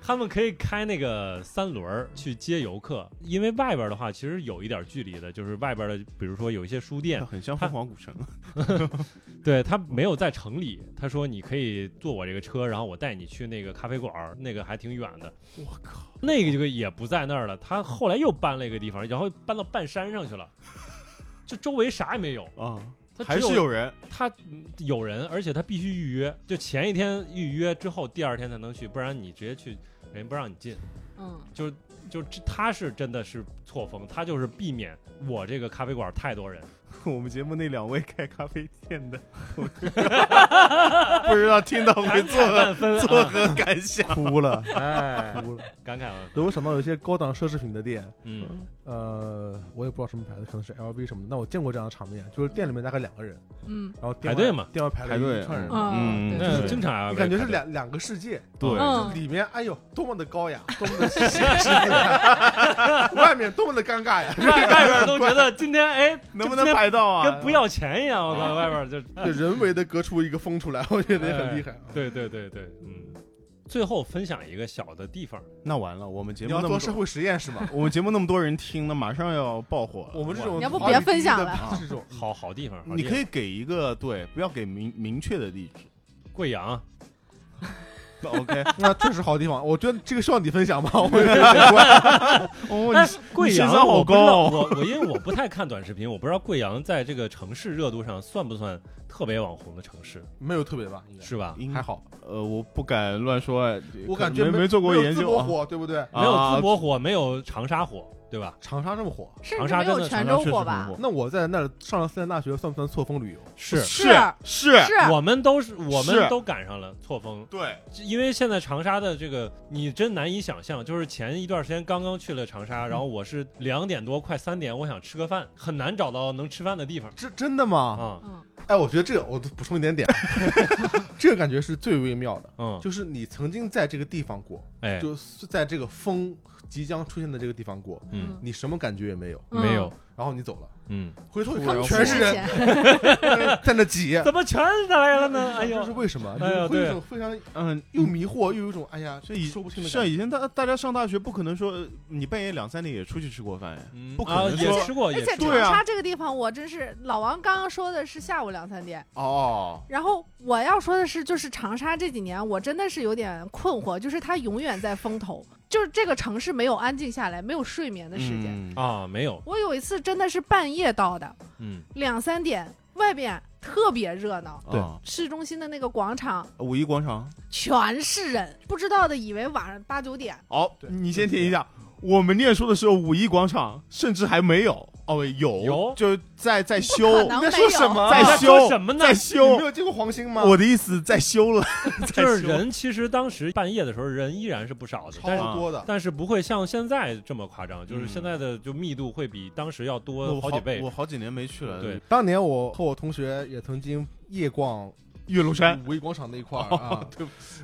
S2: 他们可以开那个三轮儿去接游客，因为外边儿的话其实有一点距离的，就是外边儿的，比如说有一些书店
S1: 那，很像
S2: 他
S1: 凤凰古城。
S2: 对他没有在城里，他说你可以坐我这个车，然后我带你去那个咖啡馆儿，那个还挺远的。
S1: 我靠，
S2: 那个这个也不在那儿了，他后来又搬了一个地方，然后搬到半山上去了，就周围啥也没有，
S1: 啊，
S2: 哦他只
S1: 还是有人
S2: 他嗯有人，而且他必须预约，就前一天预约之后，第二天才能去，不然你直接去，人家不让你进。
S4: 嗯
S2: 就这他是真的是错峰，他就是避免我这个咖啡馆太多人，
S1: 我们节目那两位开咖啡店的，我不知道听到会作何
S2: 万分
S1: 作
S2: 啊，
S1: 何感想？
S3: 哭 了，
S5: 哎，
S3: 哭了。
S2: 感慨万分。
S3: 对我 想到有一些高档奢侈品的店，
S2: 嗯
S3: 呃，我也不知道什么牌子，可能是 LV 什么的。那我见过这样的场面，就是店里面大概两个人，
S4: 嗯
S3: 然后
S2: 排
S3: 店外
S2: 队嘛
S3: 店外排
S1: 排
S3: 了
S1: 队
S3: 一串人，
S4: 啊
S1: 嗯，
S4: 对
S2: 那
S1: 对
S2: 经常啊
S3: 你感觉是两两个世界，
S1: 对
S4: 嗯，
S3: 里面哎呦多么的 高雅，多么的世界，外面多么的尴尬呀。
S2: 外外边都觉得 今天哎，
S1: 能不
S2: 今
S1: 能
S2: 天
S1: 排到啊？
S2: 跟不要钱一样？我靠，外边 就
S3: 就人为的隔出一个风出来，我觉得也很厉害。
S2: 对对对对，嗯。最后分享一个小的地方，
S1: 那完了，我们节
S3: 你
S1: 目
S3: 要
S1: 那
S3: 做
S1: 么
S3: 社
S1: 多，
S3: 会实验是吗？
S1: 我们节目那么多人听，那马上要爆火了。
S3: 我们这种
S4: 你要不
S3: 华语
S4: 别分享
S3: 第一
S4: 了
S3: 的
S1: 啊
S3: 这种
S2: 好好地方，好
S1: 你
S2: 地
S1: 可
S2: 方
S1: 以给一个对，不要给明明确的地址。
S2: 贵
S1: 哦
S2: 阳，
S1: OK，
S3: 那确实好地方，我觉得这个需要你分享吗？我觉得 很怪
S1: 哦
S2: 哎，贵
S1: 你
S2: 阳
S1: 情商好
S2: 我不知道
S1: 高哦
S2: 我我因为我不太看短视频，我不知道贵阳在这个城市热度上算不算特别网红的城市，
S3: 没有特别吧，应该
S2: 是吧？
S1: 应
S3: 还好。
S1: 呃，我不敢乱说，哎
S3: 我
S1: 可
S3: 感觉
S1: 没没做过
S3: 有
S1: 研
S3: 淄
S1: 究
S3: 博
S1: 啊。
S3: 火，对不对？
S2: 没有淄
S1: 啊
S2: 博火，没有长沙火，对吧？
S3: 长沙这么火，
S4: 甚
S2: 长
S4: 至
S2: 沙
S4: 没
S2: 真
S4: 有
S2: 的
S4: 泉
S1: 长
S4: 州
S1: 沙确实
S4: 火
S1: 很
S4: 吧？
S1: 火
S3: 那我在那儿上了四年大学，算不算错峰旅游？
S2: 是
S1: 是是，
S4: 是
S2: 我们都是，我
S1: 是
S2: 们都赶上了错峰，
S1: 对，
S2: 因为现在长沙的这个你真难以想象，就是前一段时间刚刚去了长沙，然后我是两点多快三点，我想吃个饭，很难找到能吃饭的地方
S3: 这真的吗？
S2: 啊，
S4: 嗯
S3: 哎，我觉得这个我补充一点点，啊 这个感觉是最微妙的，
S2: 嗯，
S3: 就是你曾经在这个地方过，
S2: 哎，
S3: 就是在这个风即将出现的这个地方过，
S2: 嗯，
S3: 你什么感觉也没有，
S4: 嗯
S2: 没有，
S3: 然后你走了，
S2: 嗯，
S3: 回头一
S1: 突
S3: 看
S1: 然
S3: 全是人 在那挤，
S2: 怎么全来了呢？哎
S3: 这 是
S2: 呦，
S3: 为什么？
S2: 哎呀
S3: 你会有一种非常
S1: 嗯，
S3: 又迷惑又有一种哎呀，
S1: 这
S3: 这
S1: 以
S3: 说不清的
S1: 像
S3: 感觉。
S1: 啊以前大大家上大学，不可能说呃你半夜两三点也出去吃过饭呀。
S2: 嗯
S1: 不可
S2: 啊
S1: 能
S2: 也
S1: 说
S2: 吃过，
S4: 而
S2: 也
S4: 且
S2: 吃
S4: 长
S2: 过
S1: 对啊
S4: 沙这个地方，我真是老王刚刚说的是下午两三点，
S1: 哦，
S4: 然后我要说的是，就是长沙这几年我真的是有点困惑，就是它永远在风头，就是这个城市没有安静下来，没有睡眠的时间。
S1: 嗯
S2: 啊，没有，
S4: 我有一次真的是半夜到的，
S2: 嗯，
S4: 两三点，外边特别热闹，
S1: 对，
S3: 啊
S4: 市中心的那个广场
S1: 五一广场。
S4: 全是人，不知道的以为晚上八九点。
S1: 好，
S3: 对
S1: 你先停一下。我们念书的时候，五一广场甚至还没有哦，有
S2: 有
S1: 就在在修
S4: 不可，能
S3: 你在说什么啊
S1: 在
S2: 你在
S1: 修
S2: 说什么呢
S1: 在
S3: 你没
S1: 修。
S3: 有见过黄兴吗？
S1: 我的意思，在修了，在
S2: 就是
S1: 修
S2: 人其实当时半夜的时候人依然是不少的，但是
S1: 啊
S3: 超多的，
S2: 但是不会像现在这么夸张，就是
S1: 嗯
S2: 现在的就密度会比当时要多
S1: 我
S2: 好几倍
S1: 我。好几年没去
S3: 啊
S1: 了。
S2: 对，
S3: 当年我和我同学也曾经夜逛
S1: 岳麓山，哦
S3: 五一广场那一块儿啊，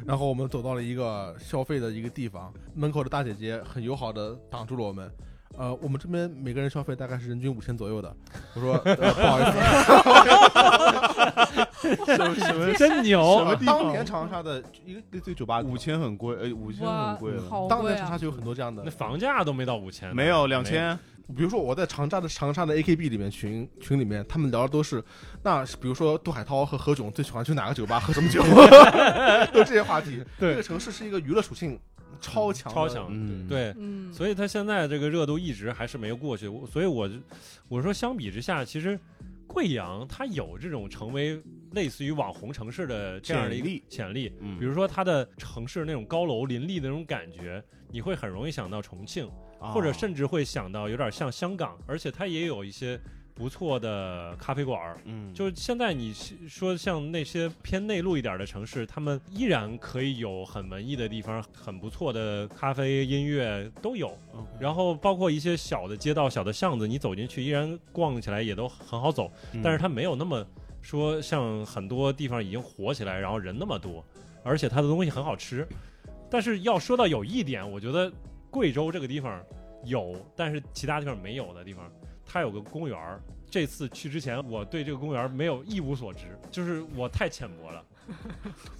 S3: 然后我们走到了一个消费的一个地方，门口的大姐姐很友好的挡住了我们。呃，我们这边每个人消费大概是人均五千左右的。我说、呃不好意思，
S2: 真牛！啊
S1: 么地方
S3: 当年长沙的一个一个酒吧，
S1: 五千很贵，呃，五千
S4: 哇
S1: 很贵了。
S4: 好
S3: 当
S4: 贵
S3: 年长
S4: 啊！
S3: 沙就有很多这样的
S2: 那。房价都没到五千，
S1: 没有两，千，
S3: 比如说我在长沙的长沙的 AKB 里面群群里面，他们聊的都是，那比如说杜海涛和何炅最喜欢去哪个酒吧喝 什么酒，都这些话题。
S2: 对
S3: 这个城市是一个娱乐属性超强的，
S2: 超强
S1: 嗯，
S2: 对。
S4: 嗯，
S2: 所以它现在这个热度一直还是没有过去，我所以我就我说相比之下，其实贵阳它有这种成为类似于网红城市的这样的一
S1: 潜力
S2: 个潜力，
S1: 嗯，
S2: 比如说它的城市那种高楼林立的那种感觉，你会很容易想到重庆，
S1: 啊
S2: 或者甚至会想到有点像香港，而且它也有一些不错的咖啡馆儿，
S1: 嗯，
S2: 就是现在你说像那些偏内陆一点的城市，他们依然可以有很文艺的地方，很不错的咖啡、音乐都有。
S1: OK
S2: 然后包括一些小的街道、小的巷子，你走进去依然逛起来也都很好走，
S1: 嗯
S2: 但是它没有那么说像很多地方已经火起来，然后人那么多，而且它的东西很好吃。但是要说到有一点，我觉得贵州这个地方有，但是其他地方没有的地方，它有个公园儿。这次去之前，我对这个公园儿没有一无所知，就是我太浅薄了。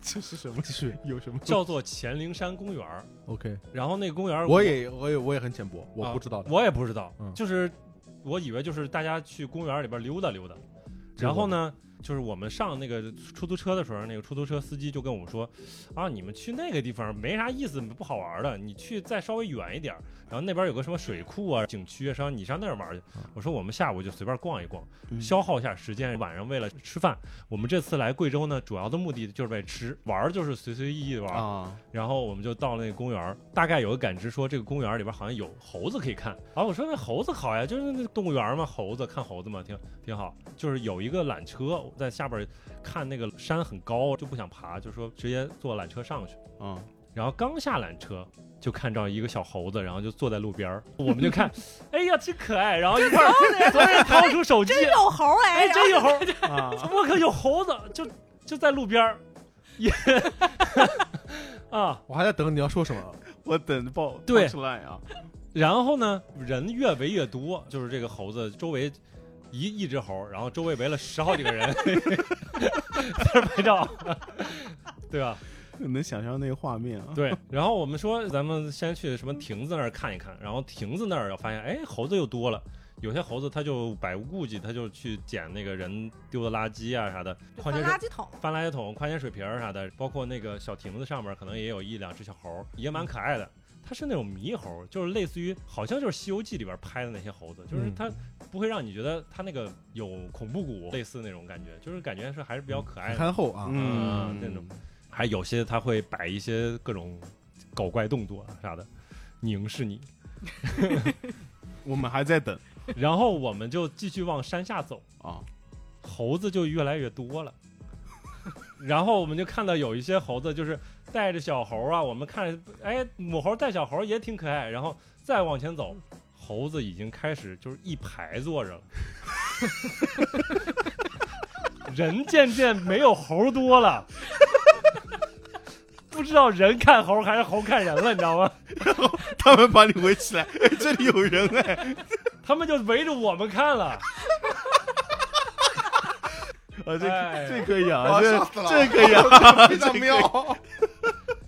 S1: 这是什么？是有什么？
S2: 叫做黔灵山公园儿，
S3: OK，
S2: 然后那个公园儿
S3: 我也我也我也很浅薄，我不知道的。
S2: 我也不知道，
S3: 嗯
S2: 就是我以为就是大家去公园里边溜达溜达，
S3: 结果
S2: 然后呢，就是我们上那个出租车的时候，那个出租车司机就跟我们说，啊，你们去那个地方没啥意思，不好玩的，你去再稍微远一点儿，然后那边有个什么水库啊、景区啊，上你上那儿玩去。
S3: 嗯
S2: 我说我们下午就随便逛一逛，
S1: 嗯
S2: 消耗一下时间。晚上为了吃饭，我们这次来贵州呢，主要的目的就是为吃，玩儿就是随随意意地玩儿。
S1: 啊，
S2: 然后我们就到了那个公园儿，大概有个感知说这个公园儿里边好像有猴子可以看。啊，我说那猴子好呀，就是那动物园儿嘛，猴子看猴子嘛，挺挺好。就是有一个缆车我在下边儿看那个山很高，就不想爬，就说直接坐缆车上去。
S1: 嗯，
S2: 然后刚下缆车，就看到一个小猴子，然后就坐在路边儿，我们就 看，哎呀，真可爱。然后一块 儿所有人掏出手机，
S7: 真有猴儿来
S2: 哎，
S7: 着，
S2: 真有猴儿，
S1: 啊，
S2: 我靠，有猴子，就就在路边 儿，也啊。
S3: 我还在等你要说什么。
S1: 我等爆
S2: 对
S1: 出来啊，
S2: 然后呢，人越围越多，就是这个猴子周围一一只猴，然后周围围了十好几个人在这儿拍照， 对吧？
S1: 能想象那个画面啊，
S2: 对。然后我们说，咱们先去什么亭子那儿看一看，然后亭子那儿发现，哎，猴子又多了。有些猴子它就百无顾忌，它就去捡那个人丢的垃圾啊啥的，矿泉
S7: 放
S2: 水
S7: 垃圾桶，
S2: 翻垃圾桶、矿泉水瓶儿啥的，包括那个小亭子上面可能也有一两只小猴儿，也蛮可爱的。它是那种猕猴，就是类似于好像就是《西游记》里边拍的那些猴子，就是它不会让你觉得它那个有恐怖谷类似那种感觉，就是感觉是还是比较可爱的。
S3: 憨厚啊，
S2: 嗯那种还有些它会摆一些各种搞怪动作啊啥的，凝视你。
S1: 我们还在等
S2: 然后我们就继续往山下走，
S1: 啊，
S2: 猴子就越来越多了。 然后我们就看到有一些猴子就是带着小猴啊，我们看着，哎，母猴带小猴也挺可爱。然后再往前走，猴子已经开始就是一排坐着了， 人渐渐没有猴多了。 不知道人看猴还是猴看人了，你知道吗？
S1: 他们把你围起来， 哎，这里有人 哎，
S2: 他们就围着我们看了。
S1: 啊，
S3: 呃
S1: 这
S2: 哎
S1: 这可以啊，
S8: 哇
S1: 这
S8: 吓死了
S1: 这可以啊，
S8: 非常妙。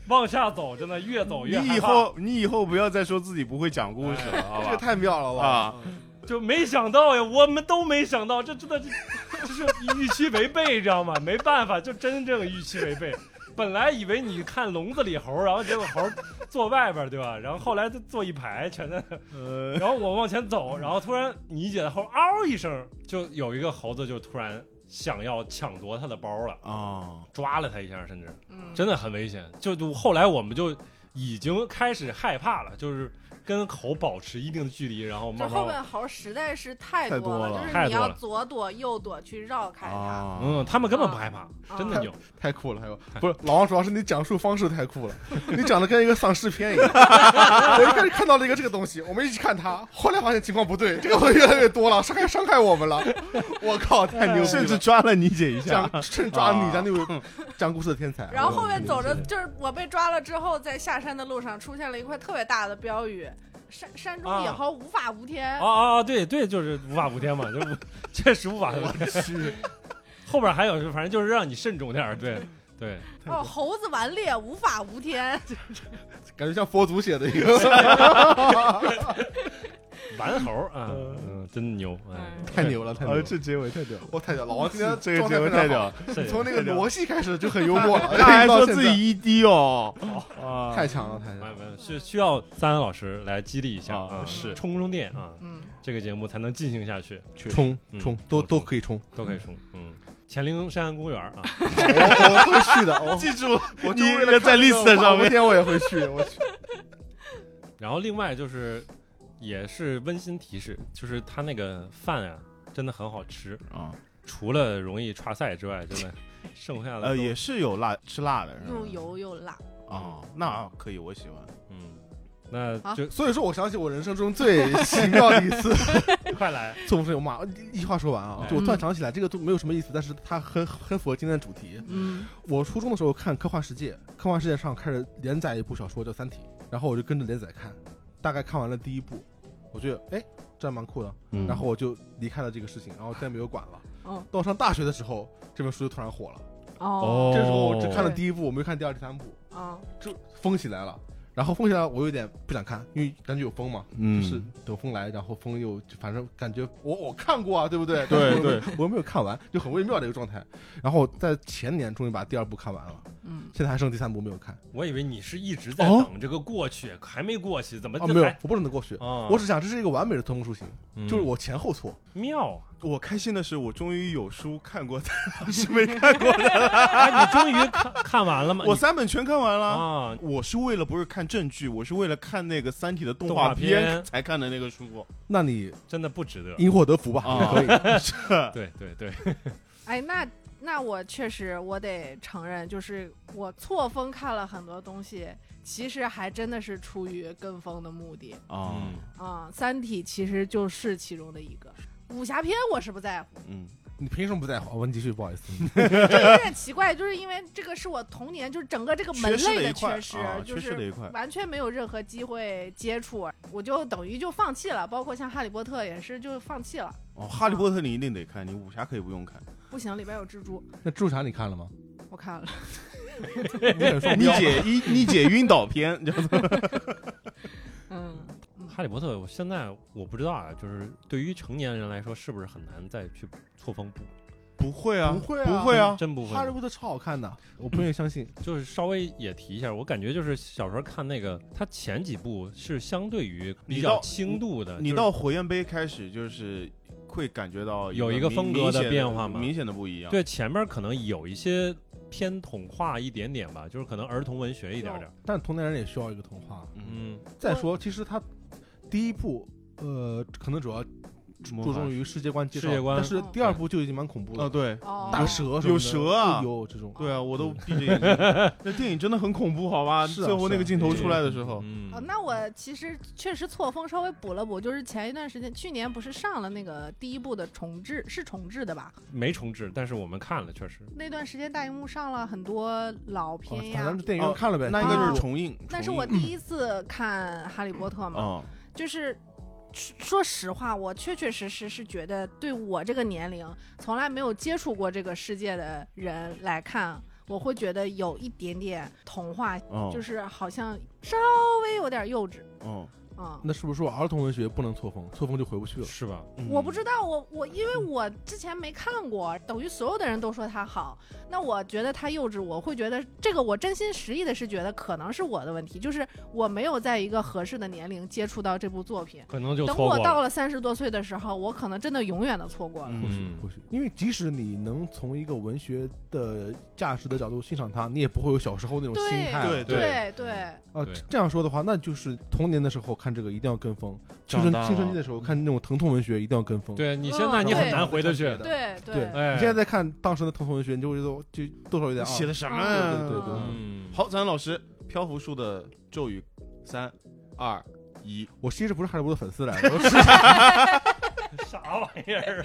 S2: 往下走，真的越走越害
S1: 你
S2: 怕。
S1: 以后你以后不要再说自己不会讲故事
S3: 哎
S1: 了，好
S8: 这个
S1: 吧？
S8: 太妙了吧！
S1: 啊
S3: 嗯
S2: 就没想到呀，我们都没想到，这真的这就是 预期违背，知道吗？没办法，就真正预期违背。本来以为你看笼子里猴，然后结果猴坐外边，对吧？然后后来就坐一排，全在那。
S1: 呃，
S2: 然后我往前走，然后突然你姐的猴嗷一声，就有一个猴子就突然想要抢夺他的包了，
S3: 哎
S1: 啊，
S2: 抓了他一下，甚至
S7: 嗯，
S2: 真的很危险。就就后来我们就已经开始害怕了，就是跟猴保持一定的距离，然后
S4: 这
S2: 慢慢
S4: 后
S2: 往
S4: 面猴实在是太
S1: 太
S4: 多
S1: 多
S4: 了，
S1: 了
S4: 就是
S2: 太
S4: 你
S2: 多
S4: 要
S2: 了
S4: 左躲右躲去绕
S3: 哎
S4: 开它。
S1: 啊，
S2: 嗯，他们根本不害怕，真的牛。
S3: 太酷了，还有不是老王主要是你讲述方式太酷了，你讲的跟一个丧尸片一样。 我一开始看到了一个这个东西，我们一起看它，后来发现情况不对，这个东西越来越多了，伤害伤害我们了。 我靠，太牛逼
S1: 甚至
S3: 了！
S1: 抓了你姐一下，
S3: 讲啊嗯趁抓你家那位讲故事的天
S2: 哎
S3: 才，啊
S4: 然后后面走着，就是我被抓了之后，在下山的路上出现了一块特别大的标语：“山山中野
S2: 啊
S4: 猴无法无天。
S2: 啊啊啊！对对，就是无法无天嘛，就是无确实无法无天。后边还有是，反正就是让你慎重点儿。对对，
S4: 哦，猴子顽劣，无法无天。
S3: 感觉像佛祖写的一个，
S2: 玩猴儿啊， 嗯，真牛！哎，
S3: 太牛了，太牛
S1: 啊，
S3: 了！
S1: 这结尾太 屌了，
S3: 呃我太屌，老王今天
S1: 这个结尾太屌，了，
S2: 这
S3: 从那个逻辑开始就很幽默了，
S1: 他还
S3: 哎 到
S1: 说
S3: 现
S1: 自
S3: 在
S1: 己 ED 哦，啊，
S3: 太强了，太强
S2: 没
S3: 了
S2: 有没有，是需要三安老师来激励一下
S1: 啊
S2: 啊，
S1: 是
S2: 充充电啊，
S4: 嗯，
S2: 这个节目才能进行下去，
S3: 冲
S2: 嗯
S3: 冲都
S2: 冲
S3: 都可以冲，
S2: 都可以充。嗯，乾陵山公园儿啊，
S3: 我我会去的，我
S1: 哎记 住，
S3: 我
S1: 你
S3: 就为了
S1: 在 list 上面
S3: 明天我也会去，我去。
S2: 然后另外就是也是温馨提示，就是他那个饭啊，真的很好吃，
S1: 啊，
S2: 除了容易串赛之外，真的 剩下的都
S1: 呃，也是有辣吃辣的，是吧
S4: 嗯又油又辣。
S1: 啊，那可以，我喜欢。
S2: 嗯，那
S4: 啊
S2: 就
S3: 所以说我想起我人生中最奇妙的一 次
S2: 快来，
S3: 纵身有马。一句话说完啊
S2: 哎，
S3: 就我突然想起来，这个都没有什么意思，但是它很很符合今天的主题。
S4: 嗯，
S3: 我初中的时候看《科幻世界》，《科幻世界》上开始连载一部小说叫《三体》，然后我就跟着连载看，大概看完了第一部，我觉得哎这还蛮酷的，
S1: 嗯
S3: 然后我就离开了这个事情，然后再没有管了。
S4: 嗯
S3: 到我上大学的时候，这本书就突然火了。
S4: 哦，
S3: 这时候我只看了
S4: 对
S3: 第一部，我没有看第二、第三部，
S4: 哦，
S3: 就疯起来了。然后风起来我有点不想看，因为感觉有风嘛，
S1: 嗯
S3: 就是等风来，然后风又反正感觉我我看过啊，对不
S1: 对
S3: 对？但是我
S1: 对，
S3: 我又没有看完，就很微妙的一个状态。然后在前年终于把第二部看完了，
S6: 嗯，
S3: 现在还剩第三部没有看
S2: 我以为你是一直在
S3: 哦
S2: 等这个过去，还没过去，怎么
S3: 啊，
S2: 这
S3: 没有
S2: 还，
S3: 我不能过去，
S2: 啊
S3: 我只想这是一个完美的偷工术型，
S2: 嗯
S3: 就是我前后错，
S2: 妙啊！
S1: 我开心的是，我终于有书看过， 但是没看过。
S2: 哎，你终于看看完 了吗？
S1: 我三本全看完了。
S2: 啊，
S1: 我是为了不是看正剧，我是为了看那个《三体》的动
S2: 动画
S1: 画
S2: 片
S1: 才看的那个书。
S3: 那你
S2: 真的不值得。
S3: 因祸得福吧，
S1: 啊
S3: 可以。
S2: 对对对，
S4: 哎，那那我确实我得承认，就是我错峰看了很多东西，其实还真的是出于跟风的目的
S1: 啊
S2: 嗯，
S4: 啊，三体》其实就是其中的一个。武侠片我是 不在乎，
S1: 嗯，
S3: 你凭什么不在乎？我哦你继续，不好意思。
S4: 这有点奇怪，就是因为这个是我童年，就是整个这个门
S1: 缺失
S4: 类
S1: 了一
S4: 的
S1: 块
S4: 缺失，
S1: 啊，
S4: 就
S1: 缺失了
S4: 是
S1: 一块。
S4: 完全没有任何机会接触，我就等于就放弃了。包括像《哈利波特》也是，就放弃了。
S1: 哦，《哈利波特》你一定得看，你武侠可以不用看。
S4: 不行，里边有蜘蛛，
S3: 那蜘蛛侠你看 了吗？
S4: 我看了。
S3: 你很双
S1: 你
S3: 标。
S1: 姐一，你姐晕倒片，叫 做
S4: 嗯，
S2: 《哈利波特》，我现在我不知道啊，就是对于成年人来说，是不是很难再去错峰补？
S1: 不会啊，
S3: 不会啊
S1: 不会啊。
S2: 真不会
S3: 哈利。波特超好看的，我不愿意相信。
S2: 就是稍微也提一下，我感觉就是小时候看那个，它前几部是相对于比
S1: 你到
S2: 较轻度的，
S1: 你
S2: 就是
S1: 到《火焰杯》开始就是会感觉到
S2: 有一个
S1: 个明
S2: 风格
S1: 明
S2: 的
S1: 显的
S2: 变化嘛
S1: 明显的不一样。
S2: 对前面可能有一些偏统化一点点吧，就是可能儿童文学一点点。
S3: 但同年人也需要一个童话。
S1: 嗯，
S2: 嗯，
S3: 再说，其实他第一部，呃，可能主要
S1: 魔
S3: 注
S1: 法
S3: 重于世界观介绍，
S2: 世界观
S3: 但是第二部就已经蛮恐怖
S1: 啊，
S3: 了，
S1: 对
S4: 哦，
S3: 大蛇什么的
S1: 有蛇啊
S3: 有这种。
S1: 对啊，
S2: 嗯
S1: 我都闭着眼 睛。那电影真的很恐怖，好吧？
S3: 是啊
S1: 最后那个镜头出来的时候，
S2: 嗯，
S4: 哦，那我其实确实错峰稍微补了补，就是前一段时间，去年不是上了那个第一部的重置，是重置的吧？
S2: 没重置，但是我们看了，确实
S4: 那段时间大荧幕上了很多老
S3: 哦
S4: 片呀
S3: 反正，电影院看了呗。哦
S1: 那应该就是重映。
S4: 那是
S1: 重映
S4: 我第一次看《哈利波特》嘛，
S2: 嗯
S1: 啊，
S4: 就是说说实话，我确确实实是觉得，对我这个年龄从来没有接触过这个世界的人来看，我会觉得有一点点童话，
S2: 嗯
S1: 哦
S4: 就是好像稍微有点幼稚
S2: 嗯
S1: 哦，
S4: 啊。
S3: 那是不是说儿童文学不能错峰？错峰就回不去了？
S2: 是吧？
S1: 嗯
S4: 我不知道，我我因为我之前没看过，等于所有的人都说他好，那我觉得他幼稚，我会觉得这个我真心实意的是觉得可能是我的问题，就是我没有在一个合适的年龄接触到这部作品。
S2: 可能就
S4: 等
S2: 错过
S4: 我到
S2: 了。
S4: 了三十多岁的时候，我可能真的永远的错过了。
S1: 嗯
S3: 或许或许，因为即使你能从一个文学的价值的角度欣赏它，你也不会有小时候那种心态。
S1: 对
S2: 嗯哎对
S4: 对
S3: 啊
S2: 对，
S3: 这样说的话，那就是童年的时候看这个一定要跟风，青
S2: 长
S3: 春
S2: 大了嗯
S3: 青春期的时候看那种疼痛文学一定要跟风。
S2: 对你现在
S4: 嗯
S2: 你很
S4: 对
S2: 难回得去。
S3: 对
S4: 对对
S3: 对
S2: 哎，
S3: 你现在在看当时的疼痛文学，你就会觉得就多少有点啊
S1: 写的什么
S4: 啊
S1: 呀？
S3: 对对对对
S2: 嗯，
S1: 好，咱老师，漂浮术的咒语，三、二、一，
S3: 我其实不是哈利波特粉丝 来的，我是
S2: 啥玩意儿？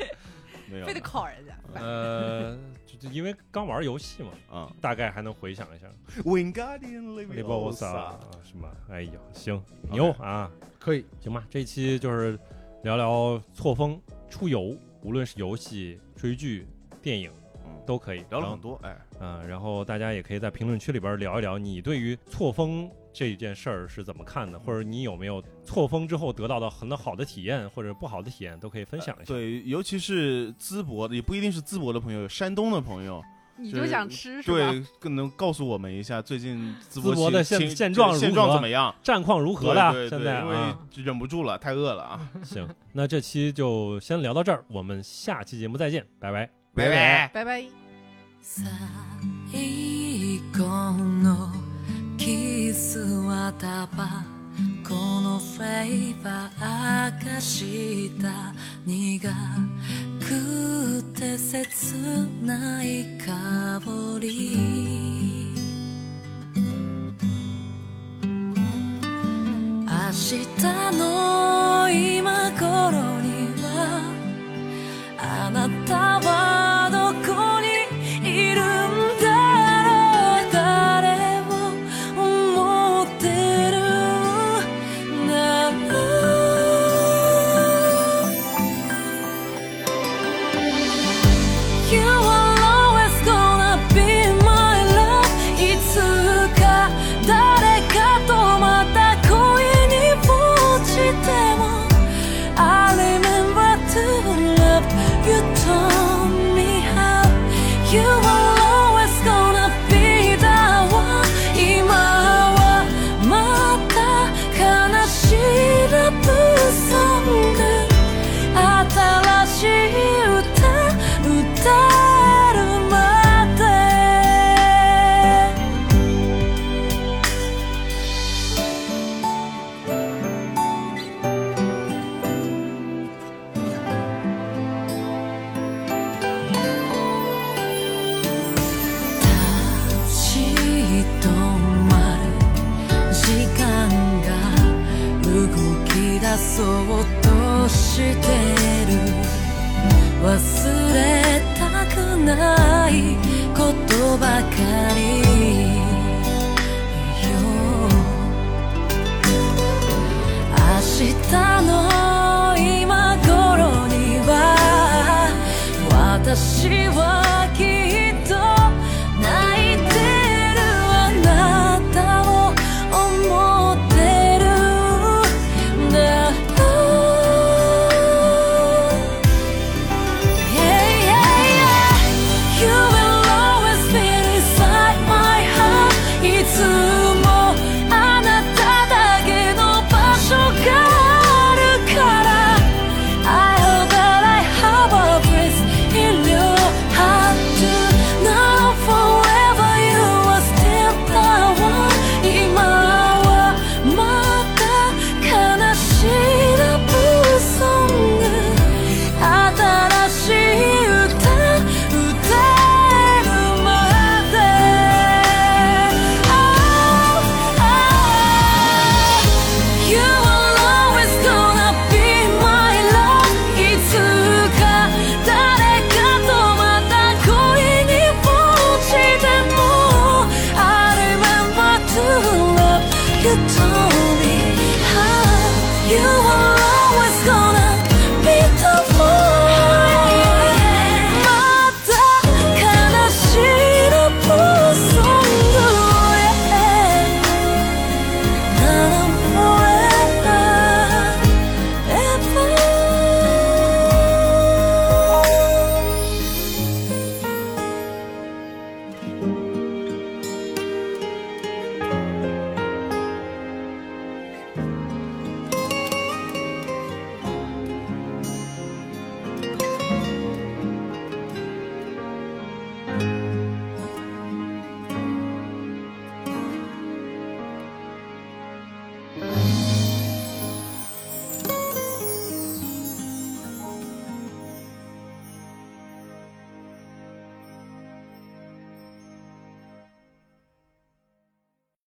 S1: 没有
S6: 非得考人家。
S2: 呃，就就因为刚玩游戏嘛，
S1: 啊。
S2: 大概还能回想一下。
S1: Wingardium
S2: l i b o s a 什么？哎呀，行，牛啊！
S3: 可以
S2: 行吧，这期就是聊聊错峰出游，无论是游戏、追剧、电影
S1: 嗯
S2: 都可以
S1: 聊了
S2: 然后
S1: 很多，哎，
S2: 嗯、然后大家也可以在评论区里边聊一聊你对于错峰这件事儿是怎么看的，或者你有没有错峰之后得到的很多好的体验或者不好的体验，都可以分享一下。
S1: 呃对，尤其是淄博的，也不一定是淄博的朋友，有山东的朋友，
S4: 你
S1: 就是
S4: 就想吃是吧？
S1: 对，更能告诉我们一下最近淄
S2: 淄博
S1: 博
S2: 的
S1: 情
S2: 现
S1: 情
S2: 现状如
S1: 现状
S2: 何
S1: 怎么样？
S2: 战况如何了？
S1: 对对
S2: 现
S1: 对
S2: 在
S1: 因
S2: 啊，
S1: 为忍不住了，太饿了啊！
S2: 行，那这期就先聊到这儿，我们下期节目再见，拜拜。
S1: 拜拜。
S4: 拜拜。
S9: 最後のキスはタバコのフレーバー明かした苦くて切ない香り明日の今頃にはあなたはどこにいるんだろう誰を思ってるんだろう You are always gonna be my love いつか誰かとまたい出そうとしてる忘れたくないことばかりよ明日の今頃には私は